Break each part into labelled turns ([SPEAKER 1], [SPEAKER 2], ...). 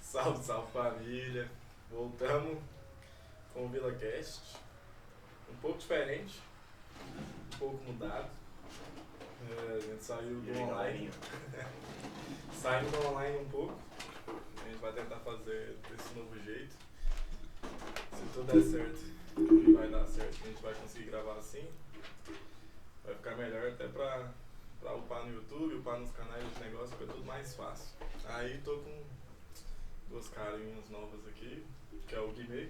[SPEAKER 1] Salve, salve família! Voltamos com o VilaCast. Um pouco diferente, um pouco mudado. É, a gente saiu do online. Saiu do online um pouco. A gente vai tentar fazer desse novo jeito. Se tudo der certo, vai dar certo. A gente vai conseguir gravar assim. Vai ficar melhor até pra, pra upar no YouTube, upar nos canais de negócio, fica tudo mais fácil. Aí tô com duas carinhas novas aqui, que é o Guimê.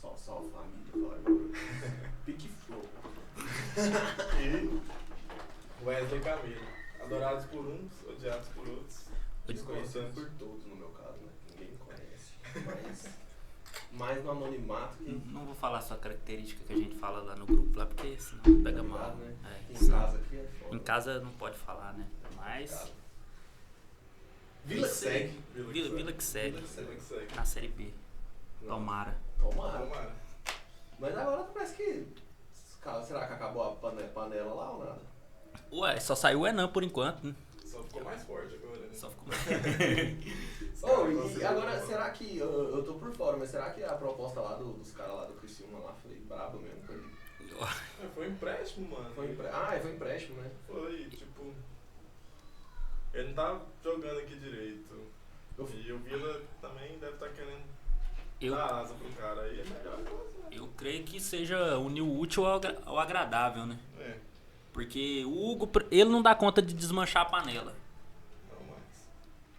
[SPEAKER 2] Só salve família, vai. Pique flow.
[SPEAKER 1] e Wesley Camilo. Adorados por uns, odiados por outros.
[SPEAKER 2] Desconhecido por todos no meu caso, né? Ninguém conhece. Mas mais no anonimato que
[SPEAKER 3] Não vou falar só a característica que a gente fala lá no grupo lá, porque senão pega
[SPEAKER 2] Tá
[SPEAKER 3] mal.
[SPEAKER 2] ligado, né?
[SPEAKER 3] É,
[SPEAKER 2] em
[SPEAKER 3] senão-
[SPEAKER 2] casa aqui é foda.
[SPEAKER 3] Em casa não pode falar, né?
[SPEAKER 2] Em
[SPEAKER 3] Mas.
[SPEAKER 2] casa. Vila que segue.
[SPEAKER 1] Vila,
[SPEAKER 3] Vila, Vila que segue.
[SPEAKER 2] Vila que segue.
[SPEAKER 1] Vila que segue.
[SPEAKER 3] Na série B. Tomara.
[SPEAKER 2] Tomara.
[SPEAKER 1] Tomara.
[SPEAKER 2] Mas agora parece que. cara, Será que acabou a pane- panela lá ou nada?
[SPEAKER 3] Ué, só saiu o Enan por enquanto, né?
[SPEAKER 1] Só ficou mais forte agora, né?
[SPEAKER 3] Só ficou.
[SPEAKER 1] Os
[SPEAKER 2] Oh,
[SPEAKER 1] caras
[SPEAKER 2] e
[SPEAKER 1] conseguiram
[SPEAKER 2] agora,
[SPEAKER 1] falar.
[SPEAKER 2] será que. Eu, eu tô por fora, mas será que a proposta lá do- dos caras lá do Criciúma lá foi brabo mesmo? Foi,
[SPEAKER 1] É, Foi um empréstimo, mano.
[SPEAKER 2] foi empre... Ah, foi empréstimo, né?
[SPEAKER 1] Foi, tipo. Ele não tá jogando aqui direito.
[SPEAKER 2] Eu-
[SPEAKER 1] E o Vila também deve estar querendo
[SPEAKER 3] Eu,
[SPEAKER 1] dar asa pro cara. Aí é melhor.
[SPEAKER 3] eu creio que seja unir o útil ao, agra- ao agradável, né?
[SPEAKER 1] É,
[SPEAKER 3] Porque o Hugo, pr- ele não dá conta de desmanchar a panela.
[SPEAKER 1] não mais.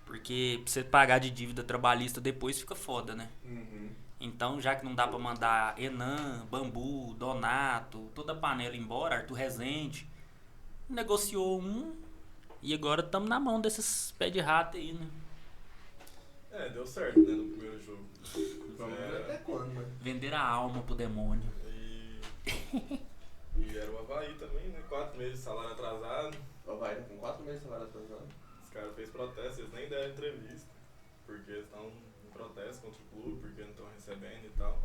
[SPEAKER 3] Porque pra você pagar de dívida trabalhista depois fica foda, né?
[SPEAKER 2] Uhum.
[SPEAKER 3] Então, já que não dá pra mandar Enan, Bambu, Donato, toda a panela embora, Arthur Rezende, negociou um e agora estamos na mão desses pé de rato aí, né?
[SPEAKER 1] É, deu certo, né, no primeiro jogo.
[SPEAKER 2] Vamos ver
[SPEAKER 1] É.
[SPEAKER 2] até quando, né?
[SPEAKER 3] Vender a alma pro demônio.
[SPEAKER 1] E. E era o Havaí também, né? Quatro meses de salário atrasado.
[SPEAKER 2] Ó, Vai, né? com quatro meses de salário atrasado.
[SPEAKER 1] Os caras fez protesto, eles nem deram entrevista. Porque eles estão em protesto contra o clube, porque não estão recebendo e tal.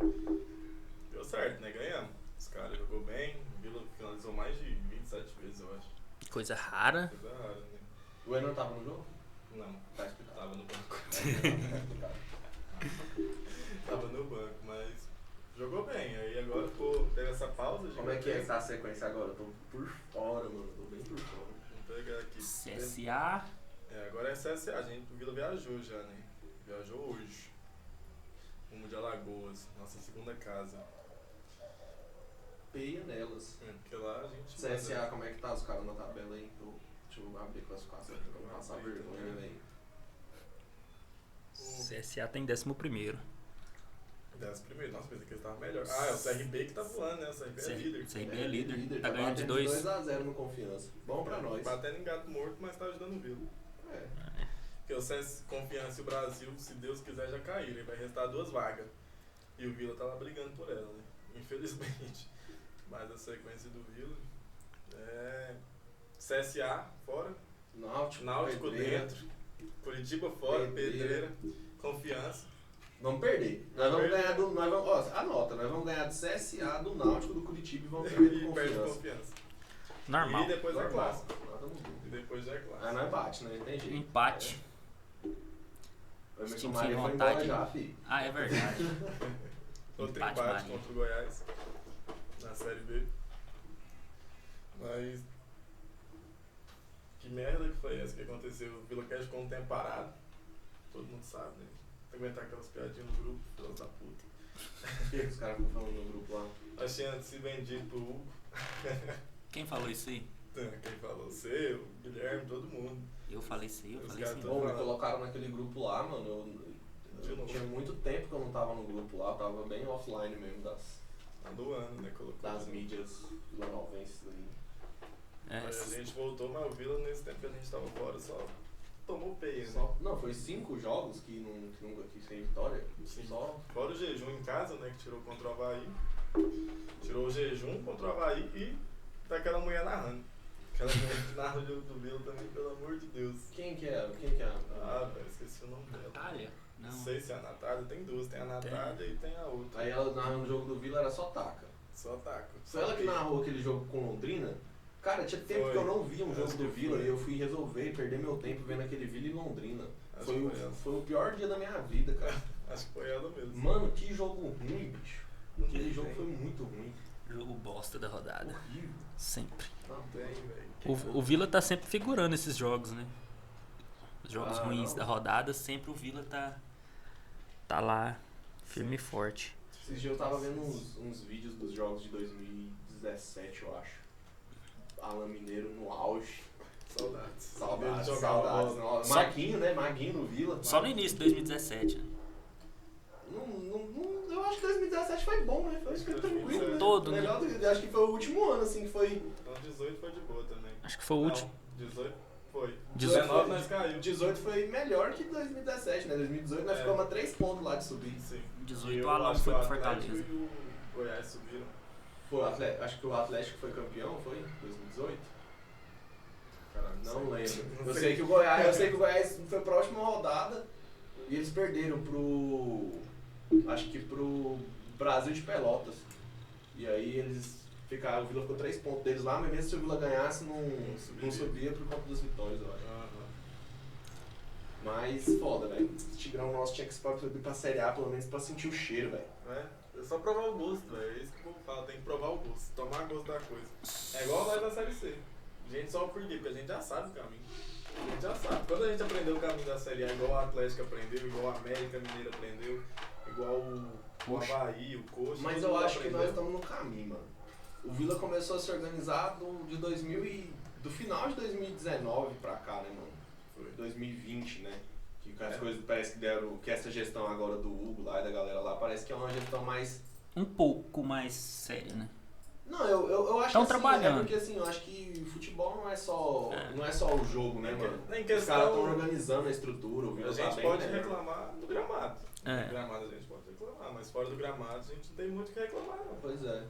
[SPEAKER 1] Deu certo, né? Ganhamos. Os caras jogou bem, o Vila finalizou mais de 27 vezes, eu acho.
[SPEAKER 3] Coisa rara.
[SPEAKER 1] Coisa rara, né?
[SPEAKER 2] O Enan tava no jogo?
[SPEAKER 1] Não,
[SPEAKER 2] Tá explicado.
[SPEAKER 1] tava no banco.
[SPEAKER 2] Tá explicado.
[SPEAKER 1] tava no banco, mas jogou bem. Aí agora pô, teve essa pausa de.
[SPEAKER 2] Como é que é essa sequência agora? Eu tô por fora, mano. Eu tô bem por fora.
[SPEAKER 1] Vamos pegar aqui.
[SPEAKER 3] CSA.
[SPEAKER 1] É, agora é CSA, a gente, o Vila viajou já, né? Viajou hoje. Rumo de Alagoas, nossa segunda casa.
[SPEAKER 2] Peia nelas.
[SPEAKER 1] É, porque lá a gente.
[SPEAKER 2] CSA,
[SPEAKER 1] manda-
[SPEAKER 2] como é que tá os caras na tabela aí? Tô, deixa eu abrir a classificação aqui pra não passar vergonha, velho.
[SPEAKER 3] CSA tem 11.
[SPEAKER 1] Desce primeiro, nossa, pensei que eles estavam melhor. Ah, é o CRB que tá voando, né? O CRB é líder.
[SPEAKER 3] CRB é líder. Tá ganhando de
[SPEAKER 2] de
[SPEAKER 3] 2.
[SPEAKER 2] 2x0 no confiança. Bom pra nós.
[SPEAKER 1] Batendo em gato morto, mas tá ajudando o Vila.
[SPEAKER 2] É.
[SPEAKER 1] Porque o CS Confiança e o Brasil, se Deus quiser, já caíram. E vai restar duas vagas. E o Vila tá lá brigando por ela, né? Infelizmente. Mas a sequência do Vila é. CSA fora,
[SPEAKER 2] Náutico,
[SPEAKER 1] Tipo, Náutico
[SPEAKER 2] Pedreira.
[SPEAKER 1] dentro, Curitiba fora,
[SPEAKER 2] Pedreira.
[SPEAKER 1] Pedreira, Confiança.
[SPEAKER 2] Vamos perder. Nós vamos
[SPEAKER 1] Perder.
[SPEAKER 2] ganhar do. Nós vamos, ó, anota, nós vamos ganhar do CSA, do Náutico, do Curitiba e vamos perder
[SPEAKER 1] E
[SPEAKER 2] do
[SPEAKER 1] perde
[SPEAKER 2] confiança.
[SPEAKER 1] Confiança.
[SPEAKER 3] Normal.
[SPEAKER 1] E depois é
[SPEAKER 2] Normal.
[SPEAKER 1] clássico.
[SPEAKER 2] Nós tamo junto.
[SPEAKER 1] E depois já é
[SPEAKER 2] Aí
[SPEAKER 1] clássico.
[SPEAKER 2] nós bate, né? Não Tem jeito.
[SPEAKER 3] Empate.
[SPEAKER 2] O
[SPEAKER 3] Esse
[SPEAKER 2] Emerson
[SPEAKER 3] time
[SPEAKER 2] Maria
[SPEAKER 3] sem
[SPEAKER 2] foi
[SPEAKER 3] vontade,
[SPEAKER 2] embora
[SPEAKER 3] hein?
[SPEAKER 2] já, fi.
[SPEAKER 3] Ah, é verdade.
[SPEAKER 1] Outro
[SPEAKER 3] Empate,
[SPEAKER 1] empate,
[SPEAKER 3] Marinho.
[SPEAKER 1] contra o Goiás na Série B. Mas. Que merda que foi essa que aconteceu? O Vilocast ficou um tempo parado. Todo mundo sabe, né? Tem que aguentar aquelas piadinhas no grupo, filhos da puta.
[SPEAKER 2] O que que os caras ficam falando no grupo lá?
[SPEAKER 1] Achei antes se vendido pro Hugo.
[SPEAKER 3] Quem falou isso aí?
[SPEAKER 1] Quem falou? Você, o Guilherme, todo mundo.
[SPEAKER 3] Eu falei isso aí, eu
[SPEAKER 1] Os
[SPEAKER 3] falei
[SPEAKER 1] caras
[SPEAKER 3] isso aí.
[SPEAKER 1] tão-
[SPEAKER 2] Bom, me colocaram naquele grupo lá, mano. Eu,
[SPEAKER 1] De
[SPEAKER 2] eu,
[SPEAKER 1] novo.
[SPEAKER 2] tinha muito tempo que eu não tava no grupo lá, eu tava bem offline mesmo das,
[SPEAKER 1] Tá doando, né? Colocou.
[SPEAKER 2] das mídias vilanovenses aí.
[SPEAKER 3] É,
[SPEAKER 1] Mas a gente voltou, mas o Vila nesse tempo que a gente tava fora só tomou peia, né?
[SPEAKER 2] Só- não, foi cinco jogos que, não, que nunca que sem vitória.
[SPEAKER 1] Sim.
[SPEAKER 2] Só.
[SPEAKER 1] Fora o jejum em casa, né? Que tirou contra o Havaí. Tirou o jejum contra o Havaí e daquela mulher narrando. Aquela mulher que narra o jogo do Vila também, pelo amor de Deus.
[SPEAKER 2] Quem que é? Quem que é?
[SPEAKER 1] Ah, velho, esqueci o nome dela.
[SPEAKER 3] Natália?
[SPEAKER 1] Não.
[SPEAKER 3] Não.
[SPEAKER 1] sei se é a Natália, tem duas, tem a Natália e tem a outra.
[SPEAKER 2] Aí ela narrando o jogo do Vila era só taca.
[SPEAKER 1] Só taco.
[SPEAKER 2] Foi ela que narrou aquele jogo com Londrina. Cara, tinha tempo
[SPEAKER 1] Foi.
[SPEAKER 2] que eu não via um jogo
[SPEAKER 1] Acho que
[SPEAKER 2] do Vila
[SPEAKER 1] foi.
[SPEAKER 2] e eu fui resolver perder meu tempo vendo aquele Vila e Londrina.
[SPEAKER 1] Acho
[SPEAKER 2] Foi
[SPEAKER 1] que
[SPEAKER 2] o o, foi o pior dia da minha vida, cara.
[SPEAKER 1] Acho que foi ela mesmo.
[SPEAKER 2] Mano, que jogo ruim, bicho. Aquele jogo foi muito ruim.
[SPEAKER 3] Jogo bosta da
[SPEAKER 1] Ah,
[SPEAKER 3] rodada.
[SPEAKER 2] Horrível.
[SPEAKER 3] Sempre.
[SPEAKER 2] Não
[SPEAKER 1] Não tem, velho.
[SPEAKER 3] O, o Vila tá sempre figurando esses jogos, né? Os jogos
[SPEAKER 2] Ah,
[SPEAKER 3] ruins
[SPEAKER 2] não.
[SPEAKER 3] da rodada, sempre o Vila tá. Tá lá, firme e forte.
[SPEAKER 2] Esses dias eu tava vendo uns, uns vídeos dos jogos de 2017, eu acho. Alan Mineiro no auge.
[SPEAKER 1] Saudades.
[SPEAKER 2] Saudades,
[SPEAKER 1] Jogar
[SPEAKER 2] saudades.
[SPEAKER 1] bola.
[SPEAKER 2] Nossa.
[SPEAKER 3] Só-
[SPEAKER 2] Marquinho, né? Marquinho no Vila.
[SPEAKER 3] Só no início de 2017, né?
[SPEAKER 2] Não, não, não- eu acho que 2017 foi bom, né? Foi super tranquilo. Né?
[SPEAKER 3] Todo, né?
[SPEAKER 2] Melhor do, acho que foi o último ano, assim, que foi.
[SPEAKER 1] Então 18 foi de boa também.
[SPEAKER 3] Acho que foi o último.
[SPEAKER 1] Não, 18 foi.
[SPEAKER 3] 18
[SPEAKER 1] 19
[SPEAKER 2] foi-
[SPEAKER 1] nós caiu.
[SPEAKER 2] 18 foi melhor que 2017, né? 2018 nós
[SPEAKER 1] É.
[SPEAKER 2] ficamos a 3 pontos lá de subir.
[SPEAKER 1] Sim.
[SPEAKER 3] 18
[SPEAKER 1] E eu
[SPEAKER 3] o Alão
[SPEAKER 1] acho
[SPEAKER 3] foi
[SPEAKER 1] que
[SPEAKER 3] pro
[SPEAKER 1] o Atlético
[SPEAKER 3] Fortaleza.
[SPEAKER 1] E o Goiás subiram.
[SPEAKER 2] Pô, o Atlético, acho que o Atlético foi campeão, foi? 2018?
[SPEAKER 1] Cara,
[SPEAKER 2] Não
[SPEAKER 1] sei.
[SPEAKER 2] lembro.
[SPEAKER 1] Não
[SPEAKER 2] Eu sei que o Goiás, eu sei que o Goiás foi pra última rodada e eles perderam pro. Acho que pro Brasil de Pelotas. E aí eles ficaram, o Vila ficou três pontos deles lá, mas mesmo se o Vila ganhasse, não,
[SPEAKER 1] Não subiria.
[SPEAKER 2] não subia por conta das vitórias, eu acho.
[SPEAKER 1] Aham.
[SPEAKER 2] Mas foda, velho. Esse Tigrão nosso tinha que se subir pra Série A, pelo menos pra sentir o cheiro, velho.
[SPEAKER 1] É, é só provar o gosto, velho. É isso que eu falo, tem que provar o gosto, tomar gosto da coisa. É igual nós na série C. A gente só por quê? Porque a gente já sabe o caminho. A gente já sabe. Quando a gente aprendeu o caminho da série A, igual o Atlético aprendeu, igual o América Mineiro aprendeu, igual o, o
[SPEAKER 3] Coxa.
[SPEAKER 1] Havaí, o Coxa.
[SPEAKER 2] Mas
[SPEAKER 1] todo
[SPEAKER 2] eu
[SPEAKER 1] mundo
[SPEAKER 2] acho que
[SPEAKER 1] aprendeu.
[SPEAKER 2] nós estamos no caminho, mano. O Vila começou a se organizar do, de 2000 e, do final de 2019 pra cá, né, mano? Foi 2020, né? Que as
[SPEAKER 1] É.
[SPEAKER 2] coisas parece que deram. Que essa gestão agora do Hugo lá e da galera lá parece que é uma gestão mais.
[SPEAKER 3] Um pouco mais sério, né?
[SPEAKER 2] Não, eu, eu, eu acho
[SPEAKER 3] Tão
[SPEAKER 2] que assim,
[SPEAKER 3] trabalhando.
[SPEAKER 2] é porque assim, eu acho que futebol não é só.
[SPEAKER 3] É.
[SPEAKER 2] não é só o jogo, né,
[SPEAKER 1] Em que-
[SPEAKER 2] mano?
[SPEAKER 1] em
[SPEAKER 2] Os caras estão
[SPEAKER 1] questão,
[SPEAKER 2] organizando a estrutura, o Vila
[SPEAKER 1] a
[SPEAKER 2] tá
[SPEAKER 1] gente
[SPEAKER 2] bem,
[SPEAKER 1] pode
[SPEAKER 2] né?
[SPEAKER 1] reclamar do gramado. Do
[SPEAKER 3] É.
[SPEAKER 1] gramado a gente pode reclamar, mas fora do gramado a gente não tem muito o que reclamar, não.
[SPEAKER 2] Pois é.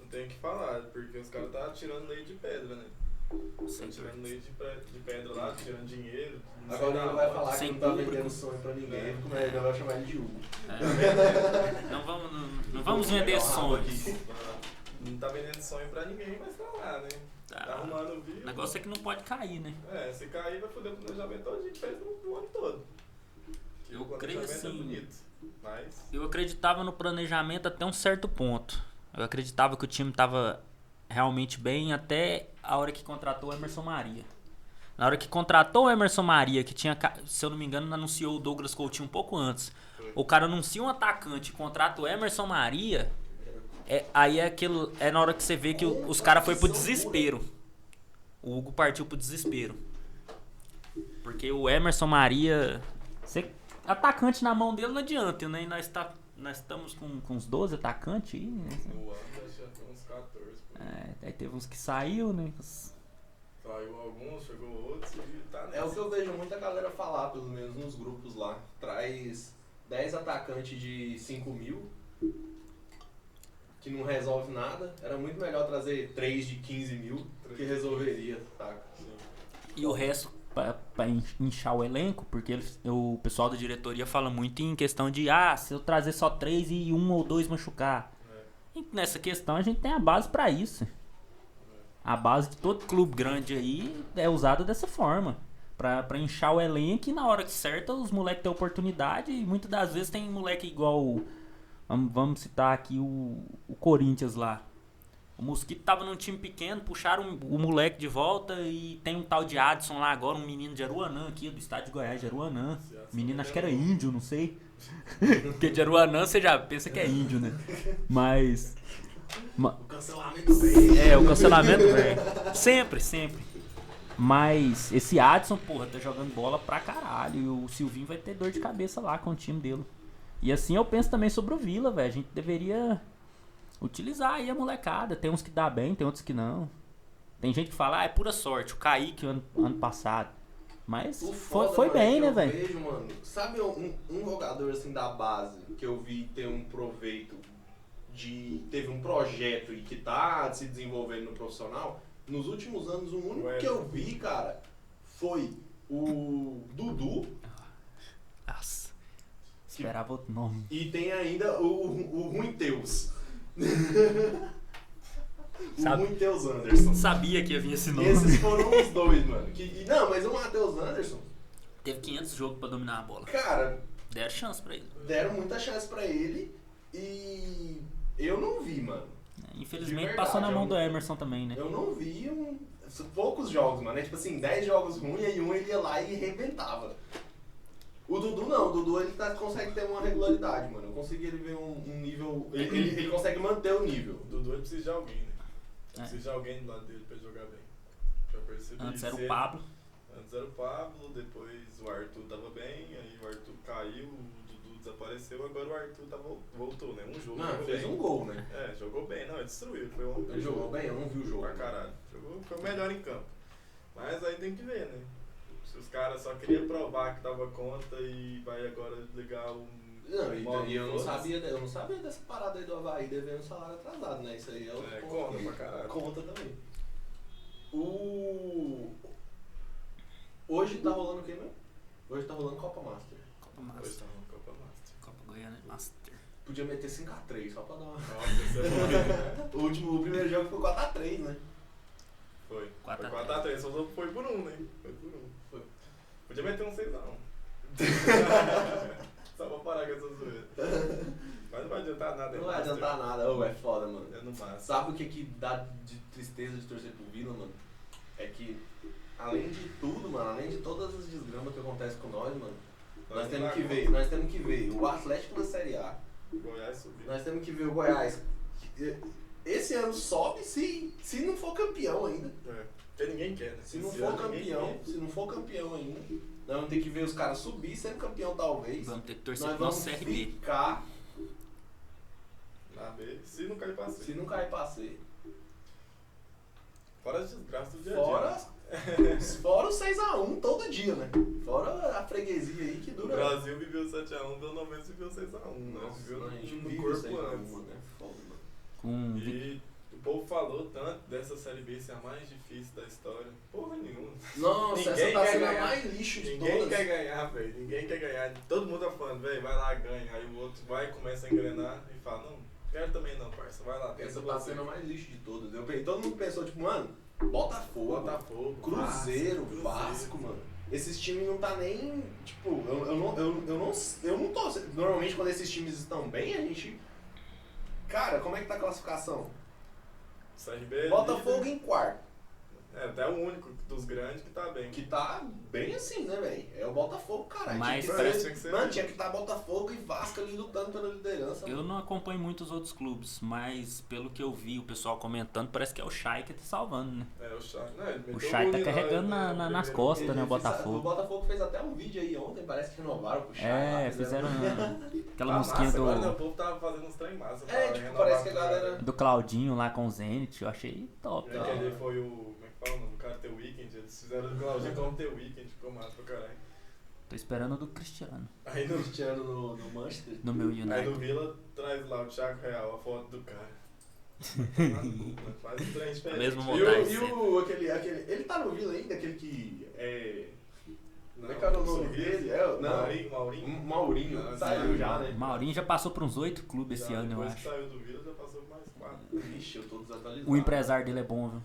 [SPEAKER 1] Não tem o que falar, porque os caras tá tirando lei de pedra, né? Tá
[SPEAKER 3] Sem
[SPEAKER 1] tirando
[SPEAKER 3] dúvida.
[SPEAKER 1] leite de pe- de pedra lá, tirando dinheiro. não sei
[SPEAKER 2] Agora
[SPEAKER 1] da
[SPEAKER 2] ele vai
[SPEAKER 1] onde.
[SPEAKER 2] falar
[SPEAKER 3] Sem
[SPEAKER 2] que não tá
[SPEAKER 3] público.
[SPEAKER 2] vendendo sonho pra ninguém, como é, ele vai chamar ele de Hugo.
[SPEAKER 3] É. Não vamos, não, não vamos vender
[SPEAKER 2] Pegar o rabo
[SPEAKER 3] sonhos.
[SPEAKER 2] aqui.
[SPEAKER 1] Não tá vendendo sonho pra ninguém, mas tá lá, né? Tá
[SPEAKER 3] Tá.
[SPEAKER 1] arrumando
[SPEAKER 3] O
[SPEAKER 1] vida.
[SPEAKER 3] negócio é que não pode cair, né?
[SPEAKER 1] É, se cair vai foder o planejamento todo, a gente fez no, no ano todo. Que
[SPEAKER 3] Eu
[SPEAKER 1] o
[SPEAKER 3] creio
[SPEAKER 1] planejamento
[SPEAKER 3] assim.
[SPEAKER 1] é bonito, mas...
[SPEAKER 3] Eu acreditava no planejamento até um certo ponto. Eu acreditava que o time tava realmente bem até a hora que contratou o Emerson Maria. Na hora que contratou o Emerson Maria, que tinha, ca- se eu não me engano, anunciou o Douglas Coutinho um pouco antes.
[SPEAKER 1] Foi.
[SPEAKER 3] O cara anuncia um atacante, contrata o Emerson Maria. É, aí é aquilo, é na hora que você vê que o- os caras foi pro desespero. O Hugo partiu pro desespero. Porque o Emerson Maria. você- atacante na mão dele não adianta, né? E nós, tá, nós estamos com, com uns 12 atacantes aí, né?
[SPEAKER 1] No ano já tem uns 14. pô.
[SPEAKER 3] É, aí teve uns que saiu, né? Os-
[SPEAKER 1] Saiu alguns, chegou outros e tá
[SPEAKER 2] É o que
[SPEAKER 1] nessa.
[SPEAKER 2] eu vejo muita galera falar, pelo menos nos grupos lá. Traz 10 atacantes de 5 mil, que não resolve nada. Era muito melhor trazer 3 de 15 mil, que resolveria, saca?
[SPEAKER 1] Sim.
[SPEAKER 3] E o resto pra, pra en- inchar o elenco, porque eles- o pessoal da diretoria fala muito em questão de ah, se eu trazer só três e um ou dois machucar.
[SPEAKER 1] É.
[SPEAKER 3] E nessa questão a gente tem a base pra isso. A base de todo clube grande aí é usada dessa forma. Pra, pra inchar o elenco e na hora que certa os moleques têm oportunidade. E muitas das vezes tem moleque igual. o- Vamos, vamos citar aqui o, o Corinthians lá. O Mosquito tava num time pequeno, puxaram o moleque de volta e tem um tal de Adson lá agora, um menino de Aruanã aqui, do estádio de Goiás, de Aruanã.
[SPEAKER 1] Esse Adson
[SPEAKER 3] Menino
[SPEAKER 1] é
[SPEAKER 3] acho que era
[SPEAKER 1] bom.
[SPEAKER 3] índio, não sei. Porque de Aruanã você já pensa que é índio, né? Mas. ma-
[SPEAKER 2] O cancelamento veio.
[SPEAKER 3] é, o cancelamento vem. Sempre, sempre. Mas esse Adson, porra, tá jogando bola pra caralho. E o Silvinho vai ter dor de cabeça lá com o time dele. E assim eu penso também sobre o Vila, velho. A gente deveria utilizar aí a molecada. Tem uns que dá bem, tem outros que não. Tem gente que fala, ah, é pura sorte. O Kaique ano, ano passado. Mas
[SPEAKER 2] O
[SPEAKER 3] foi,
[SPEAKER 2] foda,
[SPEAKER 3] foi
[SPEAKER 2] mano, é
[SPEAKER 3] bem,
[SPEAKER 2] que
[SPEAKER 3] né,
[SPEAKER 2] eu
[SPEAKER 3] velho?
[SPEAKER 2] vejo, mano, sabe um, um jogador assim da base que eu vi ter um proveito de. teve um projeto e que tá se desenvolvendo no profissional? Nos últimos anos, o único
[SPEAKER 1] Ué.
[SPEAKER 2] que eu vi, cara, foi o Dudu
[SPEAKER 3] Nossa. Esperava outro nome.
[SPEAKER 2] e tem ainda o, o Ruinteus. o
[SPEAKER 3] Sabe-
[SPEAKER 2] Ruinteus Anderson.
[SPEAKER 3] Sabia que ia vir esse nome.
[SPEAKER 2] Esses foram os dois, mano. Que, e- não, mas o Matheus Anderson,
[SPEAKER 3] Teve 500 jogos pra dominar a bola.
[SPEAKER 2] Cara,
[SPEAKER 3] Deram chance pra ele.
[SPEAKER 2] deram muita chance pra ele e eu não vi, mano.
[SPEAKER 3] Infelizmente
[SPEAKER 2] verdade,
[SPEAKER 3] passou na
[SPEAKER 2] é
[SPEAKER 3] mão
[SPEAKER 2] um-
[SPEAKER 3] do Emerson também, né?
[SPEAKER 2] Eu não vi um, poucos jogos, mano. É tipo assim, 10 jogos ruins e um ele ia lá e arrebentava. O Dudu não, o Dudu ele tá, consegue ter uma regularidade, mano. Eu consegui ele ver um, um nível. Ele, ele- ele consegue manter o nível.
[SPEAKER 1] O Dudu ele precisa de alguém, né?
[SPEAKER 3] É.
[SPEAKER 1] Precisa de alguém do lado dele pra jogar bem. Já percebi
[SPEAKER 3] Antes era
[SPEAKER 1] isso.
[SPEAKER 3] o Pablo.
[SPEAKER 1] Antes era o Pablo, depois o Arthur tava bem, aí o Arthur caiu, o Dudu desapareceu, agora o Arthur tá vol- voltou, né? Um jogo.
[SPEAKER 2] Não,
[SPEAKER 1] jogou
[SPEAKER 2] ele fez
[SPEAKER 1] bem.
[SPEAKER 2] um gol, né?
[SPEAKER 1] É, jogou bem, não, ele destruiu. Foi um
[SPEAKER 2] Ele jogou bem, eu não vi o jogo.
[SPEAKER 1] pra caralho. Jogou, foi o melhor em campo. Mas aí tem que ver, né? Se os caras só queriam provar que dava conta e vai agora ligar um o.
[SPEAKER 2] Não,
[SPEAKER 1] o modo
[SPEAKER 2] e, e eu não
[SPEAKER 1] foda-se.
[SPEAKER 2] sabia, eu não sabia dessa parada aí do Havaí devendo salário atrasado, né? Isso aí é outro
[SPEAKER 1] É,
[SPEAKER 2] ponto.
[SPEAKER 1] conta pra caralho.
[SPEAKER 2] Conta também. O. Hoje tá rolando o quê mesmo? Hoje tá rolando Copa Master.
[SPEAKER 3] Copa
[SPEAKER 1] Pois
[SPEAKER 3] Master.
[SPEAKER 1] tá, Copa Master.
[SPEAKER 3] Copa Goiânia Master.
[SPEAKER 2] Podia meter 5x3 só pra dar uma.
[SPEAKER 1] Nossa, isso é bom.
[SPEAKER 2] o último, o primeiro jogo foi 4x3, né?
[SPEAKER 1] Foi.
[SPEAKER 3] Quatro a
[SPEAKER 1] foi 4x3, só só foi por um, né? Foi por um.
[SPEAKER 2] Foi.
[SPEAKER 1] Podia meter um 6x1. só pra parar com essa zoeira. Mas não vai adiantar nada. é
[SPEAKER 2] Não vai
[SPEAKER 1] Master.
[SPEAKER 2] adiantar nada, ô, é foda, mano.
[SPEAKER 1] É no máximo.
[SPEAKER 2] Sabe o que, que dá de tristeza de torcer pro Vila, mano? É que, além de tudo, mano, além de todas as desgramas que acontecem com nós, mano, nós temos que ver, nós temos que ver o Atlético na Série A,
[SPEAKER 1] Goiás subiu.
[SPEAKER 2] nós temos que ver o Goiás. Esse ano sobe se, se não for campeão ainda.
[SPEAKER 1] É. Porque ninguém quer, né?
[SPEAKER 2] Se não
[SPEAKER 1] Esse
[SPEAKER 2] for
[SPEAKER 1] ano ninguém
[SPEAKER 2] campeão, se não for campeão ainda, nós vamos ter que ver os caras subir sendo campeão talvez.
[SPEAKER 3] Vamos ter que torcer
[SPEAKER 2] Nós
[SPEAKER 3] pro nosso
[SPEAKER 2] vamos
[SPEAKER 3] CRB.
[SPEAKER 2] ficar
[SPEAKER 1] quer. Na B, se não cair passeio.
[SPEAKER 2] Se não cair passeio.
[SPEAKER 1] Fora as desgraças do dia a dia.
[SPEAKER 2] Fora,
[SPEAKER 1] né?
[SPEAKER 2] fora o 6x1 todo dia, né? Fora a freguesia aí que
[SPEAKER 1] O
[SPEAKER 2] dura.
[SPEAKER 1] Brasil viveu 7x1, pelo menos viveu 6x1, né? Viveu
[SPEAKER 2] a gente
[SPEAKER 1] no, no
[SPEAKER 2] vive
[SPEAKER 1] corpo
[SPEAKER 2] 6x1,
[SPEAKER 1] antes.
[SPEAKER 2] mano, é foda, mano.
[SPEAKER 3] Com vi-
[SPEAKER 1] E o povo falou tanto dessa Série B ser a mais difícil da história. Porra nenhuma.
[SPEAKER 2] Nossa,
[SPEAKER 1] Ninguém
[SPEAKER 2] essa tá
[SPEAKER 1] quer
[SPEAKER 2] sendo a
[SPEAKER 1] ganhar.
[SPEAKER 2] mais lixo de
[SPEAKER 1] Ninguém
[SPEAKER 2] todas.
[SPEAKER 1] quer ganhar, velho. Ninguém quer ganhar. Todo mundo tá falando, velho, vai lá, ganha. Aí o outro vai, começa a engrenar e fala, não, quero também não, parça. Vai lá,
[SPEAKER 2] Essa
[SPEAKER 1] pensa
[SPEAKER 2] tá
[SPEAKER 1] você.
[SPEAKER 2] sendo a mais lixo de todas. Eu, pe- todo mundo pensou, tipo, mano, Botafogo, tá
[SPEAKER 1] Botafogo,
[SPEAKER 2] Cruzeiro,
[SPEAKER 1] Vasco,
[SPEAKER 2] Vasco, mano. Esses times não tá nem. Tipo, eu, eu, não, eu, eu, não, eu não tô. Normalmente quando esses times estão bem, a gente. Cara, como é que tá a classificação?
[SPEAKER 1] CRB.
[SPEAKER 2] Botafogo em quarto.
[SPEAKER 1] líder. É, até o único dos grandes que tá bem.
[SPEAKER 2] Que tá bem assim, né, velho? É o Botafogo, caralho.
[SPEAKER 3] Mas
[SPEAKER 2] tinha que
[SPEAKER 1] parece
[SPEAKER 2] ser,
[SPEAKER 1] que ser-
[SPEAKER 2] Mano, tinha que estar Botafogo e Vasco ali lutando pela liderança.
[SPEAKER 3] assim. Eu não acompanho muito os outros clubes, mas pelo que eu vi o pessoal comentando, parece que é o Chay que tá salvando, né?
[SPEAKER 1] É, o Chay. Não, ele meteu
[SPEAKER 3] O Chay
[SPEAKER 1] gol
[SPEAKER 3] tá
[SPEAKER 1] em nós,
[SPEAKER 3] carregando
[SPEAKER 1] né,
[SPEAKER 3] na-
[SPEAKER 1] no
[SPEAKER 3] na- nas
[SPEAKER 1] primeiro.
[SPEAKER 3] costas,
[SPEAKER 2] Ele
[SPEAKER 3] né, o
[SPEAKER 2] fez-
[SPEAKER 3] Botafogo.
[SPEAKER 2] o Botafogo fez até um vídeo aí ontem, parece que renovaram pro Chay.
[SPEAKER 3] É,
[SPEAKER 2] lá,
[SPEAKER 3] fizeram aquela
[SPEAKER 1] Tá
[SPEAKER 3] musiquinha
[SPEAKER 1] massa, agora, né, o
[SPEAKER 3] do,
[SPEAKER 1] povo tava fazendo uns trem massa.
[SPEAKER 2] É,
[SPEAKER 1] pra
[SPEAKER 2] tipo,
[SPEAKER 1] renovar
[SPEAKER 2] parece que a
[SPEAKER 1] com o cara.
[SPEAKER 2] galera.
[SPEAKER 3] do Claudinho lá com o Zenit, eu achei top.
[SPEAKER 1] E aquele foi o. Como é que fala o nome? O cara The Weekend. Eles fizeram o Claudinho como The Weekend. Ficou massa pra caralho.
[SPEAKER 3] Tô esperando o do Cristiano,
[SPEAKER 1] Aí no
[SPEAKER 2] Cristiano no, no Manchester.
[SPEAKER 3] no meu
[SPEAKER 1] Aí no
[SPEAKER 3] United.
[SPEAKER 1] Vila traz lá o Thiago Real, a foto do cara. Faz um trem diferente.
[SPEAKER 3] Mesmo
[SPEAKER 1] E
[SPEAKER 2] E
[SPEAKER 3] montagem.
[SPEAKER 2] o, e o- aquele, aquele. Ele tá no Vila ainda, aquele que. É.
[SPEAKER 1] Não,
[SPEAKER 2] Como é que era o nome
[SPEAKER 1] sorriso.
[SPEAKER 2] dele? É, o- não. um
[SPEAKER 1] Maurinho, Maurinho.
[SPEAKER 2] Maurinho.
[SPEAKER 1] Ah,
[SPEAKER 2] saiu
[SPEAKER 1] sim.
[SPEAKER 2] já, né?
[SPEAKER 3] Maurinho já passou por uns oito clubes esse
[SPEAKER 1] Já,
[SPEAKER 3] ano, Um eu
[SPEAKER 1] depois que
[SPEAKER 2] tá
[SPEAKER 3] acho.
[SPEAKER 1] saiu do Vila, já passou por mais quatro.
[SPEAKER 2] Vixe, eu tô desatualizado.
[SPEAKER 3] O empresário dele é bom, viu?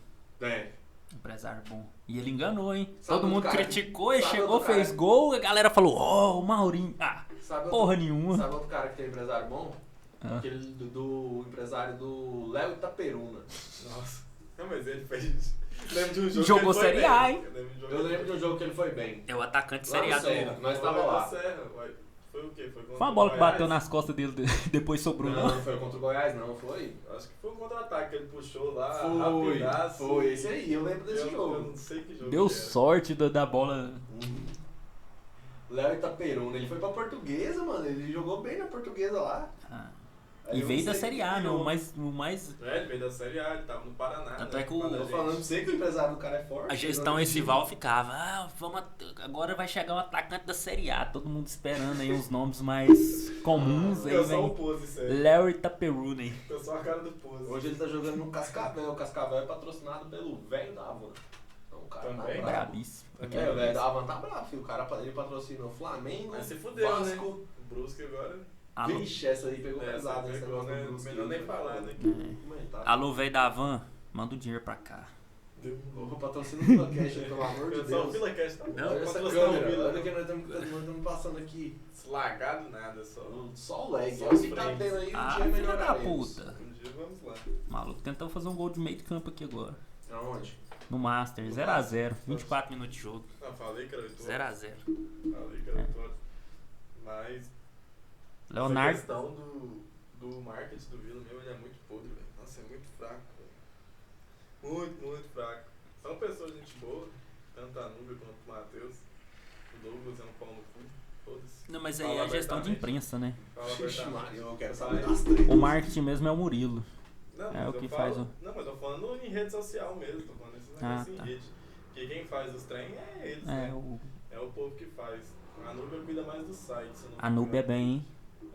[SPEAKER 2] É.
[SPEAKER 3] O empresário bom. E ele enganou, hein?
[SPEAKER 2] Sabe
[SPEAKER 3] Todo
[SPEAKER 2] outro
[SPEAKER 3] mundo
[SPEAKER 2] cara que-
[SPEAKER 3] criticou e
[SPEAKER 2] sabe
[SPEAKER 3] chegou,
[SPEAKER 2] outro cara
[SPEAKER 3] fez
[SPEAKER 2] que-
[SPEAKER 3] gol, a galera falou, ó, o Maurinho. Ah,
[SPEAKER 2] Sabe outro
[SPEAKER 3] porra nenhuma.
[SPEAKER 2] Sabe outro cara que tem empresário bom?
[SPEAKER 3] Ah.
[SPEAKER 2] Aquele do, do empresário do Léo Itaperuna.
[SPEAKER 1] Nossa. Não, mas ele fez. Lembro de um jogo.
[SPEAKER 3] Jogou
[SPEAKER 1] que ele foi
[SPEAKER 3] Série A,
[SPEAKER 1] bem.
[SPEAKER 3] hein?
[SPEAKER 1] Eu lembro de um jogo.
[SPEAKER 2] Eu lembro de um jogo que ele foi bem.
[SPEAKER 3] É o atacante
[SPEAKER 2] Lá no
[SPEAKER 3] seriado.
[SPEAKER 2] Serra,
[SPEAKER 3] Foi
[SPEAKER 2] nós estava lá.
[SPEAKER 1] Serra, ué. Foi o quê? Foi contra
[SPEAKER 3] uma
[SPEAKER 1] o
[SPEAKER 3] bola que
[SPEAKER 1] Goiás?
[SPEAKER 3] bateu nas costas dele, depois sobrou, né?
[SPEAKER 2] Não,
[SPEAKER 3] não?
[SPEAKER 2] não foi contra o Goiás, não, foi?
[SPEAKER 1] Acho que foi um contra-ataque que ele puxou lá.
[SPEAKER 2] Foi,
[SPEAKER 1] rapidaço.
[SPEAKER 2] foi. Esse aí, eu lembro desse
[SPEAKER 1] eu, Eu
[SPEAKER 2] jogo.
[SPEAKER 1] não sei que jogo.
[SPEAKER 3] Deu
[SPEAKER 1] que era.
[SPEAKER 3] sorte da, da bola.
[SPEAKER 2] Hum. Léo Itaperuna, ele foi pra Portuguesa, mano. Ele jogou bem na Portuguesa lá.
[SPEAKER 3] Ah,
[SPEAKER 2] Aí
[SPEAKER 3] E
[SPEAKER 2] eu
[SPEAKER 3] veio
[SPEAKER 2] não
[SPEAKER 3] da
[SPEAKER 2] sei
[SPEAKER 3] Série
[SPEAKER 2] quem
[SPEAKER 3] A,
[SPEAKER 2] virou.
[SPEAKER 3] não, mas o mais.
[SPEAKER 1] É, ele veio da Série A, ele tava no Paraná.
[SPEAKER 3] Tanto
[SPEAKER 1] né?
[SPEAKER 3] é que o-
[SPEAKER 1] Quando a
[SPEAKER 2] Eu tô
[SPEAKER 1] gente-
[SPEAKER 2] falando pra você que o empresário do cara é forte.
[SPEAKER 3] A gestão estival ficava. Ah, vamos. at- Agora vai chegar um atacante da Série A. Todo mundo esperando aí os nomes mais comuns.
[SPEAKER 2] Ah,
[SPEAKER 3] Aí
[SPEAKER 1] Eu sou
[SPEAKER 2] um
[SPEAKER 1] o
[SPEAKER 3] vem
[SPEAKER 1] Pose, sério.
[SPEAKER 3] Larry Taperuni.
[SPEAKER 1] Eu sou a cara do Pose.
[SPEAKER 2] Hoje ele tá jogando no Cascavel. O Cascavel é patrocinado pelo velho da Havan. Então o cara
[SPEAKER 1] Também?
[SPEAKER 2] tá brabo.
[SPEAKER 3] É Brabíssimo.
[SPEAKER 1] Também.
[SPEAKER 2] É, o velho da Havan tá brabo, filho. O cara ele patrocina o Flamengo,
[SPEAKER 1] Mas se fudeu,
[SPEAKER 2] Vasco.
[SPEAKER 1] né? O Brusque agora.
[SPEAKER 3] Alô,
[SPEAKER 2] Vixe, essa aí pegou
[SPEAKER 1] É,
[SPEAKER 2] pesada.
[SPEAKER 1] essa
[SPEAKER 2] esse
[SPEAKER 1] pegou,
[SPEAKER 2] negócio
[SPEAKER 1] né?
[SPEAKER 2] do Brusque.
[SPEAKER 1] Melhor nem falar, né?
[SPEAKER 2] Comentar.
[SPEAKER 3] alô velho da van, manda o dinheiro pra cá.
[SPEAKER 2] Ô, patrocina o VilaCast, pelo amor de
[SPEAKER 1] Pessoal, o
[SPEAKER 2] Deus.
[SPEAKER 1] VilaCast tá
[SPEAKER 3] Não,
[SPEAKER 2] Olha
[SPEAKER 1] bom.
[SPEAKER 2] essa
[SPEAKER 1] Patrocinar o
[SPEAKER 2] câmera,
[SPEAKER 1] Vila.
[SPEAKER 2] olha que nós estamos, nós estamos passando aqui.
[SPEAKER 1] Deslagado nada só. um
[SPEAKER 2] Só o lag.
[SPEAKER 1] Só
[SPEAKER 2] Olha o que tá
[SPEAKER 1] frame.
[SPEAKER 2] tendo aí, um
[SPEAKER 3] Ah,
[SPEAKER 2] dia
[SPEAKER 3] filha da
[SPEAKER 2] melhoraremos.
[SPEAKER 3] puta.
[SPEAKER 1] Um dia vamos lá.
[SPEAKER 3] O maluco tentou fazer um gol de meio de campo aqui agora.
[SPEAKER 2] Aonde?
[SPEAKER 3] No Master, 0x0. 24 minutos de jogo.
[SPEAKER 1] Não, falei que era 8 horas.
[SPEAKER 3] 0x0.
[SPEAKER 1] Falei que era 8 horas. Mas a
[SPEAKER 3] Leonardo.
[SPEAKER 1] questão do, do marketing do Vila mesmo, ele é muito podre, velho. Nossa, é muito fraco, velho. Muito, muito fraco. São pessoas de gente boa, tanto a Nubia quanto o Matheus. O Douglas é um pau no cu. Foda-se.
[SPEAKER 3] Não, mas aí é a gestão de imprensa, né?
[SPEAKER 1] Fala
[SPEAKER 2] Ixi,
[SPEAKER 1] abertamente.
[SPEAKER 2] Maria, eu quero
[SPEAKER 1] Vai.
[SPEAKER 2] saber das três.
[SPEAKER 3] O marketing mesmo é o Murilo.
[SPEAKER 1] Não,
[SPEAKER 3] É
[SPEAKER 1] mas
[SPEAKER 3] o
[SPEAKER 1] eu
[SPEAKER 3] que
[SPEAKER 1] falo-
[SPEAKER 3] faz o-
[SPEAKER 1] Não, mas eu tô falando em rede social mesmo, tô falando esses
[SPEAKER 3] Ah,
[SPEAKER 1] negócios
[SPEAKER 3] tá.
[SPEAKER 1] em rede. Porque quem faz os trem é eles,
[SPEAKER 3] É,
[SPEAKER 1] né?
[SPEAKER 3] o...
[SPEAKER 1] É o povo que faz. A Nubia cuida mais do site. se eu não
[SPEAKER 3] a
[SPEAKER 1] me
[SPEAKER 3] Nube é
[SPEAKER 1] engano.
[SPEAKER 3] bem, hein?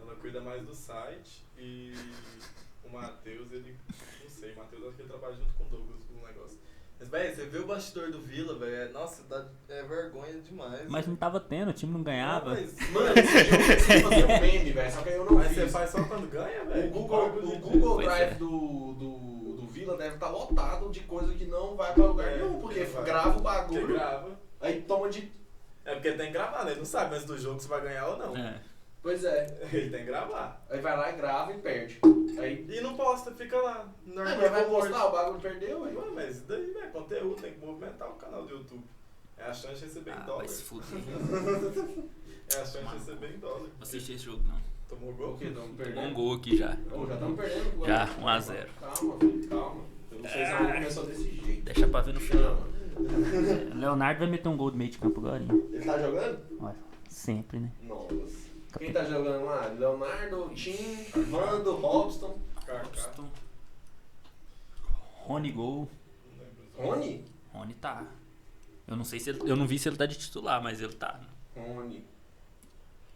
[SPEAKER 1] Ela cuida mais do site e o Matheus, ele. Não sei, o Matheus acho que ele trabalha junto com o Douglas com o negócio. Mas, velho, você vê o bastidor do Vila, velho. é- Nossa, dá, é vergonha demais.
[SPEAKER 3] Mas não
[SPEAKER 1] velho.
[SPEAKER 3] tava tendo, o time não ganhava.
[SPEAKER 1] Mas,
[SPEAKER 2] Mano, esse jogo precisa fazer um meme, velho. Só que aí eu não
[SPEAKER 1] mas você
[SPEAKER 2] fiz.
[SPEAKER 1] faz só quando ganha, é velho.
[SPEAKER 2] O Google,
[SPEAKER 1] Bagulho
[SPEAKER 2] o
[SPEAKER 1] de-
[SPEAKER 2] Google
[SPEAKER 3] Pois
[SPEAKER 2] Drive
[SPEAKER 3] é.
[SPEAKER 2] do, do, do Vila deve estar lotado de coisa que não vai pra lugar
[SPEAKER 1] É,
[SPEAKER 2] nenhum, porque
[SPEAKER 1] vai.
[SPEAKER 2] grava o
[SPEAKER 1] Você
[SPEAKER 2] bagulho,
[SPEAKER 1] grava.
[SPEAKER 2] aí toma de.
[SPEAKER 1] É porque ele tem que gravar, né? Ele não sabe antes do jogo se vai ganhar ou não.
[SPEAKER 3] É.
[SPEAKER 2] Pois é.
[SPEAKER 1] Ele tem que gravar.
[SPEAKER 2] Aí vai lá e grava e perde. Aí.
[SPEAKER 1] E não posta, fica lá.
[SPEAKER 2] Ah,
[SPEAKER 1] Normal
[SPEAKER 2] mas vai
[SPEAKER 1] report.
[SPEAKER 2] postar, o bagulho perdeu, aí.
[SPEAKER 1] Mano, mas isso daí, velho, conteúdo, tem que movimentar o canal do YouTube. É a chance de receber em
[SPEAKER 3] Ah,
[SPEAKER 1] dólar.
[SPEAKER 3] vai se fuder.
[SPEAKER 1] É a chance de receber em dólar.
[SPEAKER 3] Não assisti esse jogo, não.
[SPEAKER 1] Tomou
[SPEAKER 2] O
[SPEAKER 1] gol?
[SPEAKER 2] que? Estamos
[SPEAKER 3] Bom
[SPEAKER 2] perdendo?
[SPEAKER 3] gol aqui já.
[SPEAKER 2] Ô, já estamos perdendo.
[SPEAKER 3] Já,
[SPEAKER 2] Agora.
[SPEAKER 3] 1 a 0.
[SPEAKER 2] Calma, filho, calma. Eu não sei se ela começou desse jeito.
[SPEAKER 3] Deixa pra ver no final.
[SPEAKER 2] Chama.
[SPEAKER 3] Leonardo vai meter um gol do meio de campo agora. hein?
[SPEAKER 2] Ele tá jogando?
[SPEAKER 3] Olha, sempre, né?
[SPEAKER 2] Nossa. Quem tá jogando lá? Leonardo, Tim, Vando, Robson.
[SPEAKER 1] KK.
[SPEAKER 3] Capitão. Rony gol.
[SPEAKER 1] Não lembro.
[SPEAKER 2] Rony?
[SPEAKER 3] Rony tá. Eu não sei se ele, eu não vi se ele tá de titular, mas ele tá.
[SPEAKER 2] Rony.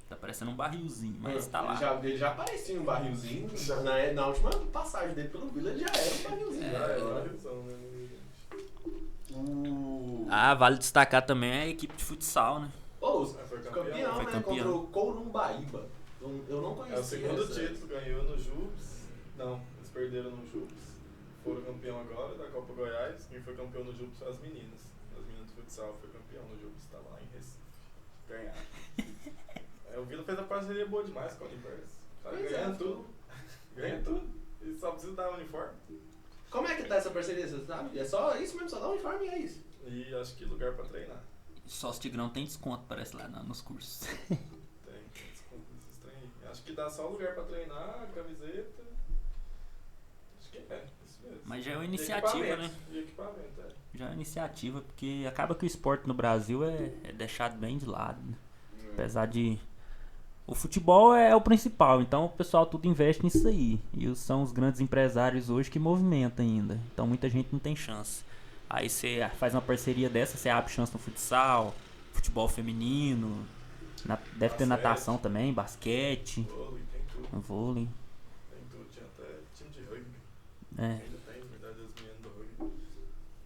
[SPEAKER 3] Tá parecendo um barrilzinho, mas
[SPEAKER 2] Mano,
[SPEAKER 3] tá lá.
[SPEAKER 2] Ele Ah, já, ele já parecia um barrilzinho. já Na, na última passagem dele pelo Vila, ele já era um barrilzinho.
[SPEAKER 1] Ah,
[SPEAKER 2] já
[SPEAKER 1] é
[SPEAKER 2] era,
[SPEAKER 1] uma
[SPEAKER 2] né?
[SPEAKER 1] visão, né, gente?
[SPEAKER 2] O.
[SPEAKER 3] Ah, vale destacar também a equipe de futsal, né?
[SPEAKER 2] Ô,
[SPEAKER 1] Ah, Foi
[SPEAKER 2] campeão,
[SPEAKER 1] campeão.
[SPEAKER 3] Foi
[SPEAKER 2] né?
[SPEAKER 3] campeão.
[SPEAKER 2] Contra o Corumbaíba. Eu, eu não conhecia.
[SPEAKER 1] É o segundo
[SPEAKER 2] essa.
[SPEAKER 1] título, ganhou no Jubes. Não, eles perderam no Jubes. Foram campeão agora da Copa Goiás. Quem foi campeão no Jubes foi as meninas. As meninas do futsal foi campeão no Jubes, tá lá em Recife. Ganharam. É, o Vila fez a parceria boa demais com a Universo. Tá
[SPEAKER 2] Pois é.
[SPEAKER 1] ganhando tudo. Ganha tudo. E só precisa dar uniforme.
[SPEAKER 2] Como é que tá essa parceria? Você sabe? É só isso mesmo, só dá um uniforme e é isso.
[SPEAKER 1] E acho que lugar pra treinar.
[SPEAKER 3] Só os Tigrão tem desconto, parece lá na- nos cursos.
[SPEAKER 1] Tem, tem desconto nesses trem aí. Acho que dá só lugar pra treinar, camiseta. Acho que é, isso mesmo.
[SPEAKER 3] Mas já é
[SPEAKER 1] E
[SPEAKER 3] uma iniciativa, né?
[SPEAKER 1] equipamento, E equipamento, é.
[SPEAKER 3] Já é uma iniciativa, porque acaba que o esporte no Brasil é, é deixado bem de lado. Né?
[SPEAKER 1] Hum.
[SPEAKER 3] Apesar de. O futebol é o principal, então o pessoal tudo investe nisso aí. E os- são os grandes empresários hoje que movimentam ainda. Então muita gente não tem chance. Aí você faz uma parceria dessa, você abre chance no futsal, futebol feminino, na- deve ter
[SPEAKER 1] Basquete.
[SPEAKER 3] natação também, basquete,
[SPEAKER 1] Vôlei, tem tudo.
[SPEAKER 3] vôlei.
[SPEAKER 1] Tem tudo. Tinha até time de rugby.
[SPEAKER 3] É.
[SPEAKER 1] Ainda tem, na verdade, as meninas do rugby.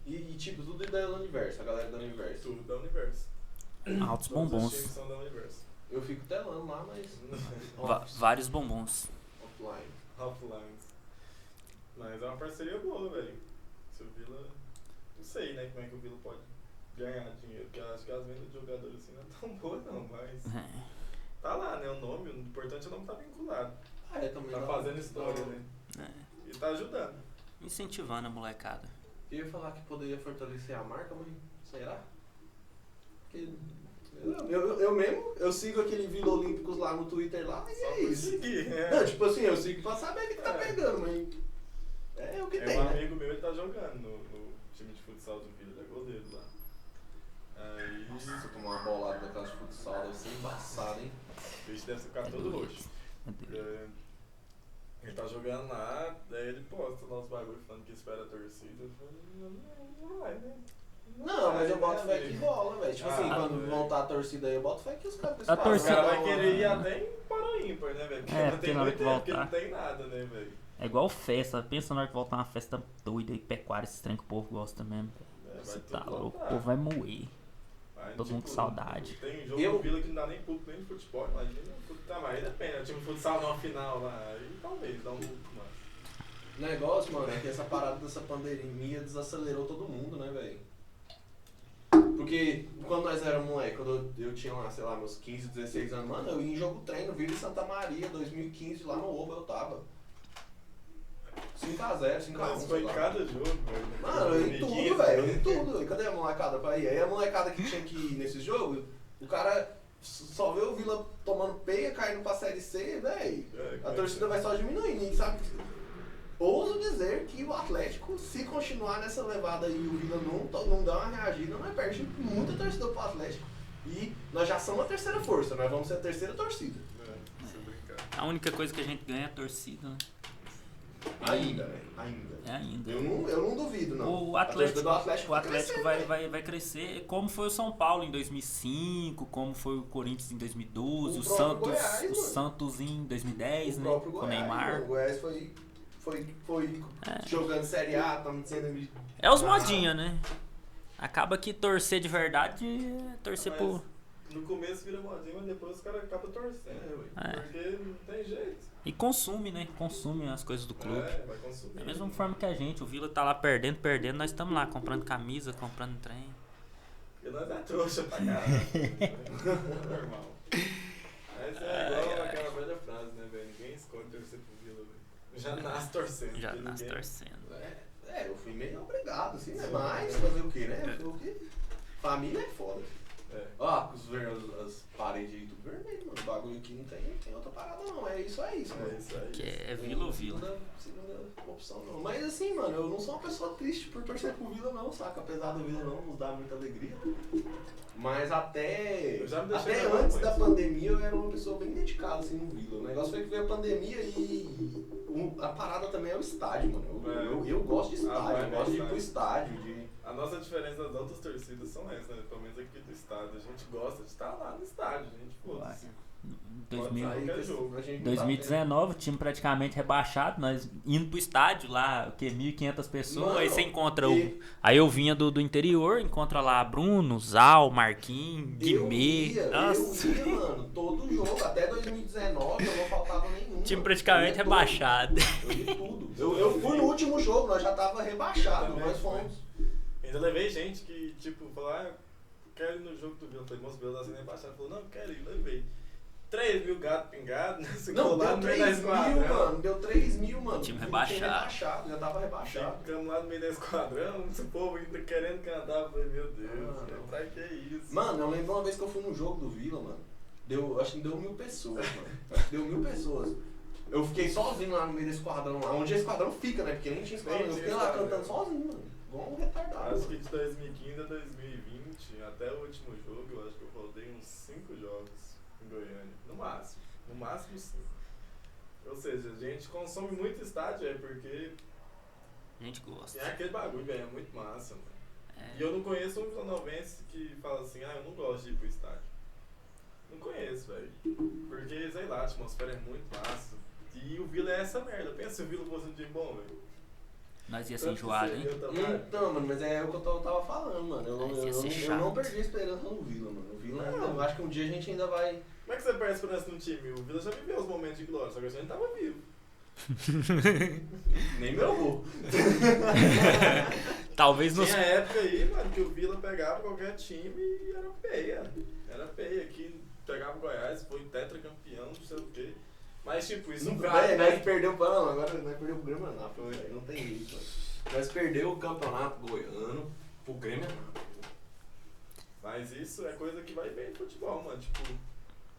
[SPEAKER 2] E, e, tipo, tudo é da Universo, a galera da Universo.
[SPEAKER 1] Tudo da Universo. Todos os
[SPEAKER 3] Altos bombons.
[SPEAKER 1] times são da Universo.
[SPEAKER 2] Eu fico telando lá, mas.
[SPEAKER 3] Va- vários bombons.
[SPEAKER 2] Offline.
[SPEAKER 1] Offlines. Mas é uma parceria boa, velho. Se o Vila. Não sei, né? Como é que o Vila pode ganhar dinheiro. Porque eu acho que as vendas de jogadores assim não é tão boas, não. Mas.
[SPEAKER 3] É.
[SPEAKER 1] Tá lá, né? O nome, o importante é o nome tá vinculado.
[SPEAKER 2] Ah, é também.
[SPEAKER 1] Tá
[SPEAKER 2] dá-
[SPEAKER 1] fazendo história, né?
[SPEAKER 3] É.
[SPEAKER 1] E tá ajudando.
[SPEAKER 3] Incentivando a molecada.
[SPEAKER 2] Eu ia falar que poderia fortalecer a marca, mas será? Porque eu, eu, eu mesmo, eu sigo aquele Vila Olímpicos lá no Twitter lá, mas
[SPEAKER 1] Só
[SPEAKER 2] é
[SPEAKER 1] por
[SPEAKER 2] isso.
[SPEAKER 1] seguir,
[SPEAKER 2] Não,
[SPEAKER 1] né?
[SPEAKER 2] tipo assim, eu sigo pra saber o que, que tá
[SPEAKER 1] É.
[SPEAKER 2] pegando, mas é o que
[SPEAKER 1] É
[SPEAKER 2] tem,
[SPEAKER 1] um
[SPEAKER 2] né?
[SPEAKER 1] amigo meu, ele tá jogando no, no time de futsal do Vila, ele é goleiro lá. Aí,
[SPEAKER 2] Nossa, tomar uma bolada daquelas de futsal deve ser embaçado, hein?
[SPEAKER 1] o bicho deve ficar todo roxo.
[SPEAKER 3] Meu Deus.
[SPEAKER 1] É, Ele tá jogando lá, daí ele posta lá os bagulho falando que espera a torcida. Eu falo, não, não, não vai, né?
[SPEAKER 2] Não, mas eu
[SPEAKER 1] vai,
[SPEAKER 2] boto
[SPEAKER 1] né,
[SPEAKER 2] fé que
[SPEAKER 1] amigo?
[SPEAKER 2] bola, velho. Tipo assim,
[SPEAKER 1] Ah,
[SPEAKER 2] quando
[SPEAKER 1] velho.
[SPEAKER 2] montar a torcida aí, eu boto fé que os caras
[SPEAKER 3] A
[SPEAKER 1] O cara
[SPEAKER 3] torcida- né?
[SPEAKER 1] vai querer ir até em Paroímpar, né, velho? Porque
[SPEAKER 3] É,
[SPEAKER 1] não
[SPEAKER 3] porque
[SPEAKER 1] tem
[SPEAKER 3] na hora
[SPEAKER 1] muito
[SPEAKER 3] que
[SPEAKER 1] tempo que não
[SPEAKER 3] voltar.
[SPEAKER 1] tem nada, né, velho?
[SPEAKER 3] É igual festa, pensa na hora que voltar uma festa doida e pecuária, esse trem que o povo gosta mesmo.
[SPEAKER 1] É, vai
[SPEAKER 3] Você
[SPEAKER 1] tudo
[SPEAKER 3] tá louco, o
[SPEAKER 1] voltar.
[SPEAKER 3] povo vai moer.
[SPEAKER 1] Mas,
[SPEAKER 3] Todo mundo com saudade.
[SPEAKER 1] Tem jogo
[SPEAKER 2] Eu-
[SPEAKER 1] do Vila que não dá nem público nem de futebol, é um, imagina. Puta, mas aí depende. O time de futsal numa final lá, aí talvez dá um pouco mais.
[SPEAKER 2] O negócio, mano, é que essa parada dessa pandemia desacelerou todo mundo, né, velho? Porque quando nós éramos moleque, quando eu eu tinha lá, sei lá, meus 15, 16 anos, mano, eu ia em jogo treino, Vila e Santa Maria, 2015, lá no Oba eu tava.
[SPEAKER 1] Mas foi
[SPEAKER 2] 5x0, 5x1. sei lá.
[SPEAKER 1] em cada jogo, velho.
[SPEAKER 2] Mano, eu
[SPEAKER 1] 2015,
[SPEAKER 2] li tudo, velho. Eu li tudo. E Cadê a molecada pra ir? Aí a molecada que tinha que ir nesse jogo, o cara só vê o Vila tomando peia, caindo pra série C, velho.
[SPEAKER 1] É,
[SPEAKER 2] A
[SPEAKER 1] é.
[SPEAKER 2] torcida vai só diminuindo, e sabe? Ouso dizer que o Atlético, se continuar nessa levada e o Vila não, to- não dá uma reagida, nós perde muita torcida pro Atlético. E nós já somos a terceira força, nós vamos ser a terceira torcida.
[SPEAKER 1] É, se brincar.
[SPEAKER 3] A única coisa que a gente ganha é a torcida, né?
[SPEAKER 2] Ainda, velho. Ainda.
[SPEAKER 3] É ainda.
[SPEAKER 2] Eu não, eu não duvido, não.
[SPEAKER 3] O
[SPEAKER 2] A torcida
[SPEAKER 3] Atlético,
[SPEAKER 2] do Atlético tá
[SPEAKER 3] o
[SPEAKER 2] vai
[SPEAKER 3] Atlético
[SPEAKER 2] crescer,
[SPEAKER 3] vai,
[SPEAKER 2] velho.
[SPEAKER 3] vai, vai crescer, como foi o São Paulo em 2005, como foi o Corinthians em 2012,
[SPEAKER 2] O
[SPEAKER 3] o,
[SPEAKER 2] próprio
[SPEAKER 3] Santos,
[SPEAKER 2] Goiás,
[SPEAKER 3] o
[SPEAKER 2] mano.
[SPEAKER 3] Santos em 2010,
[SPEAKER 2] o
[SPEAKER 3] né?
[SPEAKER 2] próprio
[SPEAKER 3] Com o
[SPEAKER 2] Goiás.
[SPEAKER 3] Neymar.
[SPEAKER 2] O Goiás foi, foi, foi jogando Série A, estamos sendo.
[SPEAKER 3] É os modinha, né? Acaba que torcer de verdade é torcer
[SPEAKER 1] Mas-
[SPEAKER 3] por.
[SPEAKER 1] No começo vira modinha, mas depois os caras acabam torcendo, velho.
[SPEAKER 3] É.
[SPEAKER 1] Porque não tem jeito.
[SPEAKER 3] E consume, né? Consume as coisas do clube.
[SPEAKER 1] É, vai consumir.
[SPEAKER 3] Da mesma forma que a gente, o Vila tá lá perdendo, perdendo, nós estamos lá comprando camisa, comprando trem.
[SPEAKER 1] Porque nós é trouxa pra caralho. Normal. Mas é igual aquela velha frase, né, velho? Ninguém escolhe torcer pro Vila, velho. Já nasce torcendo.
[SPEAKER 3] Já
[SPEAKER 1] porque
[SPEAKER 3] nasce
[SPEAKER 1] ninguém-
[SPEAKER 3] torcendo.
[SPEAKER 2] É, É, eu fui meio obrigado, assim, né? Mas fazer o quê, né? Fazer o quê? Família é foda.
[SPEAKER 1] É.
[SPEAKER 2] Ó, os ver- as, as paredes aí tudo vermelho, mano. O bagulho aqui não tem, tem outra parada, não. É isso, é isso, mano.
[SPEAKER 1] É isso aí.
[SPEAKER 3] Que é
[SPEAKER 2] Tem
[SPEAKER 3] Vila ou Vila.
[SPEAKER 2] Segunda, segunda opção, não. Mas assim, mano, eu não sou uma pessoa triste por torcer pro Vila, não, saca? Apesar do Vila não nos dar muita alegria. Mas até.
[SPEAKER 1] Eu já me deixei
[SPEAKER 2] Até
[SPEAKER 1] levar
[SPEAKER 2] antes
[SPEAKER 1] muito.
[SPEAKER 2] da pandemia eu era uma pessoa bem dedicada, assim, no Vila. O negócio foi que veio a pandemia e. o- a parada também é o estádio, mano. Eu,
[SPEAKER 1] É.
[SPEAKER 2] eu, eu gosto de
[SPEAKER 1] Ah,
[SPEAKER 2] estádio,
[SPEAKER 1] vai,
[SPEAKER 2] eu
[SPEAKER 1] vai,
[SPEAKER 2] gosto de ir
[SPEAKER 1] vai.
[SPEAKER 2] pro estádio, de.
[SPEAKER 1] A nossa diferença das outras torcidas são essas, né? Pelo menos aqui do estádio. A gente gosta de estar lá no estádio, gente. Pô,
[SPEAKER 3] Vai.
[SPEAKER 1] se-
[SPEAKER 3] Em
[SPEAKER 1] Pode
[SPEAKER 3] 2000
[SPEAKER 1] sair.
[SPEAKER 2] Aí,
[SPEAKER 1] Qualquer jogo.
[SPEAKER 2] a gente não tá
[SPEAKER 3] 2019, o time praticamente rebaixado, nós indo pro estádio lá, o que, 1.500 pessoas,
[SPEAKER 2] Mano,
[SPEAKER 3] aí você encontra
[SPEAKER 2] e-
[SPEAKER 3] o... Aí eu vinha do, do interior, encontra lá Bruno, Zal, Marquinhos,
[SPEAKER 2] Eu
[SPEAKER 3] Guimê,
[SPEAKER 2] ia,
[SPEAKER 3] nossa,
[SPEAKER 2] eu ia, mano, todo jogo, até 2019 eu não faltava nenhum.
[SPEAKER 3] time
[SPEAKER 2] mano. Eu
[SPEAKER 3] praticamente
[SPEAKER 2] ia todo.
[SPEAKER 3] rebaixado.
[SPEAKER 2] Eu li tudo. Eu, eu fui no último jogo, nós já tava rebaixado,
[SPEAKER 1] Também
[SPEAKER 2] nós
[SPEAKER 1] fui.
[SPEAKER 2] fomos.
[SPEAKER 1] Ainda levei gente que, tipo, falou, ah, eu quero ir no jogo do Vila. Eu Falei, moço, o Vila tá sendo rebaixado. Falou, não, quero ir, levei. 3 mil gatos pingados, se
[SPEAKER 2] Não,
[SPEAKER 1] colar
[SPEAKER 2] deu
[SPEAKER 1] no meio da
[SPEAKER 2] 3 mil,
[SPEAKER 1] esquadrão.
[SPEAKER 2] mano. Deu 3 mil, mano.
[SPEAKER 3] Time
[SPEAKER 2] Tinha
[SPEAKER 3] rebaixado.
[SPEAKER 2] rebaixado, Já tava rebaixado.
[SPEAKER 1] Ficamos lá no meio da esquadrão, esse povo ainda querendo cantar. Eu falei, meu Deus,
[SPEAKER 2] Ah,
[SPEAKER 1] cara,
[SPEAKER 2] não.
[SPEAKER 1] pra que isso?
[SPEAKER 2] Mano, eu lembro uma vez que eu fui num jogo do Vila, mano. Deu, acho que deu mil pessoas, mano. Acho que deu mil pessoas. Eu fiquei sozinho lá no meio desse esquadrão lá. Onde o esquadrão fica, né? Porque nem tinha esquadrão. Eu
[SPEAKER 1] tinha
[SPEAKER 2] fiquei lá
[SPEAKER 1] esquadrão.
[SPEAKER 2] cantando sozinho, mano. Igual um retardado.
[SPEAKER 1] Acho que
[SPEAKER 2] mano.
[SPEAKER 1] de 2015 a 2020, até o último jogo, eu acho que eu rodei uns 5 jogos em Goiânia. No máximo. No máximo 5. Ou seja, a gente consome muito estádio, é porque
[SPEAKER 3] A gente
[SPEAKER 1] é
[SPEAKER 3] gosta.
[SPEAKER 1] aquele bagulho, velho. É muito massa, mano.
[SPEAKER 3] É.
[SPEAKER 1] E eu não conheço um vilanovense que fala assim, ah, eu não gosto de ir pro estádio. Não conheço, velho. Porque, sei lá, a atmosfera é muito massa. E o Vila é essa merda. Pensa se o Vila fosse um dia bom, velho. Hum.
[SPEAKER 3] Nós ia
[SPEAKER 1] Tanto
[SPEAKER 3] se
[SPEAKER 1] que
[SPEAKER 3] enjoar,
[SPEAKER 1] seria
[SPEAKER 3] hein?
[SPEAKER 1] outra vibe.
[SPEAKER 2] Então, mano, mas é o que eu tava- tava falando, mano. Eu,
[SPEAKER 3] Ai,
[SPEAKER 2] eu,
[SPEAKER 3] ia
[SPEAKER 2] eu
[SPEAKER 3] ser
[SPEAKER 2] não- eu
[SPEAKER 3] chato.
[SPEAKER 2] não perdi a esperança no Vila, mano. O Vila,
[SPEAKER 1] Não.
[SPEAKER 2] eu acho que um dia a gente ainda vai.
[SPEAKER 1] Como é que você perde a esperança no time? O Vila já viveu os momentos de glória, só que a gente tava vivo.
[SPEAKER 2] Nem meu avô.
[SPEAKER 3] Talvez nos...
[SPEAKER 1] Tinha época aí, mano, que o Vila pegava qualquer time e era feia. Era feia. Aqui pegava o Goiás, foi tetracampeão, não sei o quê. Mas, tipo, isso
[SPEAKER 2] Não,
[SPEAKER 1] não
[SPEAKER 2] vai,
[SPEAKER 1] vale,
[SPEAKER 2] nós
[SPEAKER 1] né?
[SPEAKER 2] perdeu o não, agora nós perdeu o Grêmio Anápolis, velho, não tem jeito. velho. Nós perdeu o campeonato goiano pro Grêmio é Anápolis.
[SPEAKER 1] Mas isso é coisa que vai bem no futebol, mano. Tipo,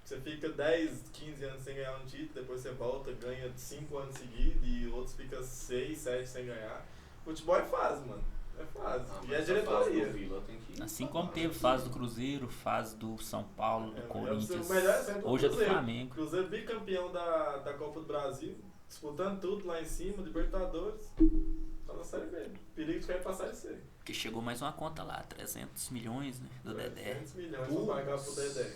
[SPEAKER 1] você fica 10, 15 anos sem ganhar um título, depois você volta, ganha 5 anos seguidos e outros fica 6, 7 sem ganhar. Futebol é fase, mano. É fase.
[SPEAKER 2] Ah,
[SPEAKER 1] e é
[SPEAKER 2] mas essa fase do
[SPEAKER 1] diretoria.
[SPEAKER 2] Vila tem que-
[SPEAKER 3] Assim como teve fase do Cruzeiro, fase do São Paulo, do
[SPEAKER 1] É,
[SPEAKER 3] Corinthians,
[SPEAKER 1] o melhor exemplo é o
[SPEAKER 3] hoje é do
[SPEAKER 1] Cruzeiro.
[SPEAKER 3] Flamengo.
[SPEAKER 1] Cruzeiro bicampeão da, da Copa do Brasil, disputando tudo lá em cima, Libertadores. Tá na Série B. Perigo de cair pra Série C.
[SPEAKER 3] Porque chegou mais uma conta lá, 300 milhões, né, do Dedé.
[SPEAKER 1] 300 milhões pra pagar pro Dedé.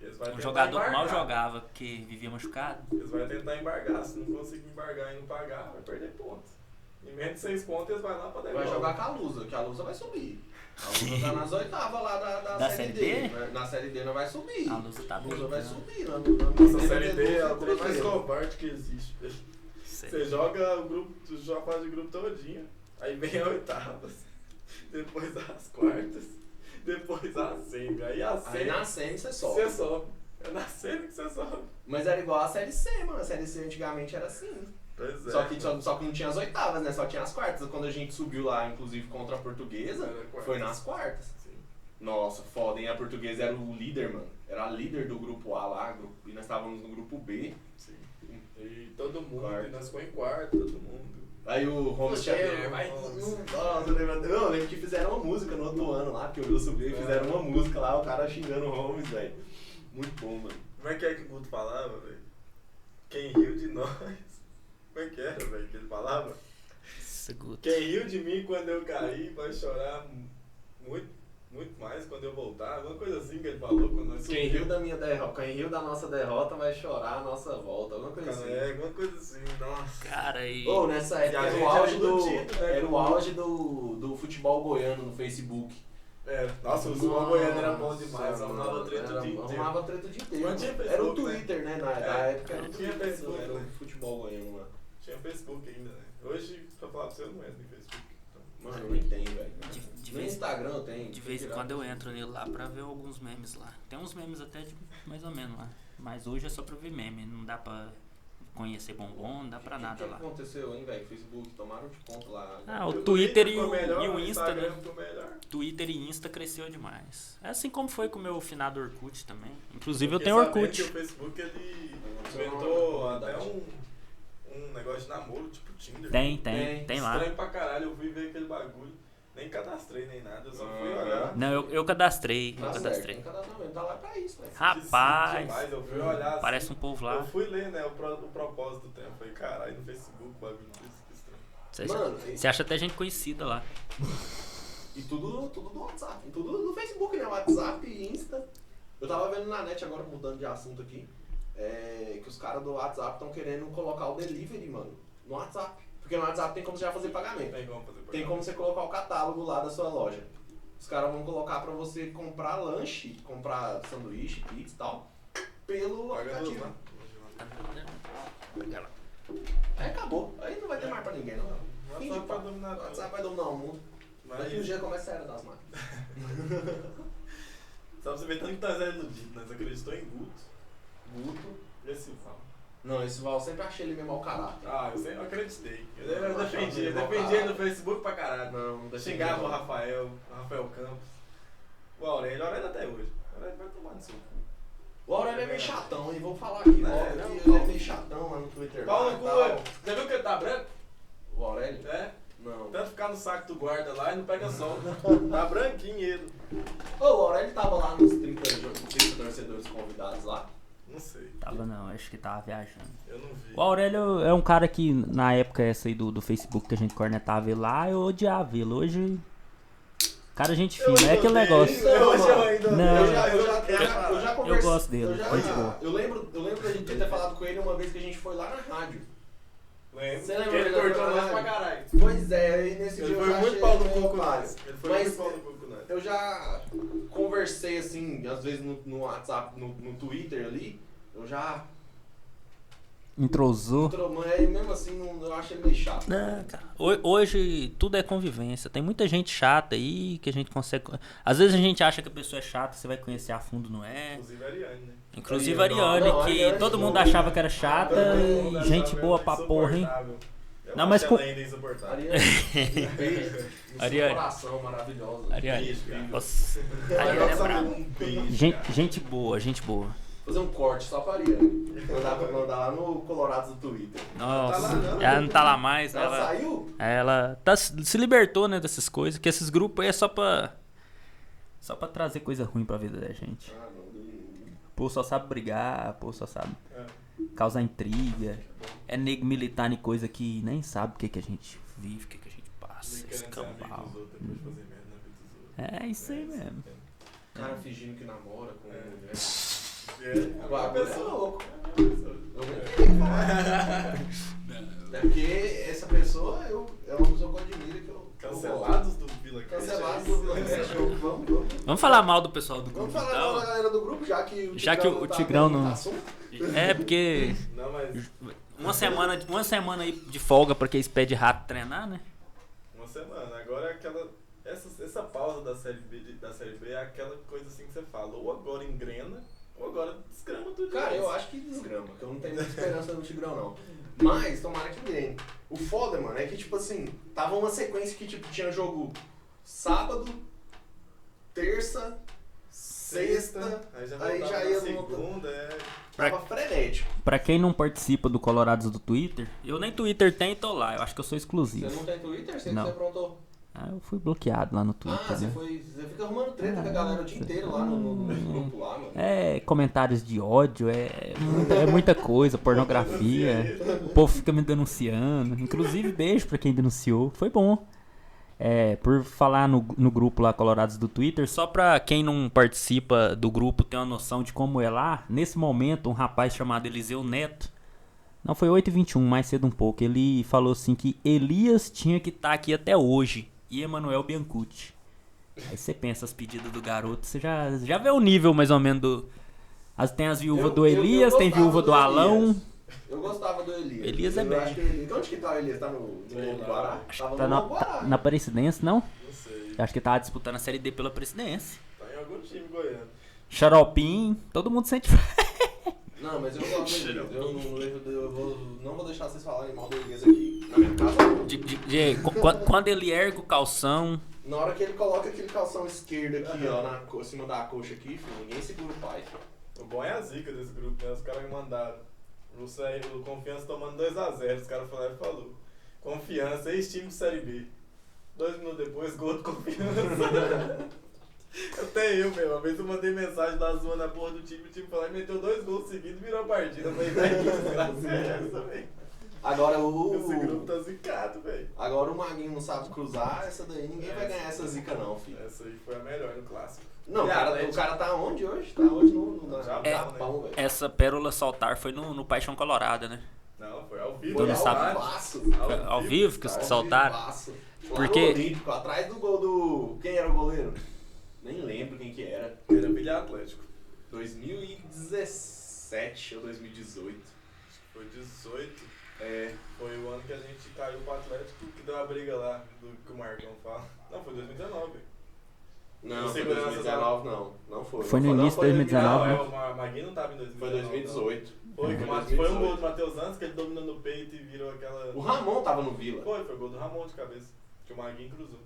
[SPEAKER 1] E Eles vai
[SPEAKER 3] Um
[SPEAKER 1] tentar
[SPEAKER 3] jogador que mal
[SPEAKER 1] embargar.
[SPEAKER 3] jogava, porque vivia machucado.
[SPEAKER 1] Eles vão tentar embargar. Se não conseguir embargar e não pagar, vai perder ponto. Em menos de 6 pontos, eles vão lá pra
[SPEAKER 2] Vai
[SPEAKER 1] devolver.
[SPEAKER 2] jogar com a Lusa, que a Lusa vai subir. A Lusa tá nas oitavas lá da, da
[SPEAKER 3] Da
[SPEAKER 2] Série D.
[SPEAKER 3] Série D?
[SPEAKER 2] né? Na Série D não vai subir.
[SPEAKER 3] A Lusa tá
[SPEAKER 2] A Lusa vai
[SPEAKER 3] doida.
[SPEAKER 2] subir. Não,
[SPEAKER 1] Essa Série B é a trem mais
[SPEAKER 2] Cruzeiro.
[SPEAKER 1] covarde que existe.
[SPEAKER 3] certo.
[SPEAKER 1] Você joga o grupo, tu já faz o grupo todinho, aí vem a oitavas, depois as quartas, depois a semi. Aí a
[SPEAKER 2] Aí
[SPEAKER 1] semi
[SPEAKER 2] na série você
[SPEAKER 1] você
[SPEAKER 2] sobe.
[SPEAKER 1] sobe. É na semi que você sobe.
[SPEAKER 2] Mas era igual a série C, mano. A série C antigamente era assim.
[SPEAKER 1] Pois é.
[SPEAKER 2] Só que, só, só que não tinha as oitavas, né? Só tinha as quartas. Quando a gente subiu lá, inclusive, contra a portuguesa,
[SPEAKER 1] Era quartas.
[SPEAKER 2] foi nas quartas.
[SPEAKER 1] Sim.
[SPEAKER 2] Nossa, foda, hein? A portuguesa era o líder, mano. Era a líder do grupo A lá, grupo- e nós estávamos no grupo B.
[SPEAKER 1] Sim. E todo mundo,
[SPEAKER 2] Quarto.
[SPEAKER 1] e nós ficou em quarto, todo mundo.
[SPEAKER 2] Aí o Holmes
[SPEAKER 1] Você,
[SPEAKER 2] Xavier, vai.
[SPEAKER 1] Holmes.
[SPEAKER 2] Nossa, eu lembro, eu lembro que fizeram uma música no outro ano lá, porque eu vi subir e fizeram uma música lá, o cara xingando o Holmes, velho. Muito bom, mano.
[SPEAKER 1] Como é que é que o Guto falava, velho? Quem riu de nós? Como é que era, velho, que ele falava?
[SPEAKER 3] Seguro.
[SPEAKER 1] Quem riu de mim quando eu caí vai chorar mu- muito, muito mais quando eu voltar. Alguma coisa assim que ele falou quando nós
[SPEAKER 2] Quem riu
[SPEAKER 1] subimos.
[SPEAKER 2] da minha derrota, quem riu da nossa derrota vai chorar a nossa volta, alguma coisa assim.
[SPEAKER 1] É, alguma coisa assim, nossa.
[SPEAKER 3] Cara, e.
[SPEAKER 2] Ou nessa
[SPEAKER 1] E a
[SPEAKER 2] época era
[SPEAKER 1] gente
[SPEAKER 2] o auge,
[SPEAKER 1] era
[SPEAKER 2] do,
[SPEAKER 1] iludido, né,
[SPEAKER 2] era
[SPEAKER 1] com-
[SPEAKER 2] o auge do, do futebol goiano no Facebook.
[SPEAKER 1] É, nossa, o
[SPEAKER 2] Nossa,
[SPEAKER 1] Sul Goiano era bom demais,
[SPEAKER 2] mano,
[SPEAKER 1] arrumava treta o
[SPEAKER 2] era-
[SPEAKER 1] dia inteiro.
[SPEAKER 2] Arrumava treta o dia inteiro.
[SPEAKER 1] Não tinha
[SPEAKER 2] mano. Era o
[SPEAKER 1] Facebook, né?
[SPEAKER 2] Twitter, né? Na,
[SPEAKER 1] É,
[SPEAKER 2] na época era o
[SPEAKER 1] não tinha
[SPEAKER 2] Twitter,
[SPEAKER 1] Facebook,
[SPEAKER 2] era o
[SPEAKER 1] né?
[SPEAKER 2] futebol goiano lá.
[SPEAKER 1] Tinha Facebook ainda, né? Hoje, pra falar pra você, eu não entro em Facebook. então.
[SPEAKER 2] Mano, eu nem tenho, velho.
[SPEAKER 3] De- de
[SPEAKER 2] No
[SPEAKER 3] vez-
[SPEAKER 2] Instagram eu tenho.
[SPEAKER 3] De vez em quando eu entro nele lá pra ver alguns memes lá. Tem uns memes até de mais ou menos lá. Mas hoje é só pra ver meme, não dá pra conhecer bombom, não dá pra nada
[SPEAKER 2] O que
[SPEAKER 3] lá.
[SPEAKER 2] que aconteceu, hein, velho? Facebook, tomaram de conta lá.
[SPEAKER 3] Ah, o
[SPEAKER 1] E
[SPEAKER 3] Twitter e
[SPEAKER 1] ficou
[SPEAKER 3] o,
[SPEAKER 1] melhor,
[SPEAKER 3] e o Insta,
[SPEAKER 1] Instagram
[SPEAKER 3] né?
[SPEAKER 1] ficou melhor.
[SPEAKER 3] Twitter e Insta cresceu demais. É assim como foi com o meu finado Orkut também. Inclusive eu
[SPEAKER 1] Porque
[SPEAKER 3] tenho
[SPEAKER 1] sabendo que
[SPEAKER 3] Orkut.
[SPEAKER 1] O Facebook ele
[SPEAKER 2] Você não
[SPEAKER 1] inventou
[SPEAKER 2] é uma
[SPEAKER 1] até um,
[SPEAKER 2] comunidade.
[SPEAKER 1] um negócio de namoro, tipo Tinder.
[SPEAKER 3] Tem, tem,
[SPEAKER 2] Tem.
[SPEAKER 3] tem lá.
[SPEAKER 1] Estranho pra caralho, eu fui ver aquele bagulho. Nem cadastrei nem nada, eu só fui
[SPEAKER 2] Ah.
[SPEAKER 1] olhar.
[SPEAKER 3] Não, eu, eu cadastrei, eu
[SPEAKER 2] Tá certo, tem
[SPEAKER 3] cadastrei.
[SPEAKER 2] cadastramento. Tá lá pra isso, velho.
[SPEAKER 1] Esqueci
[SPEAKER 3] Rapaz,
[SPEAKER 1] demais, eu fui
[SPEAKER 2] Tá
[SPEAKER 1] olhar.
[SPEAKER 3] parece
[SPEAKER 1] assim,
[SPEAKER 3] um povo
[SPEAKER 1] Eu
[SPEAKER 3] lá.
[SPEAKER 1] fui ler, né, o, pro- o propósito do tempo. Eu Falei, caralho, no Facebook o bagulho desse que estranho.
[SPEAKER 3] Você acha,
[SPEAKER 2] Mano, e-
[SPEAKER 3] você acha até gente conhecida lá.
[SPEAKER 2] E tudo, tudo do WhatsApp. E tudo do Facebook, né? WhatsApp e Insta. Eu tava vendo na net agora, mudando de assunto aqui, é, que os caras do WhatsApp estão querendo colocar o delivery, mano, no WhatsApp. Porque no WhatsApp tem como você já fazer pagamento.
[SPEAKER 1] Tem como fazer pra
[SPEAKER 2] Tem
[SPEAKER 1] cá.
[SPEAKER 2] como você colocar o catálogo lá da sua loja. Os caras vão colocar pra você comprar lanche, comprar sanduíche, pizza e tal, pelo
[SPEAKER 1] Paga luz,
[SPEAKER 2] aplicativo.
[SPEAKER 1] né?
[SPEAKER 2] Aí acabou. Aí não vai ter mais pra ninguém, não. Fim de
[SPEAKER 1] WhatsApp vai
[SPEAKER 2] papo.
[SPEAKER 1] é dominar
[SPEAKER 2] O
[SPEAKER 1] tudo.
[SPEAKER 2] WhatsApp vai dominar o mundo. Daqui um
[SPEAKER 1] Mas,
[SPEAKER 2] dia começa a era das máquinas.
[SPEAKER 1] só pra você ver tanto que nós é iludido, nós acreditou em Guto.
[SPEAKER 2] Guto.
[SPEAKER 1] E assim, fala.
[SPEAKER 2] Não, esse Val eu sempre achei ele meio mau caráter.
[SPEAKER 1] Ah, eu, sempre, eu acreditei. Eu, eu
[SPEAKER 2] Não,
[SPEAKER 1] defendi, eu
[SPEAKER 2] não,
[SPEAKER 1] defendi ele
[SPEAKER 2] não.
[SPEAKER 1] no Facebook pra caralho.
[SPEAKER 2] Não, não
[SPEAKER 1] Xingava o Rafael, o Rafael Campos, o Aurélio, o Aurélio até hoje. O Aurélio vai tomar no seu cu.
[SPEAKER 2] O Aurélio é meio chatão, e vou falar aqui
[SPEAKER 1] É,
[SPEAKER 2] logo
[SPEAKER 1] não,
[SPEAKER 2] que
[SPEAKER 1] não.
[SPEAKER 2] ele é meio chatão lá no Twitter.
[SPEAKER 1] Pau
[SPEAKER 2] lá
[SPEAKER 1] no
[SPEAKER 2] e
[SPEAKER 1] cu,
[SPEAKER 2] tal.
[SPEAKER 1] ué. já viu que ele tá branco?
[SPEAKER 2] O Aurélio?
[SPEAKER 1] É,
[SPEAKER 2] Não.
[SPEAKER 1] tanto ficar no saco do guarda lá e não pega sol. Tá branquinho ele.
[SPEAKER 2] Ô, o Aurélio tava lá nos 30, jo- 30 torcedores convidados lá.
[SPEAKER 1] Não sei,
[SPEAKER 3] Tava não, acho que tava viajando.
[SPEAKER 1] eu não vi.
[SPEAKER 3] O Aurélio é um cara que, na época essa aí do, do Facebook que a gente cornetava ele lá, eu odiava ele. Hoje. Cara, gente
[SPEAKER 1] Eu
[SPEAKER 3] fina, é
[SPEAKER 1] ainda
[SPEAKER 3] aquele
[SPEAKER 1] odeio,
[SPEAKER 3] negócio.
[SPEAKER 1] Eu
[SPEAKER 2] Não,
[SPEAKER 1] hoje eu
[SPEAKER 2] mano.
[SPEAKER 1] ainda
[SPEAKER 3] Não.
[SPEAKER 1] odeio.
[SPEAKER 2] Eu já, eu já, eu já, eu
[SPEAKER 1] É. eu
[SPEAKER 2] já
[SPEAKER 1] já-
[SPEAKER 2] conversei.
[SPEAKER 3] gosto dele,
[SPEAKER 2] Eu, já,
[SPEAKER 3] foi de boa.
[SPEAKER 2] eu lembro, eu lembro da gente
[SPEAKER 1] é
[SPEAKER 2] ter falado com ele uma vez que a gente foi lá na rádio.
[SPEAKER 1] Lembro.
[SPEAKER 2] Você lembra
[SPEAKER 1] que ele
[SPEAKER 2] dele
[SPEAKER 1] cortou
[SPEAKER 2] agora?
[SPEAKER 1] nós pra caralho.
[SPEAKER 2] Pois é, e nesse
[SPEAKER 1] Ele
[SPEAKER 2] dia
[SPEAKER 1] foi
[SPEAKER 2] eu já
[SPEAKER 1] muito
[SPEAKER 2] achei
[SPEAKER 1] pau no
[SPEAKER 2] ele
[SPEAKER 1] cu com
[SPEAKER 2] otário.
[SPEAKER 1] nós. Ele foi
[SPEAKER 2] Mas-
[SPEAKER 1] muito pau no cu com nós.
[SPEAKER 2] Eu já conversei assim, às vezes no, no WhatsApp, no, no Twitter ali, eu já.
[SPEAKER 3] Entrosou.
[SPEAKER 2] Mas mesmo assim não- eu acho ele meio chato.
[SPEAKER 3] Não, cara. Ho- Hoje tudo é convivência. Tem muita gente chata aí que a gente consegue. Às vezes a gente acha que a pessoa é chata, você vai conhecer a fundo, não é?
[SPEAKER 1] Inclusive a Ariane, né?
[SPEAKER 3] Inclusive a
[SPEAKER 2] Ariane, não,
[SPEAKER 3] Ariane,
[SPEAKER 2] não,
[SPEAKER 3] que
[SPEAKER 2] Ariane
[SPEAKER 3] todo
[SPEAKER 2] não.
[SPEAKER 3] mundo achava que era chata
[SPEAKER 1] Todo mundo
[SPEAKER 3] e Tá gente
[SPEAKER 1] achava
[SPEAKER 3] boa
[SPEAKER 1] ela
[SPEAKER 3] pra porra, hein?
[SPEAKER 1] é insuportável. Eu
[SPEAKER 3] Não,
[SPEAKER 1] acho
[SPEAKER 3] mas
[SPEAKER 1] ela
[SPEAKER 3] com-
[SPEAKER 1] ainda insuportável.
[SPEAKER 2] Ariane, um beijo no seu
[SPEAKER 3] Ariane.
[SPEAKER 2] coração maravilhosa.
[SPEAKER 3] Ariane.
[SPEAKER 1] Isso, cara.
[SPEAKER 3] Nossa. Ariane é
[SPEAKER 1] Nossa,
[SPEAKER 3] brava.
[SPEAKER 1] um beijo, cara.
[SPEAKER 3] Gente, gente boa, gente boa.
[SPEAKER 2] Fazer um corte só pra Ariane. Mandar, pra- mandar lá no Colorado do Twitter.
[SPEAKER 3] Nossa,
[SPEAKER 1] Tá lá, não.
[SPEAKER 3] ela não tá lá mais,
[SPEAKER 2] Ela
[SPEAKER 3] ela.
[SPEAKER 2] saiu?
[SPEAKER 3] Ela tá, se libertou, né, dessas coisas, que esses grupos aí é só pra. Só pra trazer coisa ruim pra vida da gente.
[SPEAKER 2] Ah, não. não-
[SPEAKER 3] O povo só sabe brigar, o povo só sabe
[SPEAKER 1] É.
[SPEAKER 3] causar intriga. É nego militar em coisa que nem sabe o que, que a gente vive, o que, que a gente passa.
[SPEAKER 1] Brincando de ser amigo
[SPEAKER 2] né,
[SPEAKER 3] Escambau.
[SPEAKER 1] dos outros, depois fazer merda na vida dos outros. né?
[SPEAKER 3] É isso aí mesmo.
[SPEAKER 2] Cara fingindo que namora com
[SPEAKER 1] É.
[SPEAKER 2] mulher.
[SPEAKER 1] É,
[SPEAKER 2] Agora,
[SPEAKER 1] agora
[SPEAKER 2] agora é
[SPEAKER 1] pessoa.
[SPEAKER 2] louco. Eu não entendi o que falar. É porque essa pessoa eu, é uma pessoa que eu admiro que eu.
[SPEAKER 1] Cancelados do Vila Cast. é
[SPEAKER 2] Cancelados do Vila Cash. Vamos, vamos.
[SPEAKER 3] Vamos falar mal do pessoal do grupo
[SPEAKER 2] Vamos falar mal da
[SPEAKER 3] então?
[SPEAKER 2] galera do grupo, já que o tá
[SPEAKER 3] Já que o-
[SPEAKER 2] não
[SPEAKER 3] o Tigrão
[SPEAKER 2] tá
[SPEAKER 3] não-
[SPEAKER 2] assunto.
[SPEAKER 3] É porque
[SPEAKER 1] Não, mas.
[SPEAKER 3] Uma semana, uma semana aí de folga pra que esse pé de rato treinar, né?
[SPEAKER 1] Uma semana. Agora é aquela. Essa, essa pausa da série, B, de- da série B é aquela coisa assim que você fala, ou agora engrena, ou agora desgrama tudo de
[SPEAKER 2] Cara,
[SPEAKER 1] vez.
[SPEAKER 2] eu acho que desgrama, que eu não tenho muita esperança no Tigrão, não. Mas, tomara que ganhe. O foda, mano, é que, tipo assim, tava uma sequência que, tipo, tinha jogo sábado, terça, sexta,
[SPEAKER 1] aí já,
[SPEAKER 2] aí
[SPEAKER 1] voltava
[SPEAKER 2] já
[SPEAKER 1] na
[SPEAKER 2] ia no outro-
[SPEAKER 1] segunda, é.
[SPEAKER 2] tava frenético.
[SPEAKER 3] Pra quem não participa do Colorados do Twitter, eu nem Twitter tenho, tô lá. Eu acho que eu sou exclusivo.
[SPEAKER 2] Você não tem Twitter? Você,
[SPEAKER 3] Não.
[SPEAKER 2] você aprontou?
[SPEAKER 3] Ah, eu fui bloqueado lá no Twitter,
[SPEAKER 2] Ah, você
[SPEAKER 3] né?
[SPEAKER 2] foi. Você fica arrumando treta com a galera o dia inteiro lá no, no, no grupo lá, mano.
[SPEAKER 3] É comentários de ódio, é, é muita coisa, pornografia. O povo fica me denunciando. Inclusive, beijo pra quem denunciou. Foi bom. É, por falar no, no grupo lá, Colorados do Twitter, só pra quem não participa do grupo ter uma noção de como é lá, nesse momento, um rapaz chamado Eliseu Neto, não foi 8h21, mais cedo um pouco, ele falou assim que Elias tinha que estar aqui até hoje e Emanuel Biancucci. Aí você pensa as pedidas do garoto, você já, já vê o nível mais ou menos do. As, tem as viúvas
[SPEAKER 2] Eu-
[SPEAKER 3] do
[SPEAKER 2] eu- eu
[SPEAKER 3] Elias, tem
[SPEAKER 2] gostava
[SPEAKER 3] viúva do Alão. Tá
[SPEAKER 2] Elias. Eu gostava do Elias.
[SPEAKER 3] Elias é
[SPEAKER 2] Eu
[SPEAKER 3] bem.
[SPEAKER 2] acho que ele- então onde que tá o Elias? Tá no, no Lobo Guará? Tava
[SPEAKER 3] Tá
[SPEAKER 2] no
[SPEAKER 3] na,
[SPEAKER 2] Lobo Guará.
[SPEAKER 3] tá na Aparecidense, não?
[SPEAKER 1] Não sei.
[SPEAKER 3] Eu acho que tava disputando a Série D pela Presidência.
[SPEAKER 1] Tá em algum time goiano.
[SPEAKER 3] Xaropim, todo mundo sente.
[SPEAKER 2] Não, mas eu gosto do Elias. Eu, não, eu, eu vou, não vou deixar vocês falarem mal do Elias aqui. Na minha casa, não.
[SPEAKER 3] De, de- de- qu- qu- quando ele ergue o calção,
[SPEAKER 2] na hora que ele coloca aquele calção esquerdo aqui, ó, na, co- cima da coxa aqui, filho, ninguém segura o pai. filho.
[SPEAKER 1] O bom é a zica desse grupo, né? Os caras me mandaram. O, Sé- o Confiança tomando 2x0. Os caras falaram e falou. Confiança, ex-time de Série B. Dois minutos depois, gol do Confiança. Até eu, meu. Uma vez eu mandei mensagem da zona na porra do time. O time falou e meteu dois gols seguidos e virou a partida. Eu falei, velho, que desgraça é essa, velho?
[SPEAKER 2] Agora
[SPEAKER 1] Esse grupo
[SPEAKER 2] o.
[SPEAKER 1] tá zicado, velho.
[SPEAKER 2] Agora o Maguinho não sabe cruzar, essa daí ninguém
[SPEAKER 1] É.
[SPEAKER 2] vai ganhar essa zica, não, filho.
[SPEAKER 1] Essa aí foi a melhor no clássico.
[SPEAKER 2] Não, o
[SPEAKER 1] E
[SPEAKER 2] cara,
[SPEAKER 1] Atlético?
[SPEAKER 2] o cara tá onde hoje? Tá hoje no. no na,
[SPEAKER 1] Já
[SPEAKER 2] é,
[SPEAKER 1] tá, né?
[SPEAKER 2] velho.
[SPEAKER 3] essa pérola saltar foi no, no Paixão Colorada, né?
[SPEAKER 1] Não, foi ao vivo.
[SPEAKER 2] Foi
[SPEAKER 3] Todo
[SPEAKER 1] ao
[SPEAKER 3] mundo sabe.
[SPEAKER 1] vivo.
[SPEAKER 2] vivaço.
[SPEAKER 3] Foi ao vivo que os que saltaram. Porque-
[SPEAKER 2] Porque... Olímpico, atrás do gol do... Quem era o goleiro? Nem lembro quem que era.
[SPEAKER 1] Era Bilha Atlético.
[SPEAKER 2] 2017 ou 2018.
[SPEAKER 1] Foi 18.
[SPEAKER 2] É,
[SPEAKER 1] Foi o ano que a gente caiu pro Atlético que deu a briga lá, do que o Marcão fala. Não, foi 2019.
[SPEAKER 2] não,
[SPEAKER 1] Não
[SPEAKER 2] foi
[SPEAKER 1] sei quando era
[SPEAKER 2] 2019 não. Não foi.
[SPEAKER 3] Foi no
[SPEAKER 2] não,
[SPEAKER 3] início de
[SPEAKER 2] foi
[SPEAKER 3] 2019,
[SPEAKER 1] não,
[SPEAKER 3] né?
[SPEAKER 1] é, o Ma- Maguinho não tava em 2019.
[SPEAKER 2] Foi
[SPEAKER 1] não.
[SPEAKER 2] 2018.
[SPEAKER 1] Foi, que o Ma-
[SPEAKER 2] Foi
[SPEAKER 1] foi um gol
[SPEAKER 2] 2018.
[SPEAKER 1] do Matheus Santos que ele dominou no peito e virou aquela.
[SPEAKER 2] O Ramon tava no Vila.
[SPEAKER 1] Foi, foi gol do Ramon de cabeça. Que o Maguinho cruzou.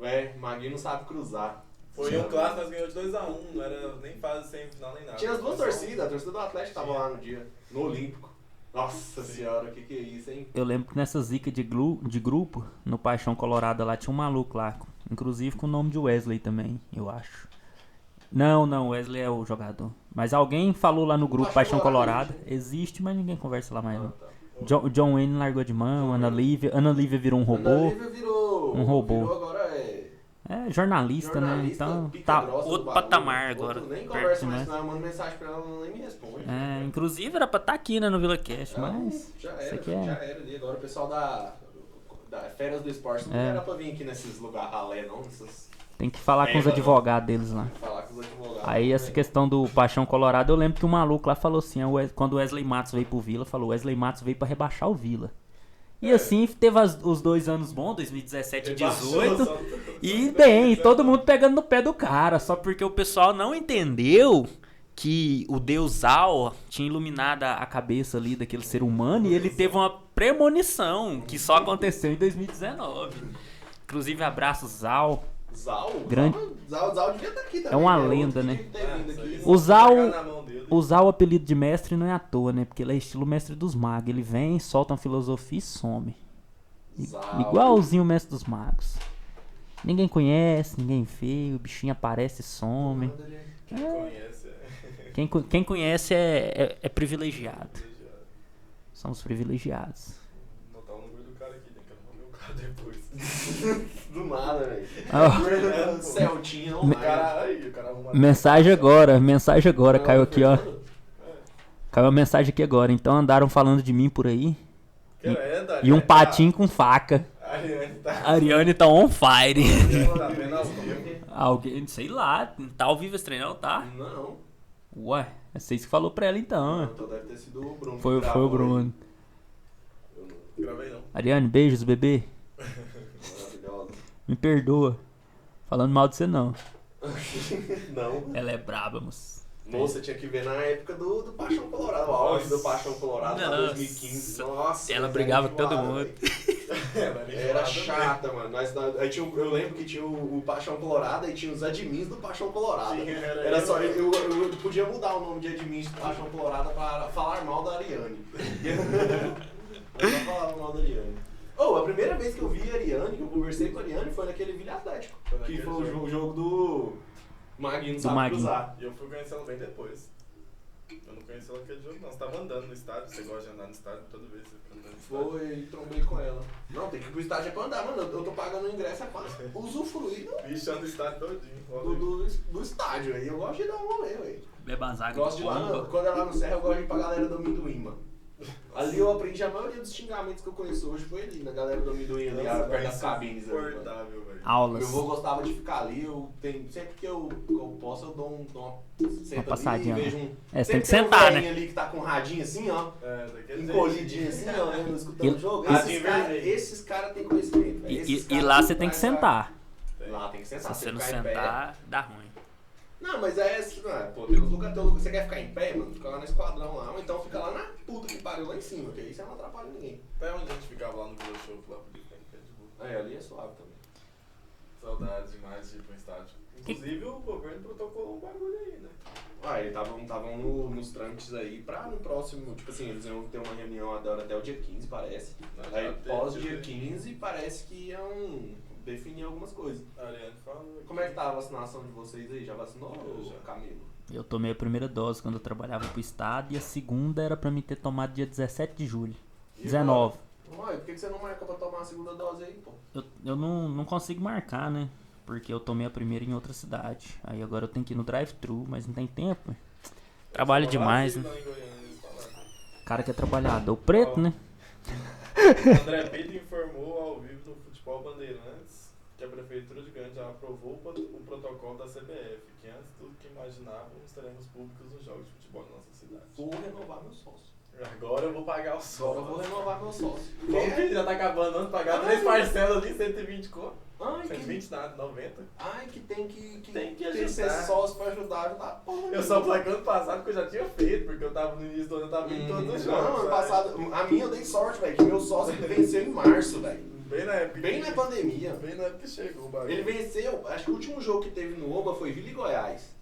[SPEAKER 2] Ué, o Maguinho não sabe cruzar.
[SPEAKER 1] Foi
[SPEAKER 2] Tinha-
[SPEAKER 1] um clássico, nós ganhamos de 2x1, não era nem fase semifinal nem nada.
[SPEAKER 2] Tinha as duas
[SPEAKER 1] Foi só- um
[SPEAKER 2] torcidas, a torcida do Atlético tava lá no dia. No Olímpico. Nossa senhora, o que que é isso, hein?
[SPEAKER 3] Eu lembro que nessa zica de, glu- de grupo, no Paixão Colorada lá, tinha um maluco lá. com- Inclusive com o nome de Wesley também, eu acho. Não, não, Wesley é o jogador. Mas alguém falou lá no grupo
[SPEAKER 2] Paixão
[SPEAKER 3] Paixão
[SPEAKER 2] Colorada
[SPEAKER 3] Colorada. Existe, mas ninguém conversa lá mais não.
[SPEAKER 2] Ah, tá.
[SPEAKER 3] John, John Wayne largou de mão, Ana Lívia. Ana Lívia virou um
[SPEAKER 2] Ana
[SPEAKER 3] robô.
[SPEAKER 2] Lívia virou...
[SPEAKER 3] Um robô.
[SPEAKER 2] Virou agora é...
[SPEAKER 3] É, jornalista,
[SPEAKER 2] Jornalista,
[SPEAKER 3] né? Então,
[SPEAKER 2] pica
[SPEAKER 3] tá,
[SPEAKER 2] grossa do
[SPEAKER 3] outro
[SPEAKER 2] bagulho.
[SPEAKER 3] patamar
[SPEAKER 2] Outro
[SPEAKER 3] agora.
[SPEAKER 2] Nem
[SPEAKER 3] perto
[SPEAKER 2] conversa mais,
[SPEAKER 3] demais.
[SPEAKER 2] não. Eu mando mensagem pra ela, ela nem me responde.
[SPEAKER 3] É, inclusive era pra estar aqui, né, no Vila Cast,
[SPEAKER 2] Ah,
[SPEAKER 3] mas.
[SPEAKER 2] Já
[SPEAKER 3] isso
[SPEAKER 2] era,
[SPEAKER 3] aqui é-
[SPEAKER 2] já era ali. Agora o pessoal da, da Férias do Esporte não
[SPEAKER 3] É.
[SPEAKER 2] era pra vir aqui nesses lugares ralé, não. Nesses,
[SPEAKER 3] Tem que falar com os
[SPEAKER 2] Pega, né?
[SPEAKER 3] advogados deles lá.
[SPEAKER 2] falar com os advogados.
[SPEAKER 3] Aí essa questão do Paixão Colorado, eu lembro que o maluco lá falou assim, a Wes- quando o Wesley Matos veio pro Vila, falou, Wesley Matos veio pra rebaixar o Vila. E assim teve as- os dois anos bons, 2017 e
[SPEAKER 1] Rebaixou,
[SPEAKER 3] 18.
[SPEAKER 1] só- um
[SPEAKER 3] E
[SPEAKER 1] só-
[SPEAKER 3] bem,
[SPEAKER 1] só-
[SPEAKER 3] todo mundo pegando no pé do cara, só porque o pessoal não entendeu que o deus Al tinha iluminado a a cabeça ali daquele ser humano e ele teve uma premonição que só aconteceu em 2019. Inclusive, abraços Al.
[SPEAKER 2] Zal,
[SPEAKER 3] é Grande- É
[SPEAKER 2] Zal, Zal devia estar aqui também.
[SPEAKER 3] uma
[SPEAKER 2] né? Outro
[SPEAKER 3] lenda,
[SPEAKER 2] que
[SPEAKER 3] né?
[SPEAKER 2] devia ter vindo
[SPEAKER 1] Ah,
[SPEAKER 2] aqui.
[SPEAKER 1] isso aí
[SPEAKER 3] O Zal-
[SPEAKER 1] pegar na mão dele.
[SPEAKER 3] Usar o apelido de mestre não é à toa, né? Porque ele é estilo mestre dos magos. Ele vem, solta uma filosofia e some.
[SPEAKER 2] Zal.
[SPEAKER 3] Igualzinho o mestre dos magos. Ninguém conhece, ninguém vê, o bichinho aparece e some.
[SPEAKER 2] Manda ele aí.
[SPEAKER 1] Quem conhece é.
[SPEAKER 3] Quem, co- quem conhece é, é- é privilegiado. Somos privilegiados.
[SPEAKER 1] Vou botar o número do cara aqui, né? Que eu não vou ver o cara depois.
[SPEAKER 2] Do nada, né? velho.
[SPEAKER 3] Ah.
[SPEAKER 2] Oh. Celtinha, não
[SPEAKER 1] O
[SPEAKER 2] vai.
[SPEAKER 1] cara, aí, o cara arruma.
[SPEAKER 3] Mensagem agora, mensagem agora. Caiu aqui, ó.
[SPEAKER 2] Fernando?
[SPEAKER 3] Caiu a mensagem aqui agora. Então andaram falando de mim por aí.
[SPEAKER 1] Que é, Dani,
[SPEAKER 3] E um
[SPEAKER 1] vai tá-
[SPEAKER 3] patinho com faca.
[SPEAKER 1] Ariane tá.
[SPEAKER 2] Ah.
[SPEAKER 3] A Ariane tá on fire.
[SPEAKER 1] Ariane tá vendo ao vivo.
[SPEAKER 3] Alguém, sei lá, tá ao vivo esse trem, não tá?
[SPEAKER 2] Não,
[SPEAKER 3] Ué, é vocês que falou pra ela então.
[SPEAKER 2] então deve ter sido o Bruno.
[SPEAKER 3] Foi,
[SPEAKER 2] que
[SPEAKER 3] foi o
[SPEAKER 2] gravou aí.
[SPEAKER 3] Bruno.
[SPEAKER 2] Gravei não.
[SPEAKER 4] Ariane, beijos, bebê.
[SPEAKER 2] Maravilhosa.
[SPEAKER 4] Me perdoa. Falando mal de você não.
[SPEAKER 2] não.
[SPEAKER 4] Ela é braba, moço.
[SPEAKER 2] Moça, tinha que ver na época do, do Paixão Colorado, o auge do Paixão Colorado, lá
[SPEAKER 3] Nossa.
[SPEAKER 2] 2015. Nossa.
[SPEAKER 3] Ela
[SPEAKER 2] era
[SPEAKER 3] brigava com todo
[SPEAKER 2] enjoada,
[SPEAKER 3] mundo.
[SPEAKER 2] velho.
[SPEAKER 1] Ela
[SPEAKER 2] Era
[SPEAKER 1] enjoada
[SPEAKER 2] chata, mano. Nós, nós- aí tinha, o- eu lembro que tinha o, o Paixão Colorado e tinha os admins do Paixão Colorado.
[SPEAKER 1] mesmo. Sim, era,
[SPEAKER 2] Era só, eu, eu, eu podia mudar o nome de admin do Paixão Colorado para falar mal da Ariane. eu só falava mal da Ariane. Oh, a primeira vez que eu vi a Ariane, que eu conversei com a Ariane, foi naquele Vila Atlético.
[SPEAKER 1] Foi
[SPEAKER 2] Que
[SPEAKER 1] naquele
[SPEAKER 2] foi o
[SPEAKER 1] jogo.
[SPEAKER 2] jogo, jogo do Maguinho
[SPEAKER 4] Do
[SPEAKER 2] Sabe
[SPEAKER 4] Maguinho.
[SPEAKER 2] Cruzar.
[SPEAKER 1] E eu fui conhecer ela bem depois. Eu não conheci ela naquele jogo, não. Você tava andando no estádio, você gosta de andar no estádio toda vez, que você fica andando no estádio.
[SPEAKER 2] Foi, trombei com ela. Não, tem que ir pro estádio é pra andar, mano. Eu, eu tô pagando o ingresso, é quase usufruir do,
[SPEAKER 1] Bicho anda no estádio todinho.
[SPEAKER 2] do, do, do estádio. Aí eu gosto de dar um rolê, velho.
[SPEAKER 3] Bebanzaga
[SPEAKER 2] Gosto de lá, no-
[SPEAKER 3] bomba.
[SPEAKER 2] quando é lá no Serra, eu gosto de ir pra galera do amendoim, mano. Ali eu aprendi a maioria dos xingamentos que eu conheço hoje foi ali, na galera do amendoim, ali, a- perto das cabines ali, mano.
[SPEAKER 1] Insuportável, velho.
[SPEAKER 4] Aulas.
[SPEAKER 2] Meu avô gostava de ficar ali, eu tenho, sempre que eu, que eu posso, eu dou, um, dou uma, sento ali e
[SPEAKER 4] passadinha, né?
[SPEAKER 2] vejo um...
[SPEAKER 4] É, você tem que
[SPEAKER 2] tem um
[SPEAKER 4] sentar,
[SPEAKER 2] velhinho
[SPEAKER 4] né?
[SPEAKER 2] ali que tá com um radinho assim, ó,
[SPEAKER 1] É, daquele jeito.
[SPEAKER 2] encolhidinho assim, ó, né, escutando o
[SPEAKER 4] Ele-
[SPEAKER 2] jogo.
[SPEAKER 1] Radinho
[SPEAKER 2] Esses caras
[SPEAKER 1] vermelho.
[SPEAKER 2] esses cara têm conhecimento, velho.
[SPEAKER 4] E,
[SPEAKER 2] Esses
[SPEAKER 4] e- e
[SPEAKER 2] cara
[SPEAKER 4] lá
[SPEAKER 2] tem
[SPEAKER 4] você tem que
[SPEAKER 2] pra-
[SPEAKER 4] sentar.
[SPEAKER 2] Lá tem que
[SPEAKER 3] Se
[SPEAKER 2] sentar,
[SPEAKER 3] você não
[SPEAKER 2] ficar em pé-
[SPEAKER 3] sentar, dá ruim.
[SPEAKER 2] Não, mas é assim, ah, pô, tem uns lugar, tem um lugar, você quer ficar em pé, mano, fica lá no esquadrão lá, ou então fica lá na puta que pariu lá em cima, que aí você não atrapalha ninguém.
[SPEAKER 1] Até onde a gente ficava lá no Vila Show, lá podia ficar em pé de boa.
[SPEAKER 2] Aí ali é suave também.
[SPEAKER 1] Saudades demais de ir pro estádio. Inclusive, o governo protocolou um bagulho aí, né?
[SPEAKER 2] Ah, eles estavam estavam no- nos trâmites aí pra no próximo, tipo assim, eles iam ter uma reunião agora até o dia 15, parece.
[SPEAKER 1] Mas já
[SPEAKER 2] Aí
[SPEAKER 1] teve,
[SPEAKER 2] pós
[SPEAKER 1] já
[SPEAKER 2] dia
[SPEAKER 1] teve.
[SPEAKER 2] 15, parece que iam definir algumas coisas.
[SPEAKER 1] A Ariane falou.
[SPEAKER 2] Como é que tá a vacinação de vocês aí? Já vacinou,
[SPEAKER 1] Eu já.
[SPEAKER 2] Camilo?
[SPEAKER 4] Eu tomei a primeira dose quando eu trabalhava pro estado e a segunda era pra mim ter tomado dia 17 de julho.
[SPEAKER 2] E
[SPEAKER 4] 19.
[SPEAKER 2] Ué, por que que você não marca pra tomar a segunda dose aí, pô?
[SPEAKER 4] Eu, eu não, não consigo marcar, né? Porque eu tomei a primeira em outra cidade. Aí agora eu tenho que ir no drive-thru, mas não tem tempo. né? Trabalho
[SPEAKER 1] Só lá
[SPEAKER 4] demais,
[SPEAKER 1] vocês
[SPEAKER 4] né?
[SPEAKER 1] lá tá em Goiânia, eles falaram.
[SPEAKER 4] Cara que é trabalhador. Preto, né?
[SPEAKER 1] O André Pedro informou ao vivo no Futebol Bandeirantes que a Prefeitura de Goiânia já aprovou o pot- o protocolo da CBF, que antes do que imaginávamos teremos públicos nos jogos de futebol na nossa cidade.
[SPEAKER 2] Vou renovar meu sócio.
[SPEAKER 1] Agora eu vou pagar o sol.
[SPEAKER 2] Agora eu vou renovar meu sócio.
[SPEAKER 1] Como que já tá acabando, não? Pagar três parcelas ali, 120 conto.
[SPEAKER 2] Ai, que,
[SPEAKER 1] 120 nada, 90.
[SPEAKER 2] ai, que tem que, que,
[SPEAKER 1] Tem que
[SPEAKER 2] que ser
[SPEAKER 1] ajudar.
[SPEAKER 2] sócio pra ajudar, tá ajudar. Porra,
[SPEAKER 1] Eu só paguei ano passado porque eu já tinha feito, porque eu tava no início do ano, eu tava
[SPEAKER 4] Hum,
[SPEAKER 1] em todos os jogos.
[SPEAKER 2] Uhum. Não, ano
[SPEAKER 1] sabe?
[SPEAKER 2] passado, a minha eu dei sorte, velho, que meu sócio ele venceu em março, velho.
[SPEAKER 1] Bem na época.
[SPEAKER 2] Bem na pandemia.
[SPEAKER 1] Bem na época que chegou o bagulho.
[SPEAKER 2] Ele venceu, acho que o último jogo que teve no Oba foi Vila e Goiás.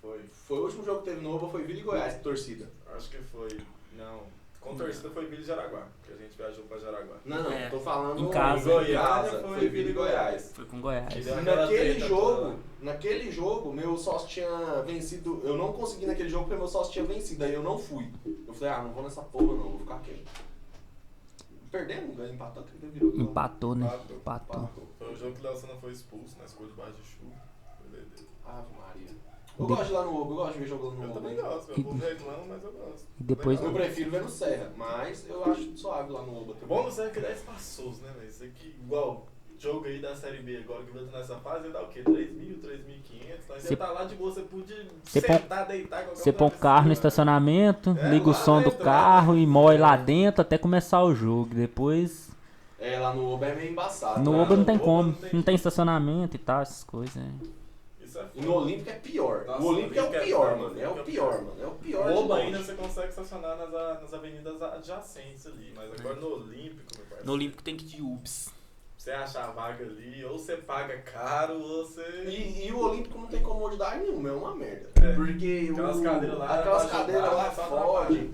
[SPEAKER 1] Foi.
[SPEAKER 2] Foi o último jogo que teve no Oba foi Vila e Goiás, torcida.
[SPEAKER 1] Acho que foi. Não. Com torcida foi Vila e Jaraguá, que a gente viajou pra Jaraguá.
[SPEAKER 2] Não, não,
[SPEAKER 3] É.
[SPEAKER 2] tô falando
[SPEAKER 4] Em casa.
[SPEAKER 2] Em casa,
[SPEAKER 1] Goiânia
[SPEAKER 2] foi Vila e Goiás.
[SPEAKER 4] Foi com Goiás.
[SPEAKER 1] Que deu aquela
[SPEAKER 2] Naquele
[SPEAKER 1] treta
[SPEAKER 2] jogo, naquele jogo, meu sócio tinha vencido. Eu não consegui naquele jogo porque meu sócio tinha vencido. Aí eu não fui. Eu falei, ah, não vou nessa porra não, vou ficar quieto. Perdemos, ganhou, empatou, que virou.
[SPEAKER 4] Empatou, né?
[SPEAKER 1] Empatou.
[SPEAKER 4] Empatou.
[SPEAKER 2] Empatou.
[SPEAKER 1] Foi o jogo que o Léo Sena foi expulso, na escola de baixo de chuva. Foi doideira.
[SPEAKER 2] Ave Maria. Eu gosto de ir lá no Obo, eu gosto de ver jogo lá no
[SPEAKER 1] Eu
[SPEAKER 2] Obo.
[SPEAKER 1] também gosto, meu povo reclama, mas eu gosto.
[SPEAKER 4] E depois-
[SPEAKER 2] Eu
[SPEAKER 1] Legal.
[SPEAKER 2] prefiro ver no Serra, mas eu acho suave lá no Oba
[SPEAKER 1] O
[SPEAKER 2] também.
[SPEAKER 1] bom do Serra é que dá espaçoso, né, velho? Isso aqui, igual jogo aí da Série B agora que vai entrar nessa fase, dá o quê? 3 mil, 3.500? Aí você
[SPEAKER 4] Cê-
[SPEAKER 1] tá lá de boa, você podia
[SPEAKER 4] Cê
[SPEAKER 1] sentar, deitar, qualquer
[SPEAKER 4] Você põe o carro no estacionamento,
[SPEAKER 1] É,
[SPEAKER 4] liga o
[SPEAKER 1] lá
[SPEAKER 4] som do
[SPEAKER 1] dentro, né?
[SPEAKER 4] carro e moe lá dentro até começar o jogo. Depois,
[SPEAKER 2] É, lá no Oba é meio embaçado.
[SPEAKER 4] no
[SPEAKER 2] né?
[SPEAKER 4] Oba não tem
[SPEAKER 1] Oba
[SPEAKER 4] como.
[SPEAKER 1] não tem-
[SPEAKER 4] Não tem estacionamento e tal, essas coisas. né?
[SPEAKER 1] Isso é
[SPEAKER 2] E
[SPEAKER 1] foda.
[SPEAKER 2] no Olímpico é pior.
[SPEAKER 1] Nossa,
[SPEAKER 2] o Olímpico é o
[SPEAKER 1] Olímpico é-
[SPEAKER 2] pior,
[SPEAKER 1] não,
[SPEAKER 2] mano. É o
[SPEAKER 1] Olímpico é
[SPEAKER 2] pior,
[SPEAKER 1] pior.
[SPEAKER 2] mano. É o
[SPEAKER 1] No
[SPEAKER 2] pior. de
[SPEAKER 1] Oba
[SPEAKER 2] longe.
[SPEAKER 1] ainda você consegue estacionar nas, a- nas avenidas adjacentes ali, mas agora no Olímpico, meu parceiro,
[SPEAKER 3] No Olímpico tem que ir de UBS.
[SPEAKER 1] você acha a vaga ali, ou você paga caro, ou você...
[SPEAKER 2] E, e o Olímpico não tem comodidade nenhuma, é uma merda.
[SPEAKER 1] É.
[SPEAKER 2] Porque o-
[SPEAKER 1] Aquelas cadeiras lá,
[SPEAKER 2] aquelas
[SPEAKER 1] pra
[SPEAKER 2] cadeiras
[SPEAKER 1] ajudar,
[SPEAKER 2] lá
[SPEAKER 1] só
[SPEAKER 2] fode.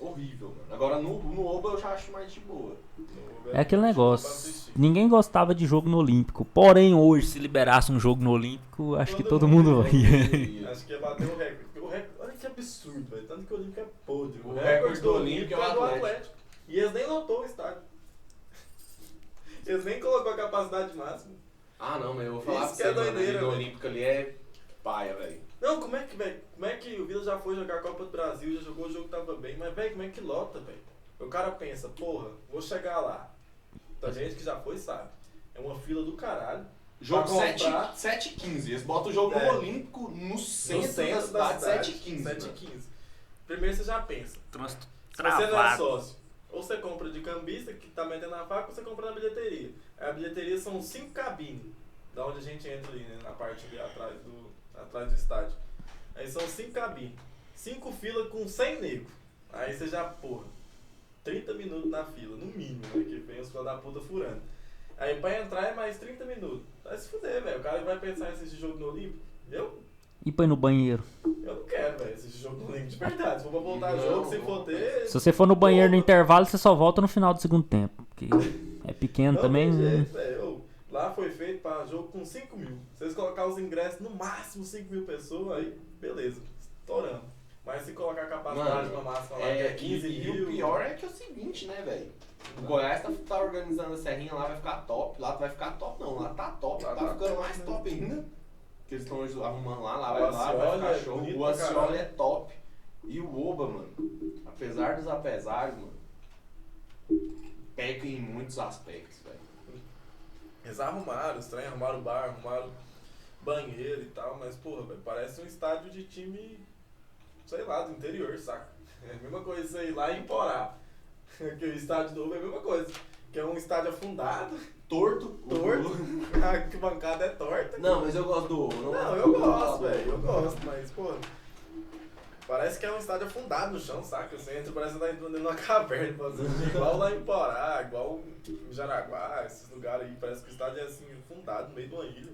[SPEAKER 2] Horrível, mano. Agora no, no Oba eu já acho mais de boa.
[SPEAKER 1] No Oba
[SPEAKER 4] É aquele
[SPEAKER 1] pra
[SPEAKER 4] negócio.
[SPEAKER 1] assistir.
[SPEAKER 4] Ninguém gostava de jogo no Olímpico. Porém, hoje, se liberasse um jogo no Olímpico, acho que todo mundo vai.
[SPEAKER 2] E-
[SPEAKER 1] Acho que ia bater o recorde. porque O recorde olha que absurdo, velho. Tanto que o Olímpico é podre.
[SPEAKER 2] O recorde do Olímpico é o Atlético.
[SPEAKER 1] E eles nem lotou o estádio. Eles nem colocou a capacidade máxima.
[SPEAKER 2] Ah não, mas eu vou falar
[SPEAKER 1] Isso que
[SPEAKER 2] pra
[SPEAKER 1] é
[SPEAKER 2] você, mano. ali
[SPEAKER 1] doideira,
[SPEAKER 2] no
[SPEAKER 1] velho.
[SPEAKER 2] Olímpico ali é paia, velho.
[SPEAKER 1] Não, como é que, velho? Como é que o Vila já foi jogar a Copa do Brasil, já jogou o jogo que tava bem, mas, velho, como é que lota, velho? O cara pensa, porra, vou chegar lá. Então, gente que já foi sabe. É uma fila do caralho.
[SPEAKER 2] Jogo
[SPEAKER 1] Pra comprar.
[SPEAKER 2] 7 e 15. Eles botam o jogo
[SPEAKER 1] É.
[SPEAKER 2] no Olímpico no
[SPEAKER 1] No
[SPEAKER 2] centro, da cidade, 7 e né? 15.
[SPEAKER 1] 7 e 15. Primeiro você já pensa.
[SPEAKER 3] Trânsito
[SPEAKER 1] Se você não é
[SPEAKER 3] travado.
[SPEAKER 1] sócio, Ou você compra de cambista, que tá metendo a faca, ou você compra na bilheteria. A bilheteria são cinco cabines, da onde a gente entra ali, né, na parte ali atrás do, atrás do estádio. Aí são cinco cabines, cinco filas com 100 negros. Aí você já, porra, 30 minutos na fila, no mínimo, né, que vem os filhos da puta furando. Aí pra entrar é mais 30 minutos. Vai se fuder, velho. O cara vai pensar em assistir jogo no Olímpico. Eu,
[SPEAKER 4] E pra ir no banheiro.
[SPEAKER 1] eu não quero, velho, assistir jogo no Olímpico de verdade. Se for pra voltar
[SPEAKER 2] Não,
[SPEAKER 1] jogo, se
[SPEAKER 2] não.
[SPEAKER 1] for ter.
[SPEAKER 4] Se você for no banheiro no intervalo, você só volta no final do segundo tempo. Porque é pequeno
[SPEAKER 1] Não é.
[SPEAKER 4] também.
[SPEAKER 1] tem
[SPEAKER 4] né?
[SPEAKER 1] jeito, velho. Ô, Lá foi feito pra jogo com 5 mil. Se eles colocar os ingressos no máximo 5 mil pessoas, aí beleza, estouramos. Mas se colocar a capacidade
[SPEAKER 2] Mano,
[SPEAKER 1] pra máxima lá, que
[SPEAKER 2] É,
[SPEAKER 1] é 15
[SPEAKER 2] e,
[SPEAKER 1] mil.
[SPEAKER 2] e o pior é que é o seguinte, né, velho? O Goiás tá, tá organizando a serrinha lá, vai ficar top. Lá vai ficar top, não. Lá tá top,
[SPEAKER 1] Lá
[SPEAKER 2] tá,
[SPEAKER 1] tá
[SPEAKER 2] ficando
[SPEAKER 1] top,
[SPEAKER 2] mais
[SPEAKER 1] né?
[SPEAKER 2] top ainda. Que eles estão arrumando lá, lá
[SPEAKER 1] O
[SPEAKER 2] vai lá, vai
[SPEAKER 1] Acioli
[SPEAKER 2] ficar
[SPEAKER 1] é
[SPEAKER 2] show.
[SPEAKER 1] bonito
[SPEAKER 2] o
[SPEAKER 1] pra
[SPEAKER 2] Acioli
[SPEAKER 1] caralho.
[SPEAKER 2] é top. E o Oba, mano, apesar dos apesares, mano, peca em muitos aspectos, velho.
[SPEAKER 1] Eles arrumaram os trem, arrumaram o bar, arrumaram banheiro e tal, mas porra, velho, parece um estádio de time, sei lá, do interior, saca? É a mesma coisa isso aí lá em Porá. Que o estádio novo é a mesma coisa. Que é um estádio afundado,
[SPEAKER 2] Torto,
[SPEAKER 1] torto, a bancada é torta.
[SPEAKER 2] Não, mas eu gosto do Oba.
[SPEAKER 1] Não, eu gosto, velho. Eu gosto, mas, pô. Parece que é um estádio afundado no chão, saca? Você entra, parece que tá entrando numa caverna, fazendo igual lá em Porá, igual em Jaraguá, esses lugares aí. Parece que o estádio é assim, afundado no meio de uma ilha.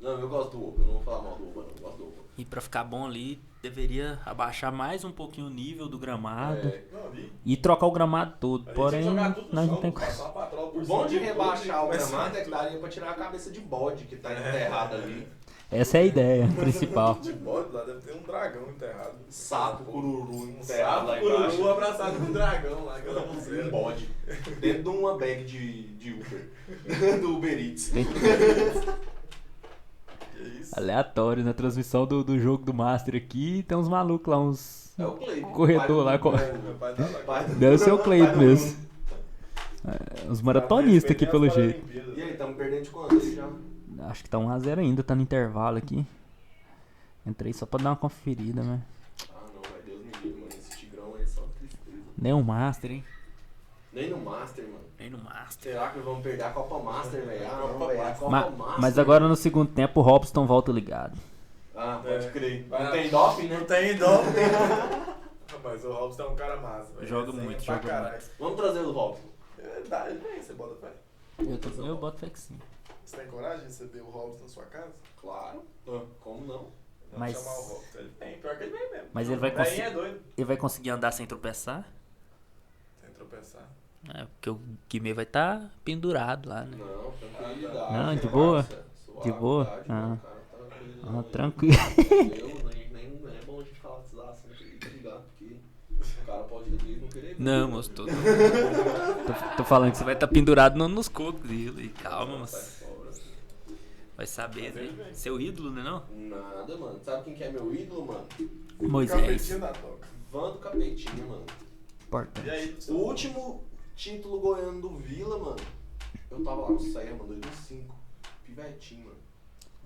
[SPEAKER 2] Não, eu gosto do Oba. Eu não vou falar mal do Oba, não. Eu gosto do Oba.
[SPEAKER 3] E pra ficar bom ali, deveria abaixar mais um pouquinho o nível Ah, do gramado.
[SPEAKER 2] É,
[SPEAKER 1] Não, ali.
[SPEAKER 4] E trocar o gramado todo.
[SPEAKER 1] A gente
[SPEAKER 4] Porém,
[SPEAKER 1] tinha que jogar tudo no
[SPEAKER 4] nós não
[SPEAKER 1] chão,
[SPEAKER 4] tem como.
[SPEAKER 1] passar a patroa por
[SPEAKER 2] O bom
[SPEAKER 1] cima
[SPEAKER 2] de
[SPEAKER 1] tudo e
[SPEAKER 2] rebaixar o
[SPEAKER 1] começar
[SPEAKER 2] gramado é que
[SPEAKER 1] tudo.
[SPEAKER 2] daria pra tirar a cabeça de bode que tá enterrada ali.
[SPEAKER 4] Essa é a ideia principal.
[SPEAKER 1] De bode lá deve ter um dragão enterrado.
[SPEAKER 2] Sapo, cururu
[SPEAKER 1] Um sapo,
[SPEAKER 2] enterrado lá embaixo.
[SPEAKER 1] cururu abraçado com um dragão lá, aquela
[SPEAKER 2] Um
[SPEAKER 1] pulseira.
[SPEAKER 2] bode. Dentro de uma bag de, de Uber. do Uber Eats.
[SPEAKER 1] Que isso?
[SPEAKER 4] Aleatório, na transmissão do, do jogo do Master aqui, tem uns malucos lá, uns.
[SPEAKER 2] É o Cleiton.
[SPEAKER 4] Corretor lá, é?
[SPEAKER 2] Pai do
[SPEAKER 4] corre-
[SPEAKER 2] Bruno.
[SPEAKER 1] Meu pai tá lá.
[SPEAKER 2] Pai do-
[SPEAKER 4] Deve ser o
[SPEAKER 2] pai
[SPEAKER 4] Cleiton
[SPEAKER 2] do
[SPEAKER 4] mesmo.
[SPEAKER 2] Bruno.
[SPEAKER 4] é, Uns maratonistas aqui, pelo jeito.
[SPEAKER 2] E aí, tamo perdendo de quanto aí já? Ah,
[SPEAKER 4] Acho que tá 1x0 ainda, tá no intervalo aqui. Entrei só pra dar uma conferida, né?
[SPEAKER 2] Ah, não, velho. Deus me livre, mano. Esse tigrão aí é só tristeza.
[SPEAKER 4] Nem o Master, hein?
[SPEAKER 2] Nem no Master, mano.
[SPEAKER 3] Nem no Master.
[SPEAKER 2] Será que vamos perder a Copa Master, velho? Ah, não,
[SPEAKER 1] Copa
[SPEAKER 2] velho. A
[SPEAKER 1] Master.
[SPEAKER 2] Copa
[SPEAKER 4] Ma-
[SPEAKER 2] Master.
[SPEAKER 4] mas agora no segundo tempo o Robson volta ligado.
[SPEAKER 2] Ah, pode
[SPEAKER 1] É.
[SPEAKER 2] crer.
[SPEAKER 1] Vai
[SPEAKER 2] Não
[SPEAKER 1] lá.
[SPEAKER 2] tem doping, né?
[SPEAKER 1] Não tem dó. Mas o Robson é um cara massa. velho.
[SPEAKER 3] Joga
[SPEAKER 1] Resenha
[SPEAKER 3] muito,
[SPEAKER 1] pra
[SPEAKER 3] joga
[SPEAKER 1] caralho.
[SPEAKER 2] Vamos trazer o Robson.
[SPEAKER 1] É verdade, velho. Você bota fé.
[SPEAKER 4] Eu, eu boto fé que sim.
[SPEAKER 1] Você tem coragem de receber o Robson na sua casa?
[SPEAKER 2] Claro.
[SPEAKER 1] Ah.
[SPEAKER 2] Como não?
[SPEAKER 1] Vamos
[SPEAKER 4] Mas-
[SPEAKER 1] chamar o Robson. Ele vem, pior que ele vem mesmo.
[SPEAKER 4] Mas ele vai
[SPEAKER 1] Daí
[SPEAKER 4] conseguir.
[SPEAKER 1] é doido.
[SPEAKER 3] Ele vai conseguir andar sem tropeçar?
[SPEAKER 1] Sem tropeçar.
[SPEAKER 3] É, porque o Guimê vai estar pendurado lá, né?
[SPEAKER 2] Não, tranquilidade.
[SPEAKER 4] Não, de boa?
[SPEAKER 2] Nossa, tá
[SPEAKER 4] De boa?
[SPEAKER 2] suavidade,
[SPEAKER 4] Ah.
[SPEAKER 2] mano,
[SPEAKER 4] Ah,
[SPEAKER 2] cara, tranquilo.
[SPEAKER 4] tranquilo.
[SPEAKER 2] Eu, nem, nem, não é bom a gente falar desses assuntos aí, tá ligado? Porque o cara pode vir e não querer. ver.
[SPEAKER 3] Não, moço, tô, tô- tô falando que você vai
[SPEAKER 4] tá
[SPEAKER 3] estar pendurado no- nos cocos dele. Calma,
[SPEAKER 2] Tá de
[SPEAKER 3] moço.
[SPEAKER 2] sobra.
[SPEAKER 3] Vai saber, né? Seu ídolo, né não?
[SPEAKER 2] Nada, mano. Sabe quem que é meu ídolo, mano?
[SPEAKER 4] Moisés.
[SPEAKER 3] é,
[SPEAKER 1] Capetinho da toca.
[SPEAKER 2] Vando Capetinho, mano.
[SPEAKER 1] E
[SPEAKER 4] Importante.
[SPEAKER 1] aí,
[SPEAKER 2] O último título goiano do Vila, mano. Eu tava lá no Serra, mano, 2005. Pivetinho, mano.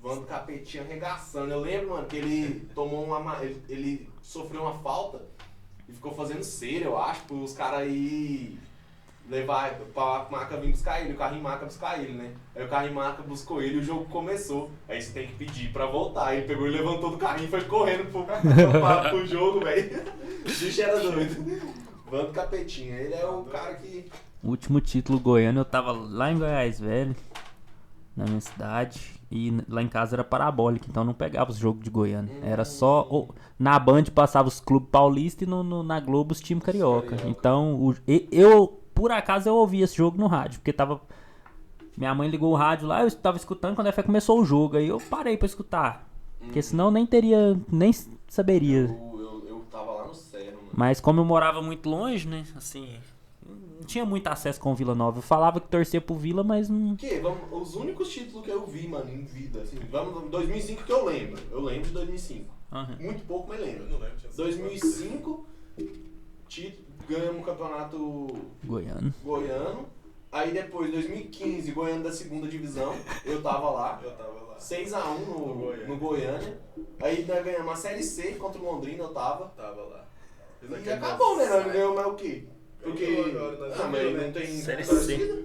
[SPEAKER 2] Vando Capetinho arregaçando. Eu lembro, mano, que ele tomou uma. ma- Ele, ele sofreu uma falta e ficou fazendo cera, eu acho, pros caras aí. Levar pra maca vir buscar ele, o carrinho maca buscar ele, né? Aí o carrinho maca buscou ele e o jogo começou. Aí você tem que pedir pra voltar. Ele pegou e levantou do carrinho e foi correndo pro, pra- pro jogo, velho. O bicho era doido. Vando Capetinha, ele é o cara que.
[SPEAKER 4] Último título goiano, eu tava lá em Goiás, velho. Na minha cidade. E n- lá em casa era parabólica, então não pegava os jogos de Goiânia. Era só. o- na Band passava os clubes paulistas e no, no- na Globo os times carioca.
[SPEAKER 2] carioca.
[SPEAKER 4] Então, o- e- eu, por acaso, eu ouvi esse jogo no rádio, porque tava. Minha mãe ligou o rádio lá, eu tava escutando quando a fé começou o jogo. Aí eu parei pra escutar. Porque senão nem teria. nem s-
[SPEAKER 2] Eu,
[SPEAKER 4] saberia.
[SPEAKER 2] eu, eu tava lá no Serra, mano.
[SPEAKER 4] Mas como eu morava muito longe, né? Assim. Não tinha muito acesso com o Vila Nova. Eu falava que torcia pro Vila, mas não.
[SPEAKER 2] Que, vamos, os únicos títulos que eu vi, mano, em vida, assim, vamos, vamos, 2005 que eu lembro. Eu lembro de 2005.
[SPEAKER 4] Aham.
[SPEAKER 2] Muito pouco, mas
[SPEAKER 1] eu
[SPEAKER 2] lembro.
[SPEAKER 1] não lembro. tinha sido
[SPEAKER 2] 2005, título, ganhamos o campeonato
[SPEAKER 4] Goiano.
[SPEAKER 2] goiano. Aí depois, 2015, Goiânia da segunda divisão. Eu tava lá.
[SPEAKER 1] Eu tava lá.
[SPEAKER 2] 6x1 no,
[SPEAKER 1] No Goiânia.
[SPEAKER 2] no Goiânia. Aí nós ganhamos a Série C contra o Londrina, eu tava.
[SPEAKER 1] Tava lá. Fiz
[SPEAKER 2] E
[SPEAKER 1] aquele
[SPEAKER 2] acabou, né? Nós
[SPEAKER 1] saque.
[SPEAKER 2] ganhamos mais o quê? Porque.
[SPEAKER 1] Ganhou agora, nós
[SPEAKER 2] Ah,
[SPEAKER 1] não
[SPEAKER 2] mas
[SPEAKER 1] viu,
[SPEAKER 2] não
[SPEAKER 1] né?
[SPEAKER 2] tem
[SPEAKER 5] Série C.
[SPEAKER 2] torcida?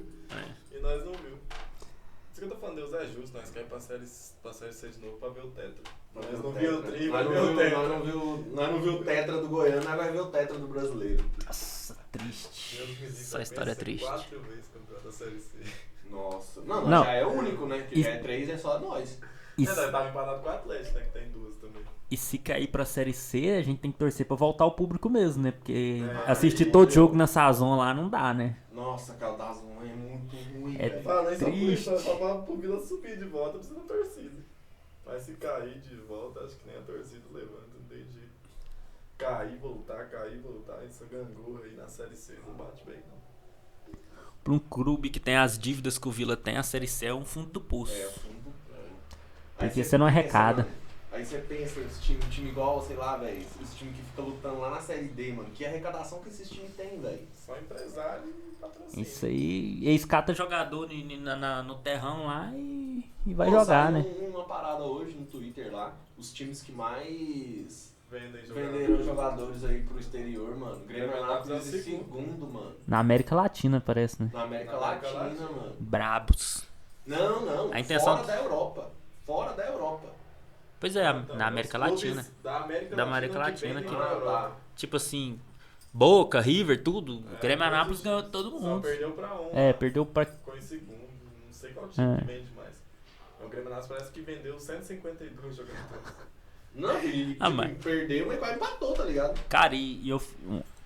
[SPEAKER 1] E nós não viu. Isso que eu tô falando, Deus é justo, nós queremos pra série, pra série C de novo pra ver o tetra. Nós não viu o tri,
[SPEAKER 2] Nós
[SPEAKER 1] vai
[SPEAKER 2] não
[SPEAKER 1] ver
[SPEAKER 2] viu-
[SPEAKER 1] o
[SPEAKER 2] nós
[SPEAKER 1] tetra.
[SPEAKER 2] não viu- nós não viu o tetra do Goiano, nós vai ver o tetra do brasileiro.
[SPEAKER 3] Nossa,
[SPEAKER 1] Eu não
[SPEAKER 3] triste.
[SPEAKER 1] acredito,
[SPEAKER 3] Essa
[SPEAKER 1] eu
[SPEAKER 3] história é
[SPEAKER 1] pensei
[SPEAKER 3] triste.
[SPEAKER 1] Quatro vezes campeão da série C.
[SPEAKER 2] Nossa. Não, mas
[SPEAKER 3] Não.
[SPEAKER 2] já é o único, né? Que
[SPEAKER 3] E-
[SPEAKER 2] já é três, é só nós.
[SPEAKER 3] E,
[SPEAKER 1] É, nós tava empatado com o Atlético, né? Que tem duas também.
[SPEAKER 3] e se cair pra Série C, a gente tem que torcer pra voltar o público mesmo, né? Porque
[SPEAKER 1] É,
[SPEAKER 3] assistir
[SPEAKER 2] aí,
[SPEAKER 3] todo
[SPEAKER 2] eu-
[SPEAKER 3] jogo na Sazon lá não dá, né?
[SPEAKER 2] Nossa, Caldazon é muito ruim,
[SPEAKER 3] É
[SPEAKER 2] velho.
[SPEAKER 1] Fala, isso
[SPEAKER 3] Triste.
[SPEAKER 1] é só pra pro Vila subir de volta, precisa de torcida. Mas se cair de volta, acho que nem a torcida levanta, não tem jeito. Cair, voltar, cair, voltar, essa gangorra aí na série C não bate bem, não.
[SPEAKER 5] Pra um clube que tem as dívidas que o Vila tem, a Série C é um fundo do pulso.
[SPEAKER 2] É, fundo. Aí
[SPEAKER 3] Porque você não é
[SPEAKER 2] pensa,
[SPEAKER 3] arrecada.
[SPEAKER 2] mano, Aí você pensa, esse time, um time igual, sei lá, velho, esse time que fica lutando lá na Série D, mano, que arrecadação que esses times têm, velho.
[SPEAKER 1] Só empresário e patrocínio.
[SPEAKER 3] Isso aí. Eles catam jogador ni- ni- na- na- no terrão lá e, e vai jogar, né?
[SPEAKER 2] um- Uma parada hoje no Twitter lá, os times que mais
[SPEAKER 1] Vendem jogador.
[SPEAKER 2] venderam jogadores aí pro exterior, mano. Grêmio
[SPEAKER 1] Grêmio
[SPEAKER 2] Anápolis
[SPEAKER 1] Anápolis é
[SPEAKER 2] em
[SPEAKER 1] o segundo.
[SPEAKER 2] segundo, mano.
[SPEAKER 3] Na América Latina, parece, né?
[SPEAKER 2] Na América
[SPEAKER 1] Na América
[SPEAKER 2] Latina,
[SPEAKER 1] Latina.
[SPEAKER 2] mano.
[SPEAKER 5] Brabos.
[SPEAKER 2] Não, não.
[SPEAKER 5] A intenção-
[SPEAKER 2] Fora da Europa. Fora da Europa.
[SPEAKER 5] Pois é,
[SPEAKER 1] Então,
[SPEAKER 5] na
[SPEAKER 1] os
[SPEAKER 5] América
[SPEAKER 1] clubes
[SPEAKER 5] Latina.
[SPEAKER 1] Da
[SPEAKER 5] Da
[SPEAKER 1] América Latina.
[SPEAKER 5] América
[SPEAKER 1] que
[SPEAKER 5] Latina
[SPEAKER 1] vendem
[SPEAKER 5] aqui.
[SPEAKER 1] na
[SPEAKER 2] Ah,
[SPEAKER 1] Europa.
[SPEAKER 2] tá.
[SPEAKER 5] Tipo assim, Boca, River, tudo.
[SPEAKER 1] É,
[SPEAKER 5] o Grêmio
[SPEAKER 1] todos
[SPEAKER 5] Anápolis
[SPEAKER 1] os
[SPEAKER 5] ganhou
[SPEAKER 1] times.
[SPEAKER 5] todo
[SPEAKER 1] Só
[SPEAKER 5] mundo.
[SPEAKER 1] perdeu pra um.
[SPEAKER 3] É, perdeu pra.
[SPEAKER 1] Ficou em segundo. Não sei qual
[SPEAKER 5] É.
[SPEAKER 1] time que vende mais. É O Grêmio Nacional parece que vendeu 152 jogadores.
[SPEAKER 2] Não, ele
[SPEAKER 5] Ah,
[SPEAKER 2] tipo,
[SPEAKER 5] mas-
[SPEAKER 2] perdeu, mas quase empatou, tá ligado?
[SPEAKER 3] Cara, e, e eu.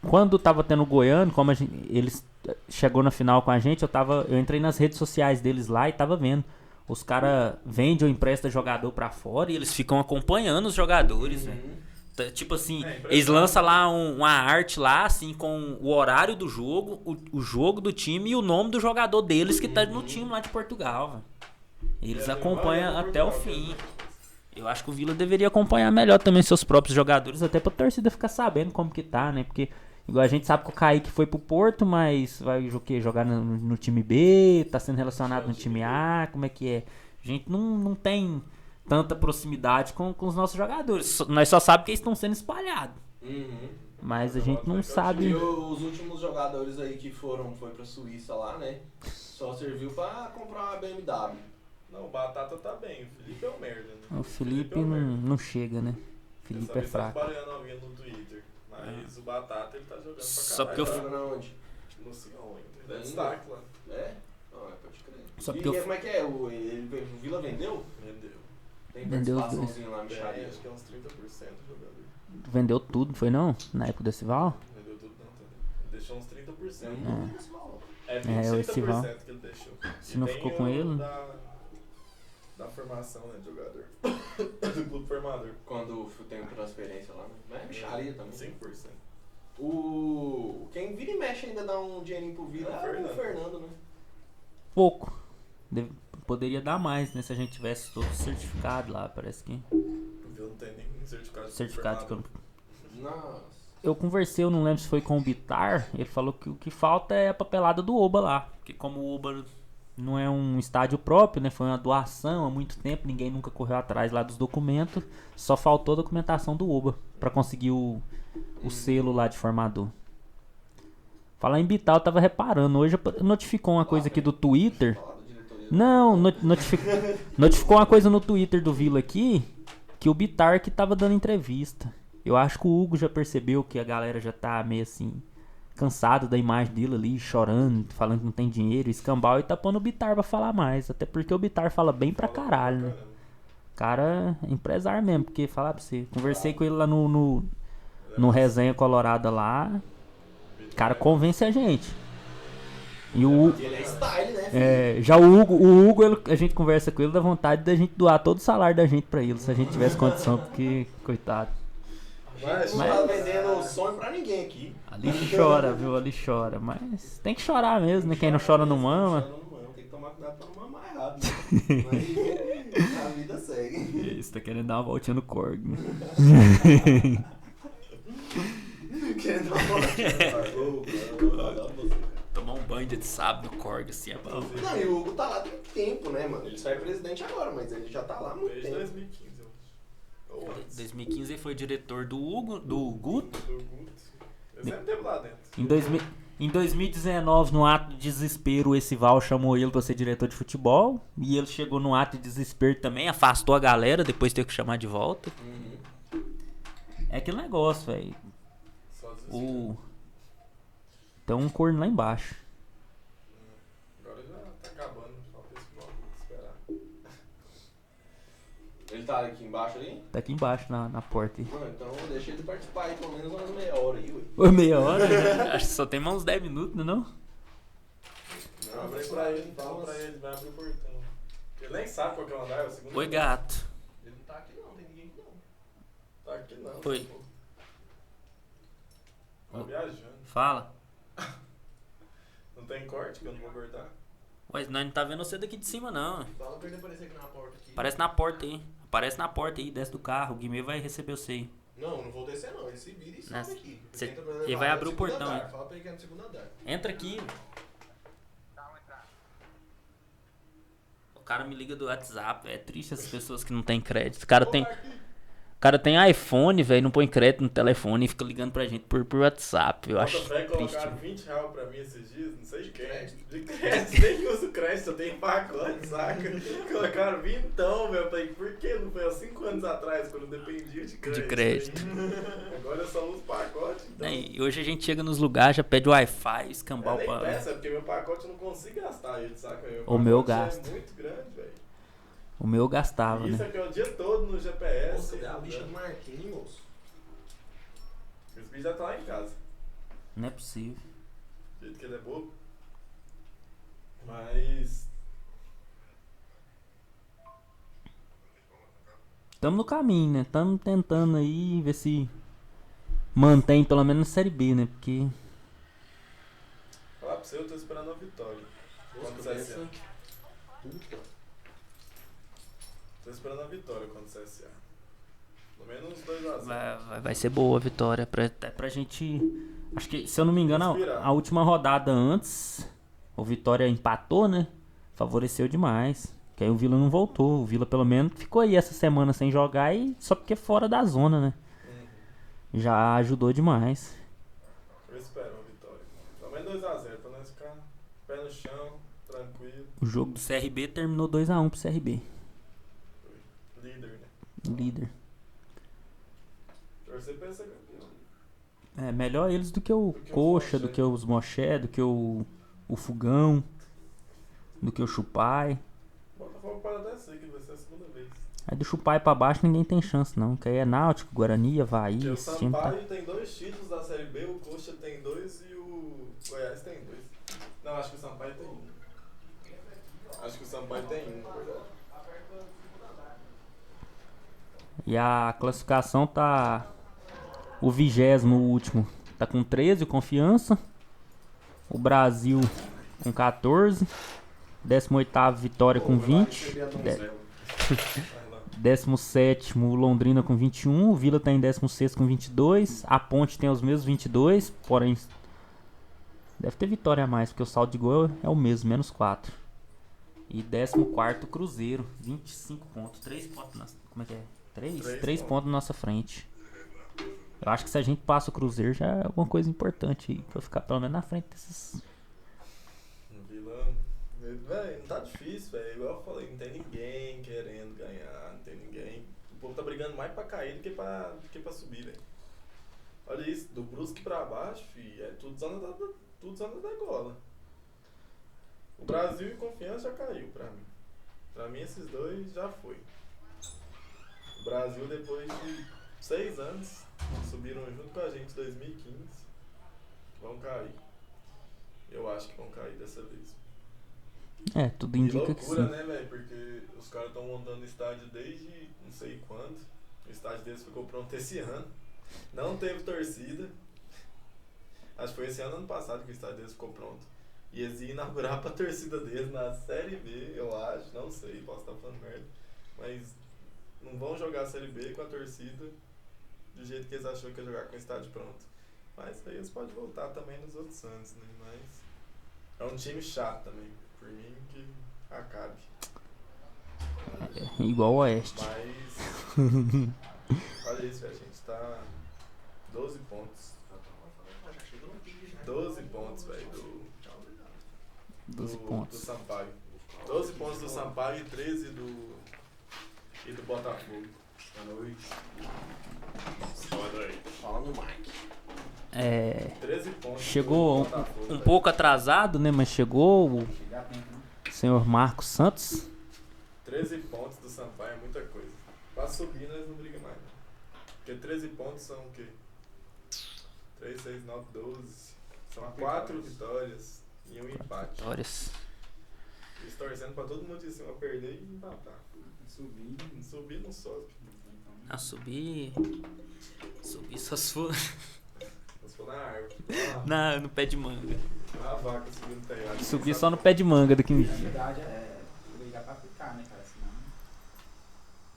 [SPEAKER 3] Quando tava tendo o Goiano, como a gente- eles
[SPEAKER 5] eh,
[SPEAKER 3] chegou na final com a gente, eu tava. Eu entrei nas redes sociais deles lá e tava vendo. Os caras vendem ou emprestam jogador pra fora e eles
[SPEAKER 5] Eles ficam acompanhando os jogadores, velho.
[SPEAKER 2] Uhum.
[SPEAKER 5] Tá, Tipo assim,
[SPEAKER 1] É, emprestado.
[SPEAKER 5] eles lançam lá um- uma arte lá, assim, com o horário do jogo, o, o jogo do time e o nome do jogador deles que tá
[SPEAKER 1] Uhum.
[SPEAKER 5] no time lá de Portugal, velho. Eles
[SPEAKER 1] É,
[SPEAKER 5] acompanham
[SPEAKER 1] vai pro
[SPEAKER 5] até o
[SPEAKER 1] Portugal,
[SPEAKER 5] fim.
[SPEAKER 1] né?
[SPEAKER 5] Eu acho que o Vila deveria acompanhar melhor também seus próprios jogadores.
[SPEAKER 3] jogadores, até pra torcida ficar sabendo como que tá, né? Porque igual a gente sabe que o Kaique foi pro Porto, mas vai o quê? jogar no, no time B, tá sendo relacionado no time A, como é que é? A gente não, não tem tanta proximidade com, com os nossos jogadores. Só- Nós só sabemos que eles estão sendo espalhados.
[SPEAKER 2] Uhum.
[SPEAKER 3] Mas a gente não
[SPEAKER 2] E
[SPEAKER 3] sabe.
[SPEAKER 2] o- os últimos jogadores aí que foram, foi pra Suíça lá, né? Só serviu pra comprar uma BMW.
[SPEAKER 1] Não, o Batata tá bem. O Felipe é um merda, né?
[SPEAKER 3] O Felipe
[SPEAKER 1] é um
[SPEAKER 3] não,
[SPEAKER 1] merda.
[SPEAKER 3] não chega, né?
[SPEAKER 1] Dessa
[SPEAKER 3] Felipe é
[SPEAKER 1] vez tá
[SPEAKER 3] fraco.
[SPEAKER 1] espalhando alguém no Twitter. Mas o Batata ele tá jogando pra
[SPEAKER 5] É. Só
[SPEAKER 1] caralho.
[SPEAKER 5] porque eu
[SPEAKER 2] Tá
[SPEAKER 1] lá.
[SPEAKER 2] jogando aonde?
[SPEAKER 1] Não sei aonde.
[SPEAKER 2] Bem.
[SPEAKER 1] Dá destaque lá.
[SPEAKER 2] É? Não, é, pode crer.
[SPEAKER 3] Só
[SPEAKER 2] e
[SPEAKER 3] porque eu-
[SPEAKER 2] que- como é que é? O, ele- o Vila vendeu?
[SPEAKER 1] Vendeu.
[SPEAKER 2] Tem
[SPEAKER 3] Vendeu os
[SPEAKER 2] participaçãozinho lá,
[SPEAKER 1] É,
[SPEAKER 2] micharia.
[SPEAKER 1] acho que é uns 30% do jogador.
[SPEAKER 3] Vendeu tudo, não foi não? Na época do Sival?
[SPEAKER 1] Vendeu tudo não, tá? Deixou uns
[SPEAKER 2] um
[SPEAKER 1] 30%. É, 20,
[SPEAKER 3] É, o
[SPEAKER 1] 30%
[SPEAKER 3] Estival.
[SPEAKER 1] que ele deixou.
[SPEAKER 3] Se não
[SPEAKER 1] tem
[SPEAKER 3] ficou
[SPEAKER 1] o
[SPEAKER 3] com ele, né?
[SPEAKER 1] Da, da formação, né, de jogador. do clube formador.
[SPEAKER 2] Quando f- tem transferência lá, né? Mas é
[SPEAKER 1] um
[SPEAKER 2] micharia também.
[SPEAKER 1] 5%.
[SPEAKER 2] O... Quem vira e mexe ainda dá um dinheirinho pro Vila
[SPEAKER 1] É o
[SPEAKER 2] é o
[SPEAKER 1] Fernando.
[SPEAKER 2] Fernando, né?
[SPEAKER 3] Pouco. Deve- Poderia dar mais, né? Se a gente tivesse todo certificado lá, parece que.
[SPEAKER 1] O Vila não tem nenhum certificado de
[SPEAKER 3] Certificado de
[SPEAKER 1] formado.
[SPEAKER 3] campo.
[SPEAKER 2] Nossa.
[SPEAKER 3] eu conversei, eu não lembro se foi com o Bitar, ele falou que o que falta é a papelada do Oba lá. Porque como o Oba não é um estádio próprio, né? Foi uma doação há muito tempo, ninguém nunca correu atrás lá dos documentos. Só faltou a documentação do Oba pra conseguir o, o selo lá de formador. Falar em Bitar, eu tava reparando. Hoje notificou uma coisa aqui do Twitter.
[SPEAKER 2] Falar da
[SPEAKER 1] Uhum.
[SPEAKER 2] diretoria.
[SPEAKER 3] Não, no- notifi- notificou uma coisa no Twitter do Vila aqui que o Bitar que tava dando entrevista. Eu acho que o Hugo já percebeu que a galera já tá meio assim cansado da imagem dele ali, chorando, falando que não tem dinheiro, escambau e tá pondo o Bitar pra falar mais, até porque o Bitar fala bem pra
[SPEAKER 1] Fala
[SPEAKER 3] caralho, né?
[SPEAKER 1] caramba.
[SPEAKER 3] O Cara, é empresário mesmo, porque falar pra você, conversei com ele lá no no,
[SPEAKER 1] Ele é
[SPEAKER 3] no
[SPEAKER 1] mais
[SPEAKER 3] resenha colorada lá,
[SPEAKER 1] vídeo,
[SPEAKER 3] o cara
[SPEAKER 1] né?
[SPEAKER 3] convence a gente. E o
[SPEAKER 2] Ele é style, né? filho?
[SPEAKER 3] é, já o Hugo, o Hugo ele- a gente conversa com ele da vontade da gente doar todo o salário da gente pra ele, se a gente tivesse condição, porque, coitado. É.
[SPEAKER 1] Mas,
[SPEAKER 2] Não
[SPEAKER 3] Mas-
[SPEAKER 2] tá vendendo sonho pra ninguém aqui.
[SPEAKER 3] Ali chora, viu? Ali chora. Mas tem que chorar mesmo, né? Quem não chora não mama.
[SPEAKER 2] Quem não chora não mama. Tem que tomar cuidado pra não mamar errado. né? Mas a vida segue.
[SPEAKER 3] Isso, tá querendo dar uma voltinha no né? corgo.
[SPEAKER 2] Querendo né? dar uma
[SPEAKER 1] Tá
[SPEAKER 2] volta.
[SPEAKER 5] Tomar um banho de sábado no Corga, assim, é bom.
[SPEAKER 2] Não, e o Hugo tá lá tem tempo, né, mano? Ele só é presidente agora, mas ele já tá lá há muito
[SPEAKER 1] Desde
[SPEAKER 2] tempo.
[SPEAKER 1] 2015, eu acho. Ou
[SPEAKER 5] Em
[SPEAKER 1] antes.
[SPEAKER 5] 2015 ele foi diretor do Hugo, do Guto.
[SPEAKER 1] Do Guto. Eu sempre teve lá dentro.
[SPEAKER 3] Em, dois mil- Em 2019, no ato de desespero, esse Val chamou ele pra ser diretor de futebol. E ele chegou no ato de desespero também, afastou a galera, depois teve que chamar de volta.
[SPEAKER 2] Uhum.
[SPEAKER 3] É aquele negócio, velho.
[SPEAKER 1] Só desistiu.
[SPEAKER 3] O... Tem um corno lá embaixo.
[SPEAKER 1] Agora já tá acabando, falta esse bloco, tem que esperar.
[SPEAKER 2] Ele tá aqui embaixo ali?
[SPEAKER 3] Tá aqui embaixo na, na porta. aí.
[SPEAKER 2] Mano, então deixa ele participar aí pelo menos umas meia hora aí, ué.
[SPEAKER 3] Ô, meia hora? né? Acho que só tem mais uns 10 minutos,
[SPEAKER 6] né,
[SPEAKER 3] não é não?
[SPEAKER 1] Não, abre pra ele,
[SPEAKER 2] então,
[SPEAKER 1] fala
[SPEAKER 2] assim.
[SPEAKER 1] pra ele, vai abrir o portão. Ele nem sabe qual que é o andar, é o segundo.
[SPEAKER 6] Oi,
[SPEAKER 1] andar.
[SPEAKER 6] gato.
[SPEAKER 2] Ele não tá aqui não, tem ninguém aqui não.
[SPEAKER 1] Tá aqui não.
[SPEAKER 6] Oi.
[SPEAKER 1] pô. Tá viajando.
[SPEAKER 6] Fala.
[SPEAKER 1] Não tem corte que eu não vou cortar.
[SPEAKER 6] Ué, nós não tá vendo você daqui de cima, não.
[SPEAKER 2] Fala pra ele aparecer aqui na porta aqui.
[SPEAKER 6] Aparece na porta aí. Aparece na porta aí, desce do carro. O Guimê vai receber você aí.
[SPEAKER 2] Não, não vou descer não, ele se vira e sobe
[SPEAKER 6] Nossa,
[SPEAKER 2] aqui.
[SPEAKER 6] cê-
[SPEAKER 2] Ele entra pelo
[SPEAKER 6] ele vai
[SPEAKER 2] elevador, é
[SPEAKER 6] abrir o
[SPEAKER 2] segundo
[SPEAKER 6] portão, né?
[SPEAKER 2] andar.
[SPEAKER 6] hein?
[SPEAKER 2] Fala pra ele que é no segundo andar.
[SPEAKER 6] Entra aqui. O cara me liga do WhatsApp. É triste essas pessoas que não têm crédito. O cara tem, o cara tem iPhone, velho, não põe crédito no telefone e fica ligando pra gente por, por WhatsApp. Eu acho
[SPEAKER 1] Nossa, velho,
[SPEAKER 6] triste.
[SPEAKER 1] colocaram 20 reais pra mim esses dias, não sei de quem.
[SPEAKER 2] crédito.
[SPEAKER 1] De crédito, nem uso crédito, eu tenho pacote, saca? colocaram 20 então, velho. Eu falei, por que não foi há 5 anos atrás, quando eu dependia de crédito?
[SPEAKER 6] crédito.
[SPEAKER 1] ainda? Agora eu só uso pacote, então.
[SPEAKER 6] Né, E hoje a gente chega nos lugares, já pede Wi-Fi,
[SPEAKER 1] É,
[SPEAKER 6] escambau
[SPEAKER 1] nem
[SPEAKER 6] pra.
[SPEAKER 1] peça, porque meu pacote eu não consigo gastar ele, saca?
[SPEAKER 3] O meu
[SPEAKER 1] pacote
[SPEAKER 3] gasto.
[SPEAKER 1] É muito grande, velho.
[SPEAKER 3] O meu eu gastava,
[SPEAKER 1] E Isso
[SPEAKER 3] né?
[SPEAKER 1] aqui é o dia todo no
[SPEAKER 2] Nossa,
[SPEAKER 1] GPS.
[SPEAKER 2] cadê É, a bicha do
[SPEAKER 1] né?
[SPEAKER 2] Marquinhos, moço?
[SPEAKER 1] Esse bicho já tá lá em casa.
[SPEAKER 3] Não é possível.
[SPEAKER 1] Do jeito que ele é bobo. Mas.
[SPEAKER 3] Tamo no caminho, né? Tamo tentando aí ver se mantém pelo menos na Série B, né? Porque
[SPEAKER 1] Falar pra você, eu tô esperando a vitória. Quando
[SPEAKER 2] é
[SPEAKER 1] sai esse ano.
[SPEAKER 2] Puta.
[SPEAKER 1] Tô esperando a vitória quando sai esse ano. Pelo menos 2x0.
[SPEAKER 6] Vai, vai- vai ser
[SPEAKER 3] ser boa a vitória pra, até pra gente. Acho que, se eu não me engano,
[SPEAKER 1] Respirar.
[SPEAKER 3] a, a última rodada antes, o Vitória empatou, né? Favoreceu demais. Que aí o Vila não voltou. O Vila, pelo menos, ficou aí essa semana sem jogar e só porque é fora da zona, né? Já ajudou demais.
[SPEAKER 1] Eu espero uma vitória. Pelo menos 2x0, pra nós ficar pé no chão, tranquilo,
[SPEAKER 3] O jogo do CRB terminou 2x1 pro CRB.
[SPEAKER 1] líder, né?
[SPEAKER 3] Líder.
[SPEAKER 1] Torcer pra ser campeão.
[SPEAKER 3] É, melhor eles do que o
[SPEAKER 1] Do que os
[SPEAKER 3] Coxa, do
[SPEAKER 1] Moché.
[SPEAKER 3] que os Moché, do que o, o Fogão, do que o Chupai.
[SPEAKER 1] Botafogo para descer, que vai ser a segunda vez.
[SPEAKER 3] Aí do Chupai pra baixo ninguém tem chance, não. Que aí é Náutico, Guarani, Havaí,
[SPEAKER 1] Porque o
[SPEAKER 3] esse time tá...
[SPEAKER 1] Sampaio tem dois títulos da Série B, o Coxa tem dois e o Goiás tem dois. Não, acho que o Sampaio tem um. Acho que o Sampaio tem um, na verdade.
[SPEAKER 3] E a classificação tá... O vigésimo, o último. Tá com 13, o Confiança. O Brasil com 14. 18º, Vitória com
[SPEAKER 2] Pô, vai lá
[SPEAKER 3] 20.
[SPEAKER 2] receber a
[SPEAKER 3] De-
[SPEAKER 2] donzela.
[SPEAKER 3] 17 Londrina com 21, o Vila tá em 16 com 22, a Ponte tem os mesmos 22, porém deve ter vitória a mais, porque o saldo de gol é o mesmo, menos 4. E 14 Cruzeiro, 25 pontos, 3 pontos, na, como é que é? 3,
[SPEAKER 1] Três
[SPEAKER 3] 3
[SPEAKER 1] pontos.
[SPEAKER 3] pontos na nossa frente. Eu acho que se a gente passa o Cruzeiro já é alguma coisa importante aí, pra ficar pelo menos na frente desses...
[SPEAKER 1] Um Vilão. Véi, não tá difícil, velho. Igual eu falei, não tem ninguém querendo ganhar, não tem ninguém. O povo tá brigando mais pra cair do que pra, do que pra subir, velho. Olha isso, do Brusque pra baixo, fi, é tudo zona da, tudo zona da gola. O Brasil e Confiança já caiu pra mim. Pra mim, esses dois já foi. O Brasil, depois de seis anos, subiram junto com a gente em 2015. Vão cair. Eu acho que vão cair dessa vez.
[SPEAKER 3] É, tudo
[SPEAKER 1] E
[SPEAKER 3] indica que
[SPEAKER 1] loucura,
[SPEAKER 3] sim.
[SPEAKER 1] né, velho? Porque os caras estão montando estádio desde não sei quando. O estádio deles ficou pronto esse ano. Não teve torcida. Acho que foi esse ano, ano passado, que o estádio deles ficou pronto. E eles iam inaugurar pra torcida deles na Série B, eu acho. Não sei, posso estar falando merda. Mas não vão jogar a Série B com a torcida do jeito que eles acharam que ia jogar com o estádio pronto. Mas aí eles podem voltar também nos outros anos, né? Mas é um time chato também. Por mim, que acabe.
[SPEAKER 3] É, igual o Oeste.
[SPEAKER 1] Mas. Olha isso, velho. A gente tá 12 pontos.
[SPEAKER 2] Ah, já chegou
[SPEAKER 1] 12 pontos, velho, do,
[SPEAKER 3] 12
[SPEAKER 1] do, do
[SPEAKER 3] pontos.
[SPEAKER 1] Sampaio. 12 pontos do Sampaio e 13 do. e do Botafogo. À noite. Foda aí.
[SPEAKER 2] Fala no Mike.
[SPEAKER 3] É.
[SPEAKER 1] 13 pontos.
[SPEAKER 3] Chegou
[SPEAKER 1] do Botafogo,
[SPEAKER 3] um
[SPEAKER 1] velho.
[SPEAKER 3] pouco atrasado, né? Mas chegou o
[SPEAKER 7] Chegar tempo, né?
[SPEAKER 3] senhor Marcos Santos.
[SPEAKER 1] 13 pontos do Sampaio é muita coisa. Pra subir nós não briga mais. Não. Porque 13 pontos são o quê? 3, 6, 9, 12. São 4 vitórias e um empate.
[SPEAKER 3] Vitórias.
[SPEAKER 1] Eles torcendo pra todo mundo de cima perder e empatar.
[SPEAKER 7] Subir.
[SPEAKER 1] Subir não sobe.
[SPEAKER 8] Ah, subir. Subir só se for.
[SPEAKER 1] Mas for na árvore. Lá,
[SPEAKER 8] Não, no pé de manga.
[SPEAKER 1] lá a vaca subir no telhado.
[SPEAKER 3] Subir só no pé de manga daqui em
[SPEAKER 7] Na
[SPEAKER 3] dia.
[SPEAKER 7] verdade, é brigar pra ficar, né, cara? Senão.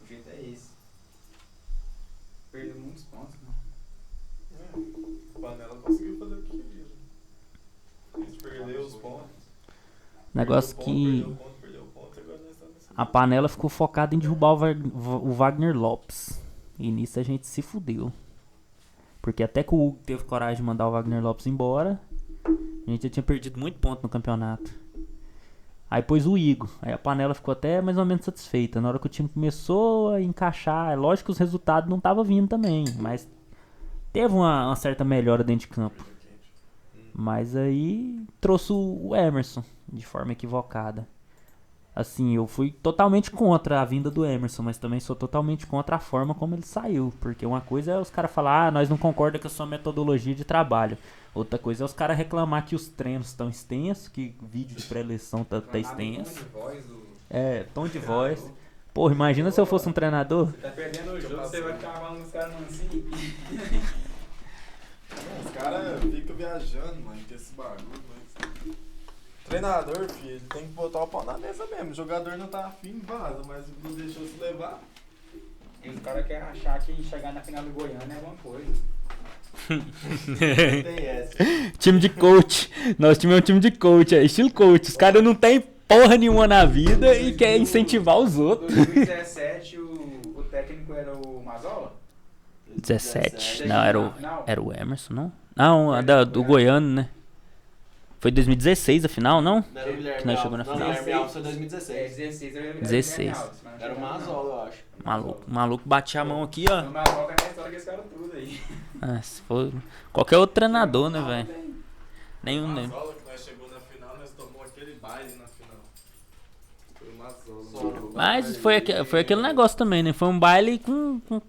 [SPEAKER 7] O jeito é esse. Perdeu muitos pontos, né?
[SPEAKER 1] É, a panela conseguiu fazer o que queria. né? Eles perderam os pontos.
[SPEAKER 3] Negócio que.
[SPEAKER 1] Perdeu o ponto, perdeu o ponto, perdeu o ponto. Agora nós estamos nesse
[SPEAKER 3] A panela ficou focada em derrubar o Wag- o Wagner Lopes. E nisso a gente se fudeu. Porque até que o Hugo teve coragem de mandar o Wagner Lopes embora, a gente já tinha perdido muito ponto no campeonato. Aí pôs o Igor. Aí a panela ficou até mais ou menos satisfeita. Na hora que o time começou a encaixar, é lógico que os resultados não estavam vindo também. Mas teve uma, uma certa melhora dentro de campo.
[SPEAKER 1] nível quente.
[SPEAKER 3] Mas aí trouxe o Emerson de forma equivocada. Assim, eu fui totalmente contra a vinda do Emerson, mas também sou totalmente contra a forma como ele saiu. Porque uma coisa é os caras falar, ah, nós não concordamos com a sua metodologia de trabalho. Outra coisa é os caras reclamar que os treinos estão extensos, que o vídeo de pré-eleição tá, tá
[SPEAKER 7] né?
[SPEAKER 3] extenso.
[SPEAKER 2] De voz do...
[SPEAKER 3] É, tom de voz. Porra, imagina se eu fosse um treinador.
[SPEAKER 7] Você tá perdendo o
[SPEAKER 1] Fica
[SPEAKER 7] jogo, você
[SPEAKER 1] passando.
[SPEAKER 7] vai ficar falando os caras mansinho.
[SPEAKER 1] Os caras ficam viajando, mano, com esse bagulho, mas. Treinador, filho, ele tem que botar o pau na mesa mesmo. O jogador não tá afim, vaza, mas não deixou se levar.
[SPEAKER 7] E os caras querem achar que chegar na final do Goiânia é alguma coisa.
[SPEAKER 1] Tem essa.
[SPEAKER 3] Time de coach. Nosso time é um time de coach, é estilo coach. Os caras não tem porra nenhuma na vida e quer incentivar os
[SPEAKER 7] Em
[SPEAKER 3] outros.
[SPEAKER 7] 2017, o, o técnico era o Mazola?
[SPEAKER 3] 17.
[SPEAKER 7] Dezessete.
[SPEAKER 3] Não, era o,
[SPEAKER 7] Não.
[SPEAKER 3] era o Emerson, não? Não, a da- do Goiano, né? Foi 2016 a final,
[SPEAKER 6] é
[SPEAKER 3] não?
[SPEAKER 2] Não era o Guilherme
[SPEAKER 3] Que nós
[SPEAKER 2] Alves.
[SPEAKER 3] chegou na
[SPEAKER 2] Não,
[SPEAKER 3] final.
[SPEAKER 2] Guilherme Alves foi
[SPEAKER 7] É,
[SPEAKER 2] 2016.
[SPEAKER 7] 16. Era, era
[SPEAKER 3] 16.
[SPEAKER 2] Era o Mazola, eu acho.
[SPEAKER 3] Maluco, maluco batia a mão aqui,
[SPEAKER 7] O
[SPEAKER 3] ó.
[SPEAKER 7] Mazola tá na história que esse cara tudo aí.
[SPEAKER 3] Ah, se for qualquer outro treinador, né, velho? Nenhum, né?
[SPEAKER 1] Mazola que nós chegou na final, nós tomou aquele baile na final. Foi o Mazola.
[SPEAKER 2] Só-
[SPEAKER 3] Mas foi, aque- foi aquele negócio também, né? Foi um baile com, com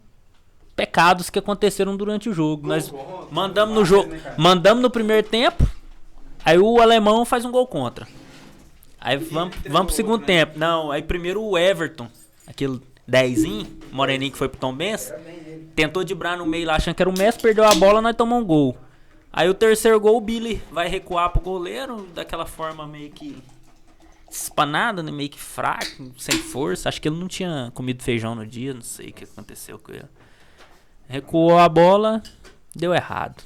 [SPEAKER 3] pecados que aconteceram durante o jogo. Nós mandamos no jogo, mandamos no primeiro tempo, aí o alemão faz um gol contra. Aí vamos, vamos pro segundo tempo. Não, aí primeiro o Everton, aquele dezinho, moreninho que foi pro Tom Benz,
[SPEAKER 7] Era bem ele.
[SPEAKER 3] tentou dibrar no meio lá achando que era o Messi, perdeu a bola, nós tomamos um gol. Aí o terceiro gol, o Billy vai recuar pro goleiro, daquela forma meio que espanada, né? meio que fraco, sem força. Acho que ele não tinha comido feijão no dia, não sei o que aconteceu com ele. Recuou a bola, deu errado.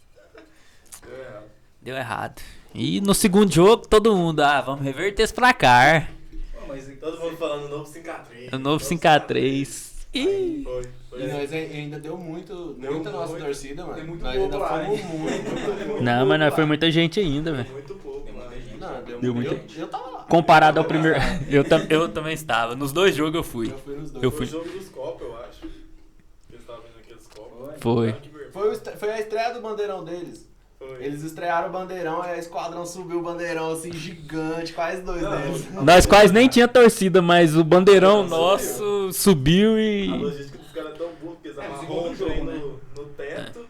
[SPEAKER 1] Deu errado.
[SPEAKER 3] Deu errado. E no segundo jogo, todo mundo, ah, vamos reverter esse placar.
[SPEAKER 7] Pô, mas então,
[SPEAKER 1] Todo mundo falando novo 5x3.
[SPEAKER 3] É O novo 5x3. Ih,
[SPEAKER 1] Foi,
[SPEAKER 2] E
[SPEAKER 1] foi.
[SPEAKER 2] nós ai- ainda deu muito,
[SPEAKER 1] Deu
[SPEAKER 2] muita nossa
[SPEAKER 1] muito.
[SPEAKER 2] torcida, mano.
[SPEAKER 7] Tem muito
[SPEAKER 2] nós
[SPEAKER 7] pouco
[SPEAKER 2] ainda
[SPEAKER 7] lá,
[SPEAKER 2] fomos
[SPEAKER 7] hein?
[SPEAKER 2] muito. muito.
[SPEAKER 3] Não, mas não foi muita gente ainda, velho.
[SPEAKER 1] Muito pouco, mano.
[SPEAKER 2] Não, deu,
[SPEAKER 3] Deu
[SPEAKER 2] muito.
[SPEAKER 3] muito.
[SPEAKER 2] Eu, eu tava lá.
[SPEAKER 3] Comparado ao primeiro. Eu, tam- eu também estava. Nos dois jogos eu fui.
[SPEAKER 2] Eu fui nos dois.
[SPEAKER 3] Eu
[SPEAKER 1] Foi
[SPEAKER 3] fui.
[SPEAKER 1] o jogo dos copos, eu acho. Eles estavam vendo aqueles copos.
[SPEAKER 7] Foi.
[SPEAKER 3] Foi.
[SPEAKER 1] Olha que vergonha.
[SPEAKER 2] Foi, o estre- foi a estreia do bandeirão deles.
[SPEAKER 1] Foi.
[SPEAKER 2] Eles estrearam o bandeirão, aí o esquadrão subiu o bandeirão assim, gigante, quase dois
[SPEAKER 1] Não,
[SPEAKER 2] deles.
[SPEAKER 3] Nós quase nem tinha torcida, mas o bandeirão nosso subiu
[SPEAKER 1] A
[SPEAKER 3] e.
[SPEAKER 1] logística dos caras é tão burra, porque eles
[SPEAKER 7] É,
[SPEAKER 1] amarram um
[SPEAKER 7] segundo jogo, É.
[SPEAKER 1] trem no, no teto,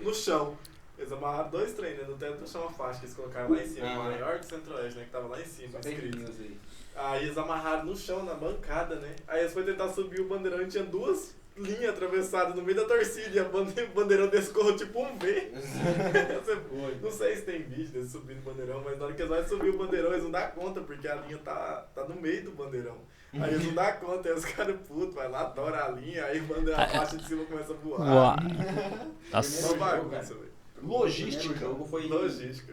[SPEAKER 1] no chão. Eles amarraram dois trem, né? No teto e no chão a faixa que eles colocaram lá em cima.
[SPEAKER 2] Ah.
[SPEAKER 1] O maior do centro-oeste, né? Que tava lá em cima,
[SPEAKER 7] Tem
[SPEAKER 1] escrito.
[SPEAKER 7] meninos aí.
[SPEAKER 1] Aí eles amarraram no chão, na bancada, né? Aí eles foram tentar subir o bandeirão e tinha duas linhas atravessadas no meio da torcida e a bande- o bandeirão descolou tipo um V. Você- não sei se tem vídeo deles subindo o bandeirão, mas na hora que eles vão subir o bandeirão, eles não dão conta, porque a linha tá, tá no meio do bandeirão. Aí eles não dão conta, aí os caras putos, vai lá, adora a linha, aí manda a faixa de cima começa a
[SPEAKER 3] Uau.
[SPEAKER 1] voar. É
[SPEAKER 3] Nossa.
[SPEAKER 1] Uma bagunça, velho.
[SPEAKER 7] O primeiro
[SPEAKER 2] Logística.
[SPEAKER 7] jogo foi.
[SPEAKER 1] Logística.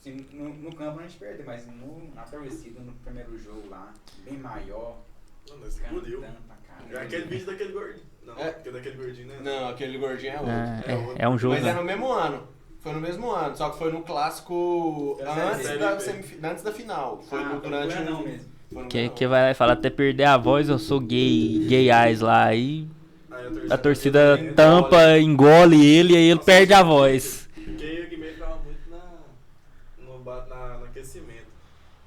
[SPEAKER 7] Assim, no, no campo a gente perdeu, mas no, na travessia, no primeiro jogo lá, bem maior,
[SPEAKER 1] Mano, explodiu.
[SPEAKER 7] cantando pra caralho.
[SPEAKER 1] É aquele vídeo daquele gordinho. Não,
[SPEAKER 2] É.
[SPEAKER 1] porque daquele gordinho, né?
[SPEAKER 2] Não, aquele gordinho é outro.
[SPEAKER 3] Ah, é, é um jogo.
[SPEAKER 2] Mas é
[SPEAKER 3] né?
[SPEAKER 2] no mesmo ano. Foi no mesmo ano, só que foi no clássico
[SPEAKER 1] É,
[SPEAKER 2] antes
[SPEAKER 1] Série
[SPEAKER 2] da,
[SPEAKER 1] B. então
[SPEAKER 2] semif- antes da final. Foi
[SPEAKER 7] Ah,
[SPEAKER 2] no,
[SPEAKER 7] foi
[SPEAKER 2] durante um
[SPEAKER 7] no
[SPEAKER 2] o.
[SPEAKER 7] Goianão mesmo.
[SPEAKER 2] foi no
[SPEAKER 3] Que,
[SPEAKER 2] Goianão.
[SPEAKER 3] que vai lá e fala, até perder a voz, eu sou gay, gay eyes lá. E
[SPEAKER 1] Aí
[SPEAKER 3] a torcida tampa, engole ele, e aí ele perde a voz.
[SPEAKER 1] Porque o Guimê entrava muito na, no, ba- na, no aquecimento.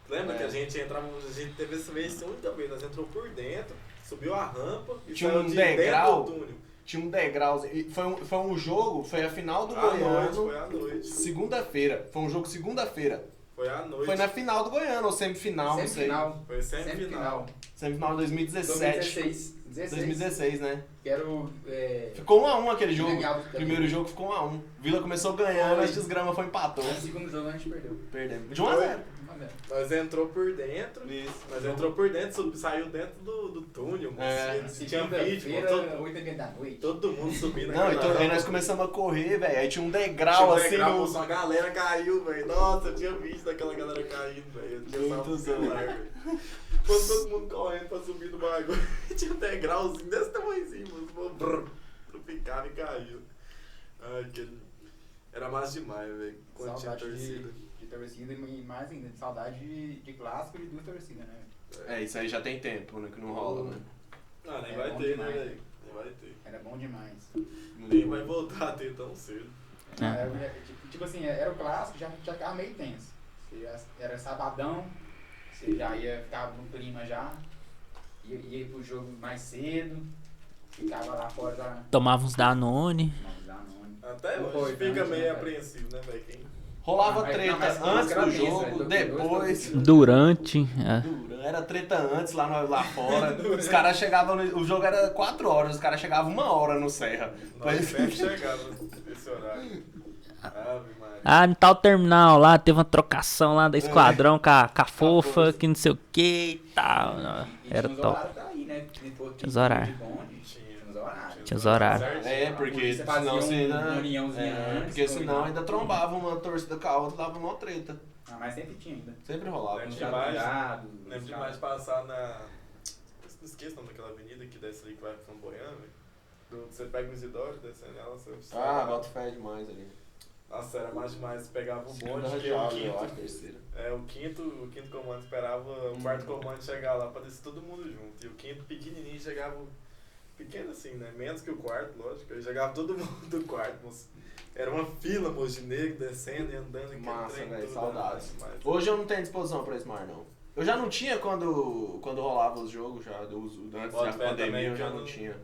[SPEAKER 1] Lembra
[SPEAKER 2] É.
[SPEAKER 1] que a gente entrava, a gente teve essa vez muita vez, nós entrou por dentro, subiu a rampa e
[SPEAKER 2] Tinha
[SPEAKER 1] saiu
[SPEAKER 2] um
[SPEAKER 1] de
[SPEAKER 2] degrau.
[SPEAKER 1] dentro do túnel.
[SPEAKER 2] Tinha um degrauzinho. E Foi um, foi um jogo, foi a final do
[SPEAKER 1] À noite,
[SPEAKER 2] Goiano,
[SPEAKER 1] Ah, foi à noite.
[SPEAKER 2] segunda-feira. Foi um jogo segunda-feira.
[SPEAKER 1] Foi à noite.
[SPEAKER 2] Foi na final do Goiano, ou semifinal, não
[SPEAKER 7] Semifinal.
[SPEAKER 1] Foi semifinal.
[SPEAKER 7] Semifinal.
[SPEAKER 2] sei. Semifinal de 2017.
[SPEAKER 7] 2016. 2016.
[SPEAKER 2] 2016, né?
[SPEAKER 7] Que era o. É,
[SPEAKER 2] Ficou 1 a 1 aquele jogo.
[SPEAKER 7] Ganhava também.
[SPEAKER 2] Primeiro jogo ficou 1 a 1. Vila começou ganhando,
[SPEAKER 7] Foi.
[SPEAKER 2] a desgrama foi empatou.
[SPEAKER 7] o Então, segundo jogo a gente perdeu.
[SPEAKER 2] Perdemos. De 1 a 0.
[SPEAKER 7] Uma merda.
[SPEAKER 1] Nós entrou por dentro.
[SPEAKER 2] Isso.
[SPEAKER 1] Nós entrou por dentro, sub- saiu dentro do, do túnel.
[SPEAKER 2] É.
[SPEAKER 1] mano. Tinha vídeo, mano,
[SPEAKER 7] Segunda-feira,
[SPEAKER 1] todo,
[SPEAKER 7] 8 h da noite.
[SPEAKER 1] todo mundo subindo.
[SPEAKER 2] Não,
[SPEAKER 1] naquela
[SPEAKER 2] então aí
[SPEAKER 1] rampa.
[SPEAKER 2] nós começamos a correr, velho. Aí tinha um
[SPEAKER 1] Tinha
[SPEAKER 2] degrau
[SPEAKER 1] um
[SPEAKER 2] assim
[SPEAKER 1] degrau,
[SPEAKER 2] no.
[SPEAKER 1] só a galera caiu, velho. Nossa, eu tinha visto aquela galera caindo, velho. Eu tinha salvo
[SPEAKER 2] Muito
[SPEAKER 1] o celular, velho. Quando todo mundo correndo pra subir do bagulho, tinha um degrauzinho desse tamanhozinho, mano. Pô, brrr, Eu ficava e caiu. Ai, aquele... Era massa demais, velho. Quando tinha
[SPEAKER 7] Saudade
[SPEAKER 1] torcida.
[SPEAKER 7] de, de torcida e mais ainda, de saudade de, de clássico e de duas torcidas, né?
[SPEAKER 2] É, isso aí já tem tempo, né? Que não
[SPEAKER 7] rola, né?
[SPEAKER 1] Ah, nem
[SPEAKER 7] É
[SPEAKER 1] vai
[SPEAKER 7] bom
[SPEAKER 1] ter, né,
[SPEAKER 7] demais.
[SPEAKER 1] velho? Nem vai ter.
[SPEAKER 7] Era bom demais.
[SPEAKER 1] Nem vai voltar a ter tão cedo.
[SPEAKER 3] É.
[SPEAKER 7] Era- tipo, tipo assim, era o clássico, já, já ficava meio tenso. Você já- era sabadão, você já ia, ficava no clima já, ia, ia pro jogo mais cedo, ficava lá fora da.
[SPEAKER 3] Tomava uns Danone.
[SPEAKER 7] Não, da nona.
[SPEAKER 1] Até
[SPEAKER 7] Não
[SPEAKER 1] hoje
[SPEAKER 7] foi,
[SPEAKER 1] fica
[SPEAKER 7] não,
[SPEAKER 1] meio
[SPEAKER 7] né,
[SPEAKER 1] apreensivo, né, velho? Quem...
[SPEAKER 2] Rolava
[SPEAKER 7] Não, mas-
[SPEAKER 2] treta
[SPEAKER 7] não, mas- mas
[SPEAKER 2] antes
[SPEAKER 7] era
[SPEAKER 2] do
[SPEAKER 7] tenso,
[SPEAKER 2] jogo,
[SPEAKER 7] velho. Dois-
[SPEAKER 2] depois.
[SPEAKER 7] dois-
[SPEAKER 3] Durante. é.
[SPEAKER 2] Dura, Era treta antes lá, no- lá fora. Os caras chegavam. no- O jogo era 4 horas, os caras chegavam uma hora no Serra.
[SPEAKER 1] Nós
[SPEAKER 2] Mas-
[SPEAKER 1] sempre chegava nesse horário. Ave Maria.
[SPEAKER 3] Ah, no tal terminal lá, teve uma trocação lá da esquadrão com a, com a fofa, que não sei o que e tal.
[SPEAKER 7] E- e
[SPEAKER 3] Era
[SPEAKER 7] tinha uns
[SPEAKER 3] top.
[SPEAKER 7] horários Daí, né? Depois
[SPEAKER 3] Tinha os horários.
[SPEAKER 7] de bonde, Tinha os horários.
[SPEAKER 3] Tinha os horários.
[SPEAKER 2] É,
[SPEAKER 7] A
[SPEAKER 2] porque
[SPEAKER 7] polícia fazia
[SPEAKER 2] senão
[SPEAKER 7] um-
[SPEAKER 2] se
[SPEAKER 7] uma
[SPEAKER 2] ainda.
[SPEAKER 7] reuniãozinha
[SPEAKER 2] É,
[SPEAKER 7] antes,
[SPEAKER 1] tá
[SPEAKER 2] porque senão
[SPEAKER 7] combinava.
[SPEAKER 2] ainda trombava uma torcida com a outra, dava uma treta.
[SPEAKER 7] Ah, mas sempre tinha ainda.
[SPEAKER 2] Sempre rolava.
[SPEAKER 1] Lembro
[SPEAKER 7] Tinha
[SPEAKER 1] demais.
[SPEAKER 7] advogado,
[SPEAKER 1] Lembro
[SPEAKER 7] tinha-
[SPEAKER 1] demais passar na. Não esqueço o nome daquela avenida que desce ali que vai pro Flamboyant, velho. Do- Você pega o Isidoro, descendo ela, você.
[SPEAKER 2] Ah, bota fé demais ali.
[SPEAKER 1] Nossa, era mais demais. Pegava o bonde, Tá que é o
[SPEAKER 2] Segunda eu acho,
[SPEAKER 1] quinto.
[SPEAKER 2] terceira.
[SPEAKER 1] É, o quinto, o quinto comando esperava o quarto
[SPEAKER 2] Hum.
[SPEAKER 1] comando chegar lá pra descer todo mundo junto. E o quinto pequenininho chegava. Pequeno assim, né? Menos que o quarto, lógico. Aí chegava todo mundo do quarto, moço. Era uma fila, moço, de negro descendo e andando. aquele
[SPEAKER 2] Massa,
[SPEAKER 1] trem
[SPEAKER 2] velho,
[SPEAKER 1] todo,
[SPEAKER 2] saudades.
[SPEAKER 1] né? Mas-
[SPEAKER 2] Hoje eu não tenho disposição pra esse mar, não. Eu já não tinha quando, quando rolava os jogos, já do, do- antes
[SPEAKER 1] Bota
[SPEAKER 2] da
[SPEAKER 1] fé
[SPEAKER 2] pandemia,
[SPEAKER 1] também
[SPEAKER 2] eu
[SPEAKER 1] que
[SPEAKER 2] já
[SPEAKER 1] eu
[SPEAKER 2] não,
[SPEAKER 1] não-
[SPEAKER 2] tinha.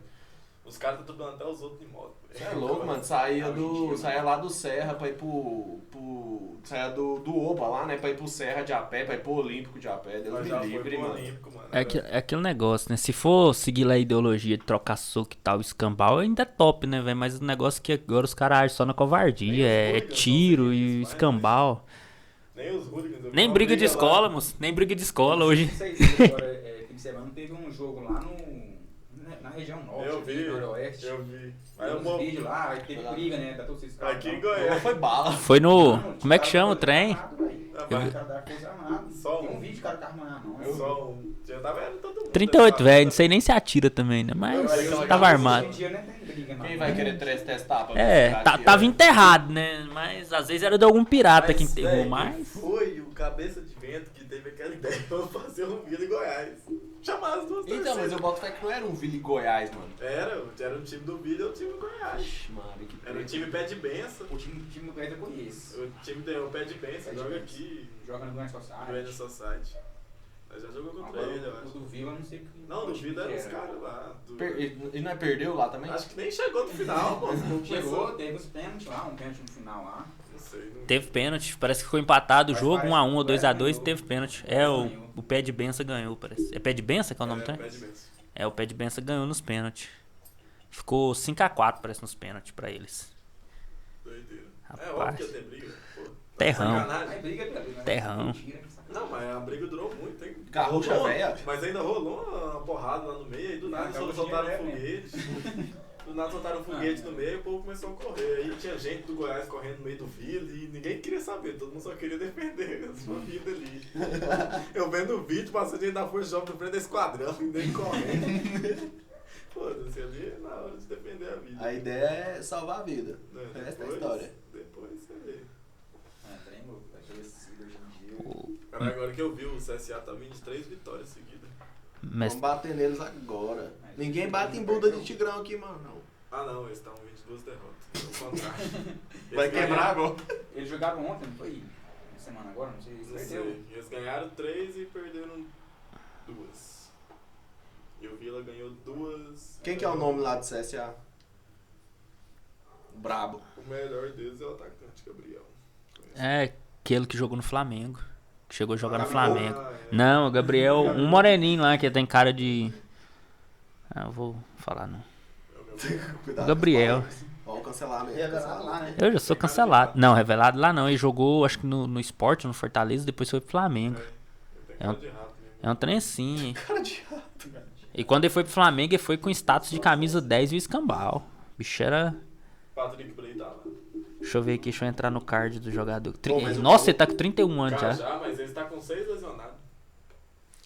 [SPEAKER 1] Os caras estão tá até os outros de moto.
[SPEAKER 2] Você é louco, mano. Saía, do, saía lá do Serra pra ir pro. pro saía do, do Oba lá, né? Pra ir pro Serra de a pé, pra ir pro Olímpico de a pé. Deus
[SPEAKER 1] Nós
[SPEAKER 2] me
[SPEAKER 1] já
[SPEAKER 2] livre,
[SPEAKER 1] foi pro
[SPEAKER 2] mano.
[SPEAKER 1] Olímpico, mano.
[SPEAKER 3] É, aqu- é aquele negócio, né? Se for seguir lá a ideologia de trocar soco e tal, escambau, ainda é top, né, velho? Mas o negócio é que agora os caras agem só na covardia,
[SPEAKER 1] Nem os
[SPEAKER 3] é,
[SPEAKER 1] hooligans
[SPEAKER 3] tiro
[SPEAKER 1] são
[SPEAKER 3] e
[SPEAKER 1] felizes, vai,
[SPEAKER 3] escambau.
[SPEAKER 1] é Nem os hooligans. eu vi
[SPEAKER 3] Nem
[SPEAKER 1] uma
[SPEAKER 3] briga de
[SPEAKER 1] lá.
[SPEAKER 3] escola, moço. Nem briga de escola hoje.
[SPEAKER 7] Não sei se agora, é, fim de semana, teve um jogo lá no, na- na região norte,
[SPEAKER 1] Eu
[SPEAKER 7] aqui,
[SPEAKER 1] vi,
[SPEAKER 7] noroeste.
[SPEAKER 1] eu vi. Mas
[SPEAKER 7] Tem
[SPEAKER 1] eu
[SPEAKER 7] uns
[SPEAKER 1] mo-
[SPEAKER 7] vídeos lá, aí teve briga, né, da torcida escravão.
[SPEAKER 1] Aqui em
[SPEAKER 2] Oba
[SPEAKER 1] Goiânia.
[SPEAKER 2] Foi bala.
[SPEAKER 3] Foi no.
[SPEAKER 7] Não,
[SPEAKER 3] Como é que chama o
[SPEAKER 7] cara
[SPEAKER 3] trem?
[SPEAKER 7] armado, velho.
[SPEAKER 1] Ah,
[SPEAKER 7] Tem
[SPEAKER 1] vai.
[SPEAKER 7] um cara da força armada.
[SPEAKER 1] Só
[SPEAKER 7] Tem
[SPEAKER 1] um.
[SPEAKER 7] um vídeo, cara, com arma na mão.
[SPEAKER 1] Só um. Já tava era todo mundo.
[SPEAKER 3] 38,
[SPEAKER 1] Tava-
[SPEAKER 3] velho. Não sei nem se atira também, né? Mas
[SPEAKER 2] Eu- eu-
[SPEAKER 3] tava
[SPEAKER 2] eu-
[SPEAKER 3] armado.
[SPEAKER 7] Hoje em dia não tem briga, não.
[SPEAKER 2] Quem vai querer três testar pra
[SPEAKER 3] É,
[SPEAKER 2] verificar
[SPEAKER 3] tá-
[SPEAKER 2] que
[SPEAKER 3] tava
[SPEAKER 2] é?
[SPEAKER 3] enterrado, né? Mas às vezes era de algum pirata que
[SPEAKER 1] Mas,
[SPEAKER 3] enterrou
[SPEAKER 1] velho,
[SPEAKER 3] mais.
[SPEAKER 1] Foi o cabeça de vento que teve aquela ideia de eu fazer um vídeo em Goiás. Chamar as duas
[SPEAKER 2] Então, mas eu
[SPEAKER 1] torcidas.
[SPEAKER 2] boto fé que não era um Vila em Goiás, mano.
[SPEAKER 1] Era, era o time do Vila e o time do Goiás.
[SPEAKER 2] Ixi, mano, que
[SPEAKER 1] Era o time pé de benção.
[SPEAKER 7] O time, o time do Goiás eu conheço.
[SPEAKER 1] O time deu um pé de benção, Ah,
[SPEAKER 7] Pé de
[SPEAKER 1] joga
[SPEAKER 7] benção.
[SPEAKER 1] aqui.
[SPEAKER 7] Joga no Goiás Society.
[SPEAKER 1] Goiânia Society. Mas já jogou contra
[SPEAKER 7] Agora,
[SPEAKER 1] ele, eu
[SPEAKER 7] o
[SPEAKER 1] acho.
[SPEAKER 7] do Vila, eu não sei o que.
[SPEAKER 1] né? Não,
[SPEAKER 7] o
[SPEAKER 1] do
[SPEAKER 7] time
[SPEAKER 1] Vida
[SPEAKER 7] que
[SPEAKER 1] era os caras lá. do-
[SPEAKER 2] Per- E e não é perdeu lá também?
[SPEAKER 1] Acho que nem chegou no final, moço. Não
[SPEAKER 7] Chegou,
[SPEAKER 1] começou.
[SPEAKER 7] teve uns pênaltis lá, um pênalti no final lá.
[SPEAKER 1] Não sei. Não...
[SPEAKER 3] Teve pênalti, parece que ficou empatado o
[SPEAKER 7] Mas
[SPEAKER 3] jogo,
[SPEAKER 7] parece
[SPEAKER 3] 1x1 ou
[SPEAKER 7] que o
[SPEAKER 3] 2x2,
[SPEAKER 7] Goiás
[SPEAKER 3] teve pênalti. É,
[SPEAKER 7] ganhou.
[SPEAKER 3] o, o pé de benção ganhou, parece. É pé de benção que é o nome do
[SPEAKER 1] É,
[SPEAKER 3] trem?
[SPEAKER 1] pé de benção.
[SPEAKER 3] É, o pé de benção ganhou nos pênaltis. Ficou 5x4, parece, nos pênaltis pra eles.
[SPEAKER 1] Doideira. É
[SPEAKER 3] Rapaz.
[SPEAKER 1] óbvio que ia ter briga. Pô, tá de
[SPEAKER 3] Terrão.
[SPEAKER 7] Aí
[SPEAKER 1] Sacanagem.
[SPEAKER 7] briga pela vida. né?
[SPEAKER 3] Terrão.
[SPEAKER 7] Mentira, que sacanagem.
[SPEAKER 1] Não, mas a briga durou muito, hein?
[SPEAKER 2] Garrucha
[SPEAKER 1] Rolou-
[SPEAKER 2] véia.
[SPEAKER 1] Mas ainda rolou uma porrada lá no meio, aí do nada
[SPEAKER 7] Acabou
[SPEAKER 1] sol-
[SPEAKER 7] de
[SPEAKER 1] soltaram um
[SPEAKER 7] ganhar, né?
[SPEAKER 1] foguete. Do nada soltaram um foguete no meio, o povo começou a correr. Aí tinha gente do Goiás correndo no meio do Vila e ninguém queria saber, todo mundo só queria defender a sua vida ali. Eu vendo o vídeo, passando gente da Força Jovem no frente da esquadrão, e nem correndo. Foda-se, ali é na hora de defender a vida.
[SPEAKER 2] A ideia é salvar a vida.
[SPEAKER 1] Né,
[SPEAKER 2] O resto é história.
[SPEAKER 1] Depois você vê.
[SPEAKER 7] É,
[SPEAKER 1] que eu vi, o CSA tá vindo de três vitórias seguidas.
[SPEAKER 3] Mas
[SPEAKER 2] Vamos bater neles agora. Ninguém bate
[SPEAKER 1] um
[SPEAKER 2] em bunda de tigrão aqui, mano, não.
[SPEAKER 1] Ah não, eles estão 22 derrotas. É o contrário. Eles
[SPEAKER 2] Vai quebrar agora.
[SPEAKER 7] Eles jogaram ontem, não foi? Uma semana agora, não sei. Eles
[SPEAKER 1] Não
[SPEAKER 7] perderam.
[SPEAKER 1] sei. Eles ganharam três e perderam duas. E o Vila ganhou duas.
[SPEAKER 2] Quem que é o nome lá do CSA? Brabo.
[SPEAKER 1] O melhor deles é o atacante, Gabriel.
[SPEAKER 3] é aquele que jogou no Flamengo. Que chegou a jogar no
[SPEAKER 2] Gabriel.
[SPEAKER 3] Flamengo.
[SPEAKER 1] Ah, é.
[SPEAKER 3] Não, o Gabriel, um moreninho lá que tem cara de. Ah, eu vou falar não.
[SPEAKER 1] É o Gabriel.
[SPEAKER 2] Cuidado.
[SPEAKER 3] Gabriel.
[SPEAKER 2] Ó, o cancelamento.
[SPEAKER 7] E agora lá, né?
[SPEAKER 3] Eu já sou cancelado. Não, revelado lá não. Ele jogou, acho que no, no esporte, no Fortaleza, depois foi pro Flamengo.
[SPEAKER 1] Ele tem
[SPEAKER 3] É um-
[SPEAKER 1] cara de rato né? mesmo.
[SPEAKER 3] É um trem assim.
[SPEAKER 2] Cara de
[SPEAKER 3] E quando ele foi pro Flamengo, ele foi com status de camisa 10 e o escambau. O bicho era. É.
[SPEAKER 1] Patrick Blay tá lá.
[SPEAKER 3] Deixa eu ver aqui, deixa eu entrar no card do jogador. Tri-
[SPEAKER 2] Pô, mas o-
[SPEAKER 3] Nossa, ele tá com 31 anos
[SPEAKER 1] Cara,
[SPEAKER 3] já.
[SPEAKER 1] já, mas ele tá com seis lesionados.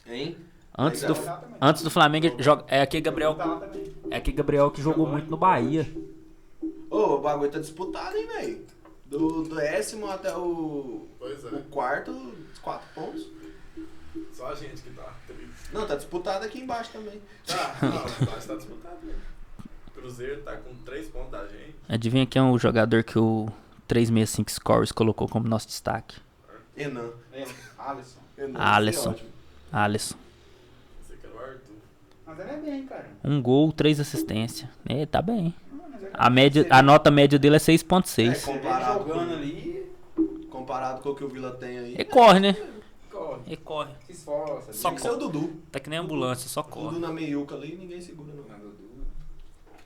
[SPEAKER 2] Hein?
[SPEAKER 3] Antes do,
[SPEAKER 2] é-
[SPEAKER 7] Tá lá também.
[SPEAKER 3] antes do Flamengo, ele joga. É aquele Gabriel.
[SPEAKER 7] Tá lá também.
[SPEAKER 3] É aquele Gabriel que jogou muito no Bahia.
[SPEAKER 2] Ô, o bagulho tá disputado, hein, velho? Do do décimo até o,
[SPEAKER 1] Pois
[SPEAKER 2] o
[SPEAKER 1] é.
[SPEAKER 2] quarto, quatro pontos.
[SPEAKER 1] Só a gente que tá triste.
[SPEAKER 2] Não, tá disputado aqui embaixo também.
[SPEAKER 1] Tá, não, mas tá disputado mesmo. Cruzeiro tá com três pontos da gente.
[SPEAKER 3] Adivinha quem é o jogador que o 365 Scores colocou como nosso destaque?
[SPEAKER 2] Enan.
[SPEAKER 7] Lembra? Alisson.
[SPEAKER 2] Enan
[SPEAKER 3] Alisson.
[SPEAKER 2] isso é ótimo.
[SPEAKER 3] Alisson.
[SPEAKER 1] Você quer o Arthur.
[SPEAKER 7] Mas ele é bem, cara.
[SPEAKER 3] Um gol, três assistências. É, tá bem.
[SPEAKER 7] Não, mas é-
[SPEAKER 3] A, média, a nota média dele é 6.6.
[SPEAKER 7] Você vê ele
[SPEAKER 2] Comparado
[SPEAKER 7] jogando
[SPEAKER 2] com-
[SPEAKER 7] ali,
[SPEAKER 2] Comparado com o que o Vila tem aí.
[SPEAKER 3] Ele corre, né?
[SPEAKER 7] corre.
[SPEAKER 3] Ele corre.
[SPEAKER 7] Se esforça.
[SPEAKER 2] Tem
[SPEAKER 7] ali.
[SPEAKER 2] que ser é o Dudu.
[SPEAKER 3] Tá que nem ambulância, só
[SPEAKER 2] Dudu
[SPEAKER 3] corre.
[SPEAKER 2] na meiuca ali, ninguém segura, não.
[SPEAKER 7] Mas Dudu.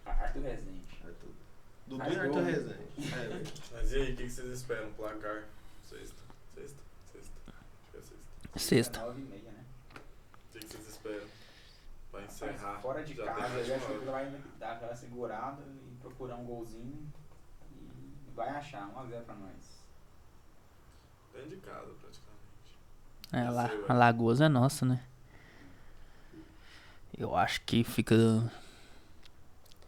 [SPEAKER 7] Arthur Rezende.
[SPEAKER 2] Arthur. Dudu
[SPEAKER 7] Faz
[SPEAKER 2] e Arthur
[SPEAKER 7] gol.
[SPEAKER 2] Rezende. É, velho.
[SPEAKER 1] Mas e aí, o que que vocês esperam? Placar? Sexta, sexta, sexta. Acho que é sexta.
[SPEAKER 3] Sexta.
[SPEAKER 7] 19 e meia, né?
[SPEAKER 1] O que que vocês esperam? Pra encerrar.
[SPEAKER 7] Mas Fora de
[SPEAKER 1] Já
[SPEAKER 7] casa,
[SPEAKER 1] tem
[SPEAKER 7] eu
[SPEAKER 1] mais
[SPEAKER 7] acho
[SPEAKER 1] uma
[SPEAKER 7] que
[SPEAKER 1] hora.
[SPEAKER 7] vai dar aquela segurada e procurar um golzinho. E vai achar, 1x0 pra nós.
[SPEAKER 1] Dentro de casa, praticamente.
[SPEAKER 3] É, lá, a Lagoas é nossa, né? Eu acho que fica.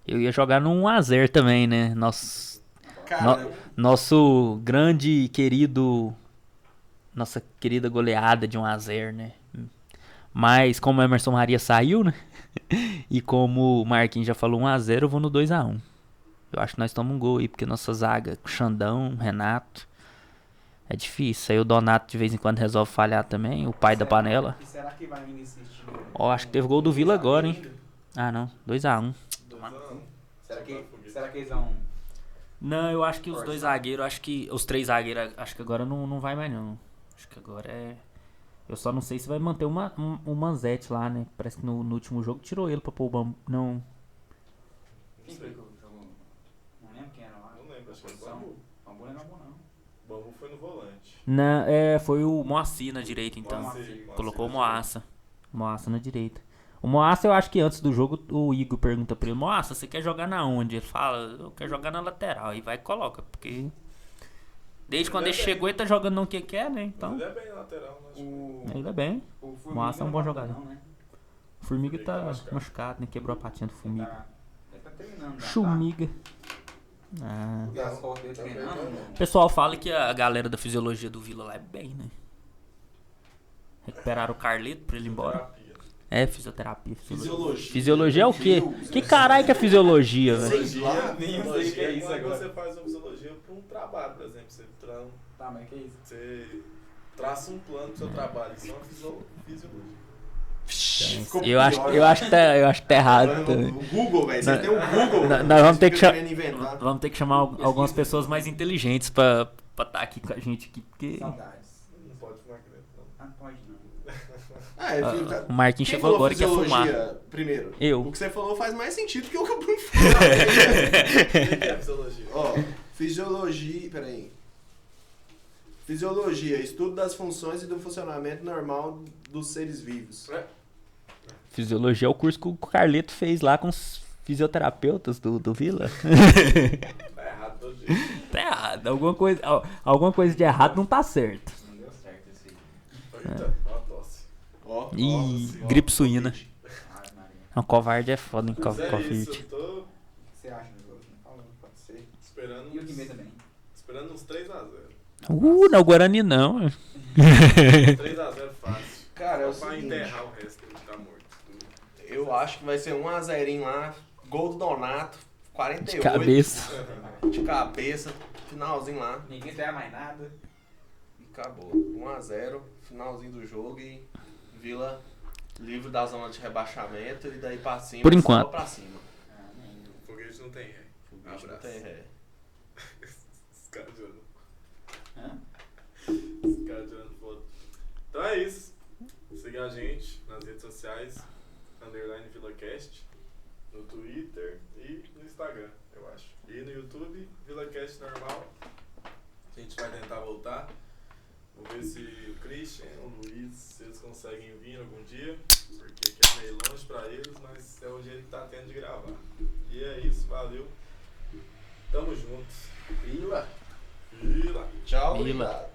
[SPEAKER 3] Eu ia jogar no 1x0 também, né? Nosso,
[SPEAKER 2] Cara,
[SPEAKER 3] nosso grande e querido. Nossa querida goleada de 1x0, né? Mas como o Emerson Maria saiu, né? E como o Marquinhos já falou 1x0, eu vou no 2x1. Eu acho que nós tomamos um gol aí, porque nossa zaga, com Xandão, Renato. É difícil. Aí o Donato de vez em quando resolve falhar também, o pai da
[SPEAKER 7] Será-
[SPEAKER 3] panela.
[SPEAKER 7] E será que vai vir esse time?
[SPEAKER 3] Ó, acho que teve gol do Vila agora, hein? Ah, não. 2x1.
[SPEAKER 1] Dois a um.
[SPEAKER 7] Será que, será que eles vão.
[SPEAKER 3] Não, eu acho que
[SPEAKER 7] os
[SPEAKER 3] os dois
[SPEAKER 7] dois
[SPEAKER 3] zagueiros, acho que. Os três zagueiros, acho que agora não, não vai mais, não. Acho que agora é. Eu só não sei se vai manter uma, um, o Manzete lá, né? Parece que no, no último jogo tirou ele pra pôr o bambu. Não.
[SPEAKER 7] Quem foi que jogou? Não lembro quem era lá.
[SPEAKER 1] Não lembro, acho que é o
[SPEAKER 7] Posição.
[SPEAKER 1] Bambu.
[SPEAKER 7] Bambu não é bambu, não.
[SPEAKER 1] O Bambu foi no volante.
[SPEAKER 3] Na, é, foi o Moacir na direita, então.
[SPEAKER 7] Moacir.
[SPEAKER 3] Colocou o Moaça. Moaça na direita. O Moaça, eu acho que antes do jogo, o Igor pergunta pra ele: Moaça, você quer jogar na onde? Ele fala: Eu quero jogar na lateral. E vai e coloca, porque. Desde quando ele chegou, ele tá jogando no que quer, né?
[SPEAKER 1] Então.
[SPEAKER 3] Então.
[SPEAKER 1] Ele é bem lateral, né?
[SPEAKER 7] O,
[SPEAKER 3] Ainda bem.
[SPEAKER 7] o Formiga
[SPEAKER 3] Massa é um
[SPEAKER 7] não
[SPEAKER 3] bom
[SPEAKER 7] volta
[SPEAKER 3] jogador.
[SPEAKER 7] Não, né?
[SPEAKER 3] O Formiga
[SPEAKER 1] Formiga
[SPEAKER 3] tá
[SPEAKER 1] tá machucado.
[SPEAKER 3] machucado, né? Quebrou a patinha do
[SPEAKER 7] Ele
[SPEAKER 3] Formiga.
[SPEAKER 7] tá, ele tá treinando. já,
[SPEAKER 3] Chumiga. Ah.
[SPEAKER 7] Tá? O Gasol dele treinando. né?
[SPEAKER 1] Também
[SPEAKER 3] O pessoal fala que a galera da fisiologia do Vila lá é bem, né? Recuperaram o Carleto pra ele ir embora.
[SPEAKER 1] Terapia. né?
[SPEAKER 3] É, fisioterapia. Fisiologia,
[SPEAKER 2] fisiologia.
[SPEAKER 3] fisiologia é o quê? Que caralho que é né? fisiologia, velho?
[SPEAKER 2] Sei lá.
[SPEAKER 7] Nem sei o que é
[SPEAKER 1] Fisiologia
[SPEAKER 7] isso
[SPEAKER 1] quando
[SPEAKER 7] agora.
[SPEAKER 1] Você faz uma fisiologia pra um trabalho, por exemplo. Você, tra...
[SPEAKER 7] Tá, mas que isso?
[SPEAKER 1] você traça um plano pro seu trabalho. Isso é uma fisio- fisiologia.
[SPEAKER 2] Ficou
[SPEAKER 3] Eu acho,
[SPEAKER 2] pior.
[SPEAKER 3] eu, acho que tá, eu acho que tá errado também.
[SPEAKER 2] O Google, velho. Você
[SPEAKER 3] Não.
[SPEAKER 2] tem o Goool.
[SPEAKER 3] Não, nós vamos ter que
[SPEAKER 2] Fica
[SPEAKER 3] cha-
[SPEAKER 2] querendo inventar.
[SPEAKER 3] Vamos ter que chamar al- algumas pessoas mais inteligentes pra estar tá aqui com a gente aqui, porque.
[SPEAKER 7] Saudades.
[SPEAKER 1] Não pode fumar aqui dentro, não.
[SPEAKER 7] Ah, não pode não.
[SPEAKER 2] Ah, é, filho,
[SPEAKER 3] ah,
[SPEAKER 2] tá-
[SPEAKER 3] O Marquinhos
[SPEAKER 2] Quem
[SPEAKER 3] chegou
[SPEAKER 2] falou
[SPEAKER 3] agora e quer fumar.
[SPEAKER 2] fisiologia Primeiro. O
[SPEAKER 3] Eu.
[SPEAKER 2] que você falou faz mais sentido que o que o Bruno falou.
[SPEAKER 1] O que é fisiologia?
[SPEAKER 2] Ó, fisiologia. Peraí. Fisiologia, estudo das funções e do funcionamento normal dos seres vivos.
[SPEAKER 3] Fisiologia é o curso que o Carleto fez lá com os fisioterapeutas do, do Vila.
[SPEAKER 1] Tá errado todo dia.
[SPEAKER 3] Tá errado. Alguma coisa, al- alguma coisa de errado não tá certo.
[SPEAKER 7] Não deu certo esse.
[SPEAKER 1] Eita, ó a tosse.
[SPEAKER 2] Ó,
[SPEAKER 3] Ih,
[SPEAKER 2] ó, ó.
[SPEAKER 3] gripe suína.
[SPEAKER 7] Ave Maria.
[SPEAKER 3] Não, covarde é foda em co-
[SPEAKER 1] Mas é isso,
[SPEAKER 3] Covid.
[SPEAKER 1] eu tô
[SPEAKER 7] O que você acha do jogo? Não falou, pode ser.
[SPEAKER 1] esperando
[SPEAKER 7] E o Guimê
[SPEAKER 1] uns,
[SPEAKER 7] também.
[SPEAKER 1] esperando uns 3x0.
[SPEAKER 3] Uh, não, Guarani não.
[SPEAKER 1] 3x0 fácil.
[SPEAKER 2] Cara, é o
[SPEAKER 1] Só pra
[SPEAKER 2] seguinte,
[SPEAKER 1] enterrar o resto que tá morto.
[SPEAKER 2] eu acho que vai ser um a zerinho lá, gol do Donato, 48
[SPEAKER 4] De cabeça.
[SPEAKER 2] de cabeça, finalzinho lá,
[SPEAKER 7] Ninguém espera mais nada.
[SPEAKER 2] e acabou. 1 a 0 finalzinho do jogo e Vila livre da zona de rebaixamento e daí pra cima,
[SPEAKER 4] Por
[SPEAKER 2] só
[SPEAKER 4] enquanto.
[SPEAKER 2] pra cima.
[SPEAKER 7] Ah, não.
[SPEAKER 1] Foguete não tem ré.
[SPEAKER 2] A gente não
[SPEAKER 1] Abraço.
[SPEAKER 2] tem ré.
[SPEAKER 1] Os caras jogando.
[SPEAKER 7] Hã?
[SPEAKER 1] Os caras jogando foda. Então é isso. Siga a gente nas redes sociais, underline VilaCast, no Twitter e no Instagram, eu acho. E no YouTube, VilaCast normal. A gente vai tentar voltar. Vou ver se o Christian, o Luiz, se eles conseguem vir algum dia. Porque aqui é meio longe pra eles, mas é o jeito que tá tendo de gravar. E é isso, valeu. Tamo junto.
[SPEAKER 2] Vila,
[SPEAKER 1] E lá.
[SPEAKER 2] tchau,
[SPEAKER 4] Vila.
[SPEAKER 2] obrigado.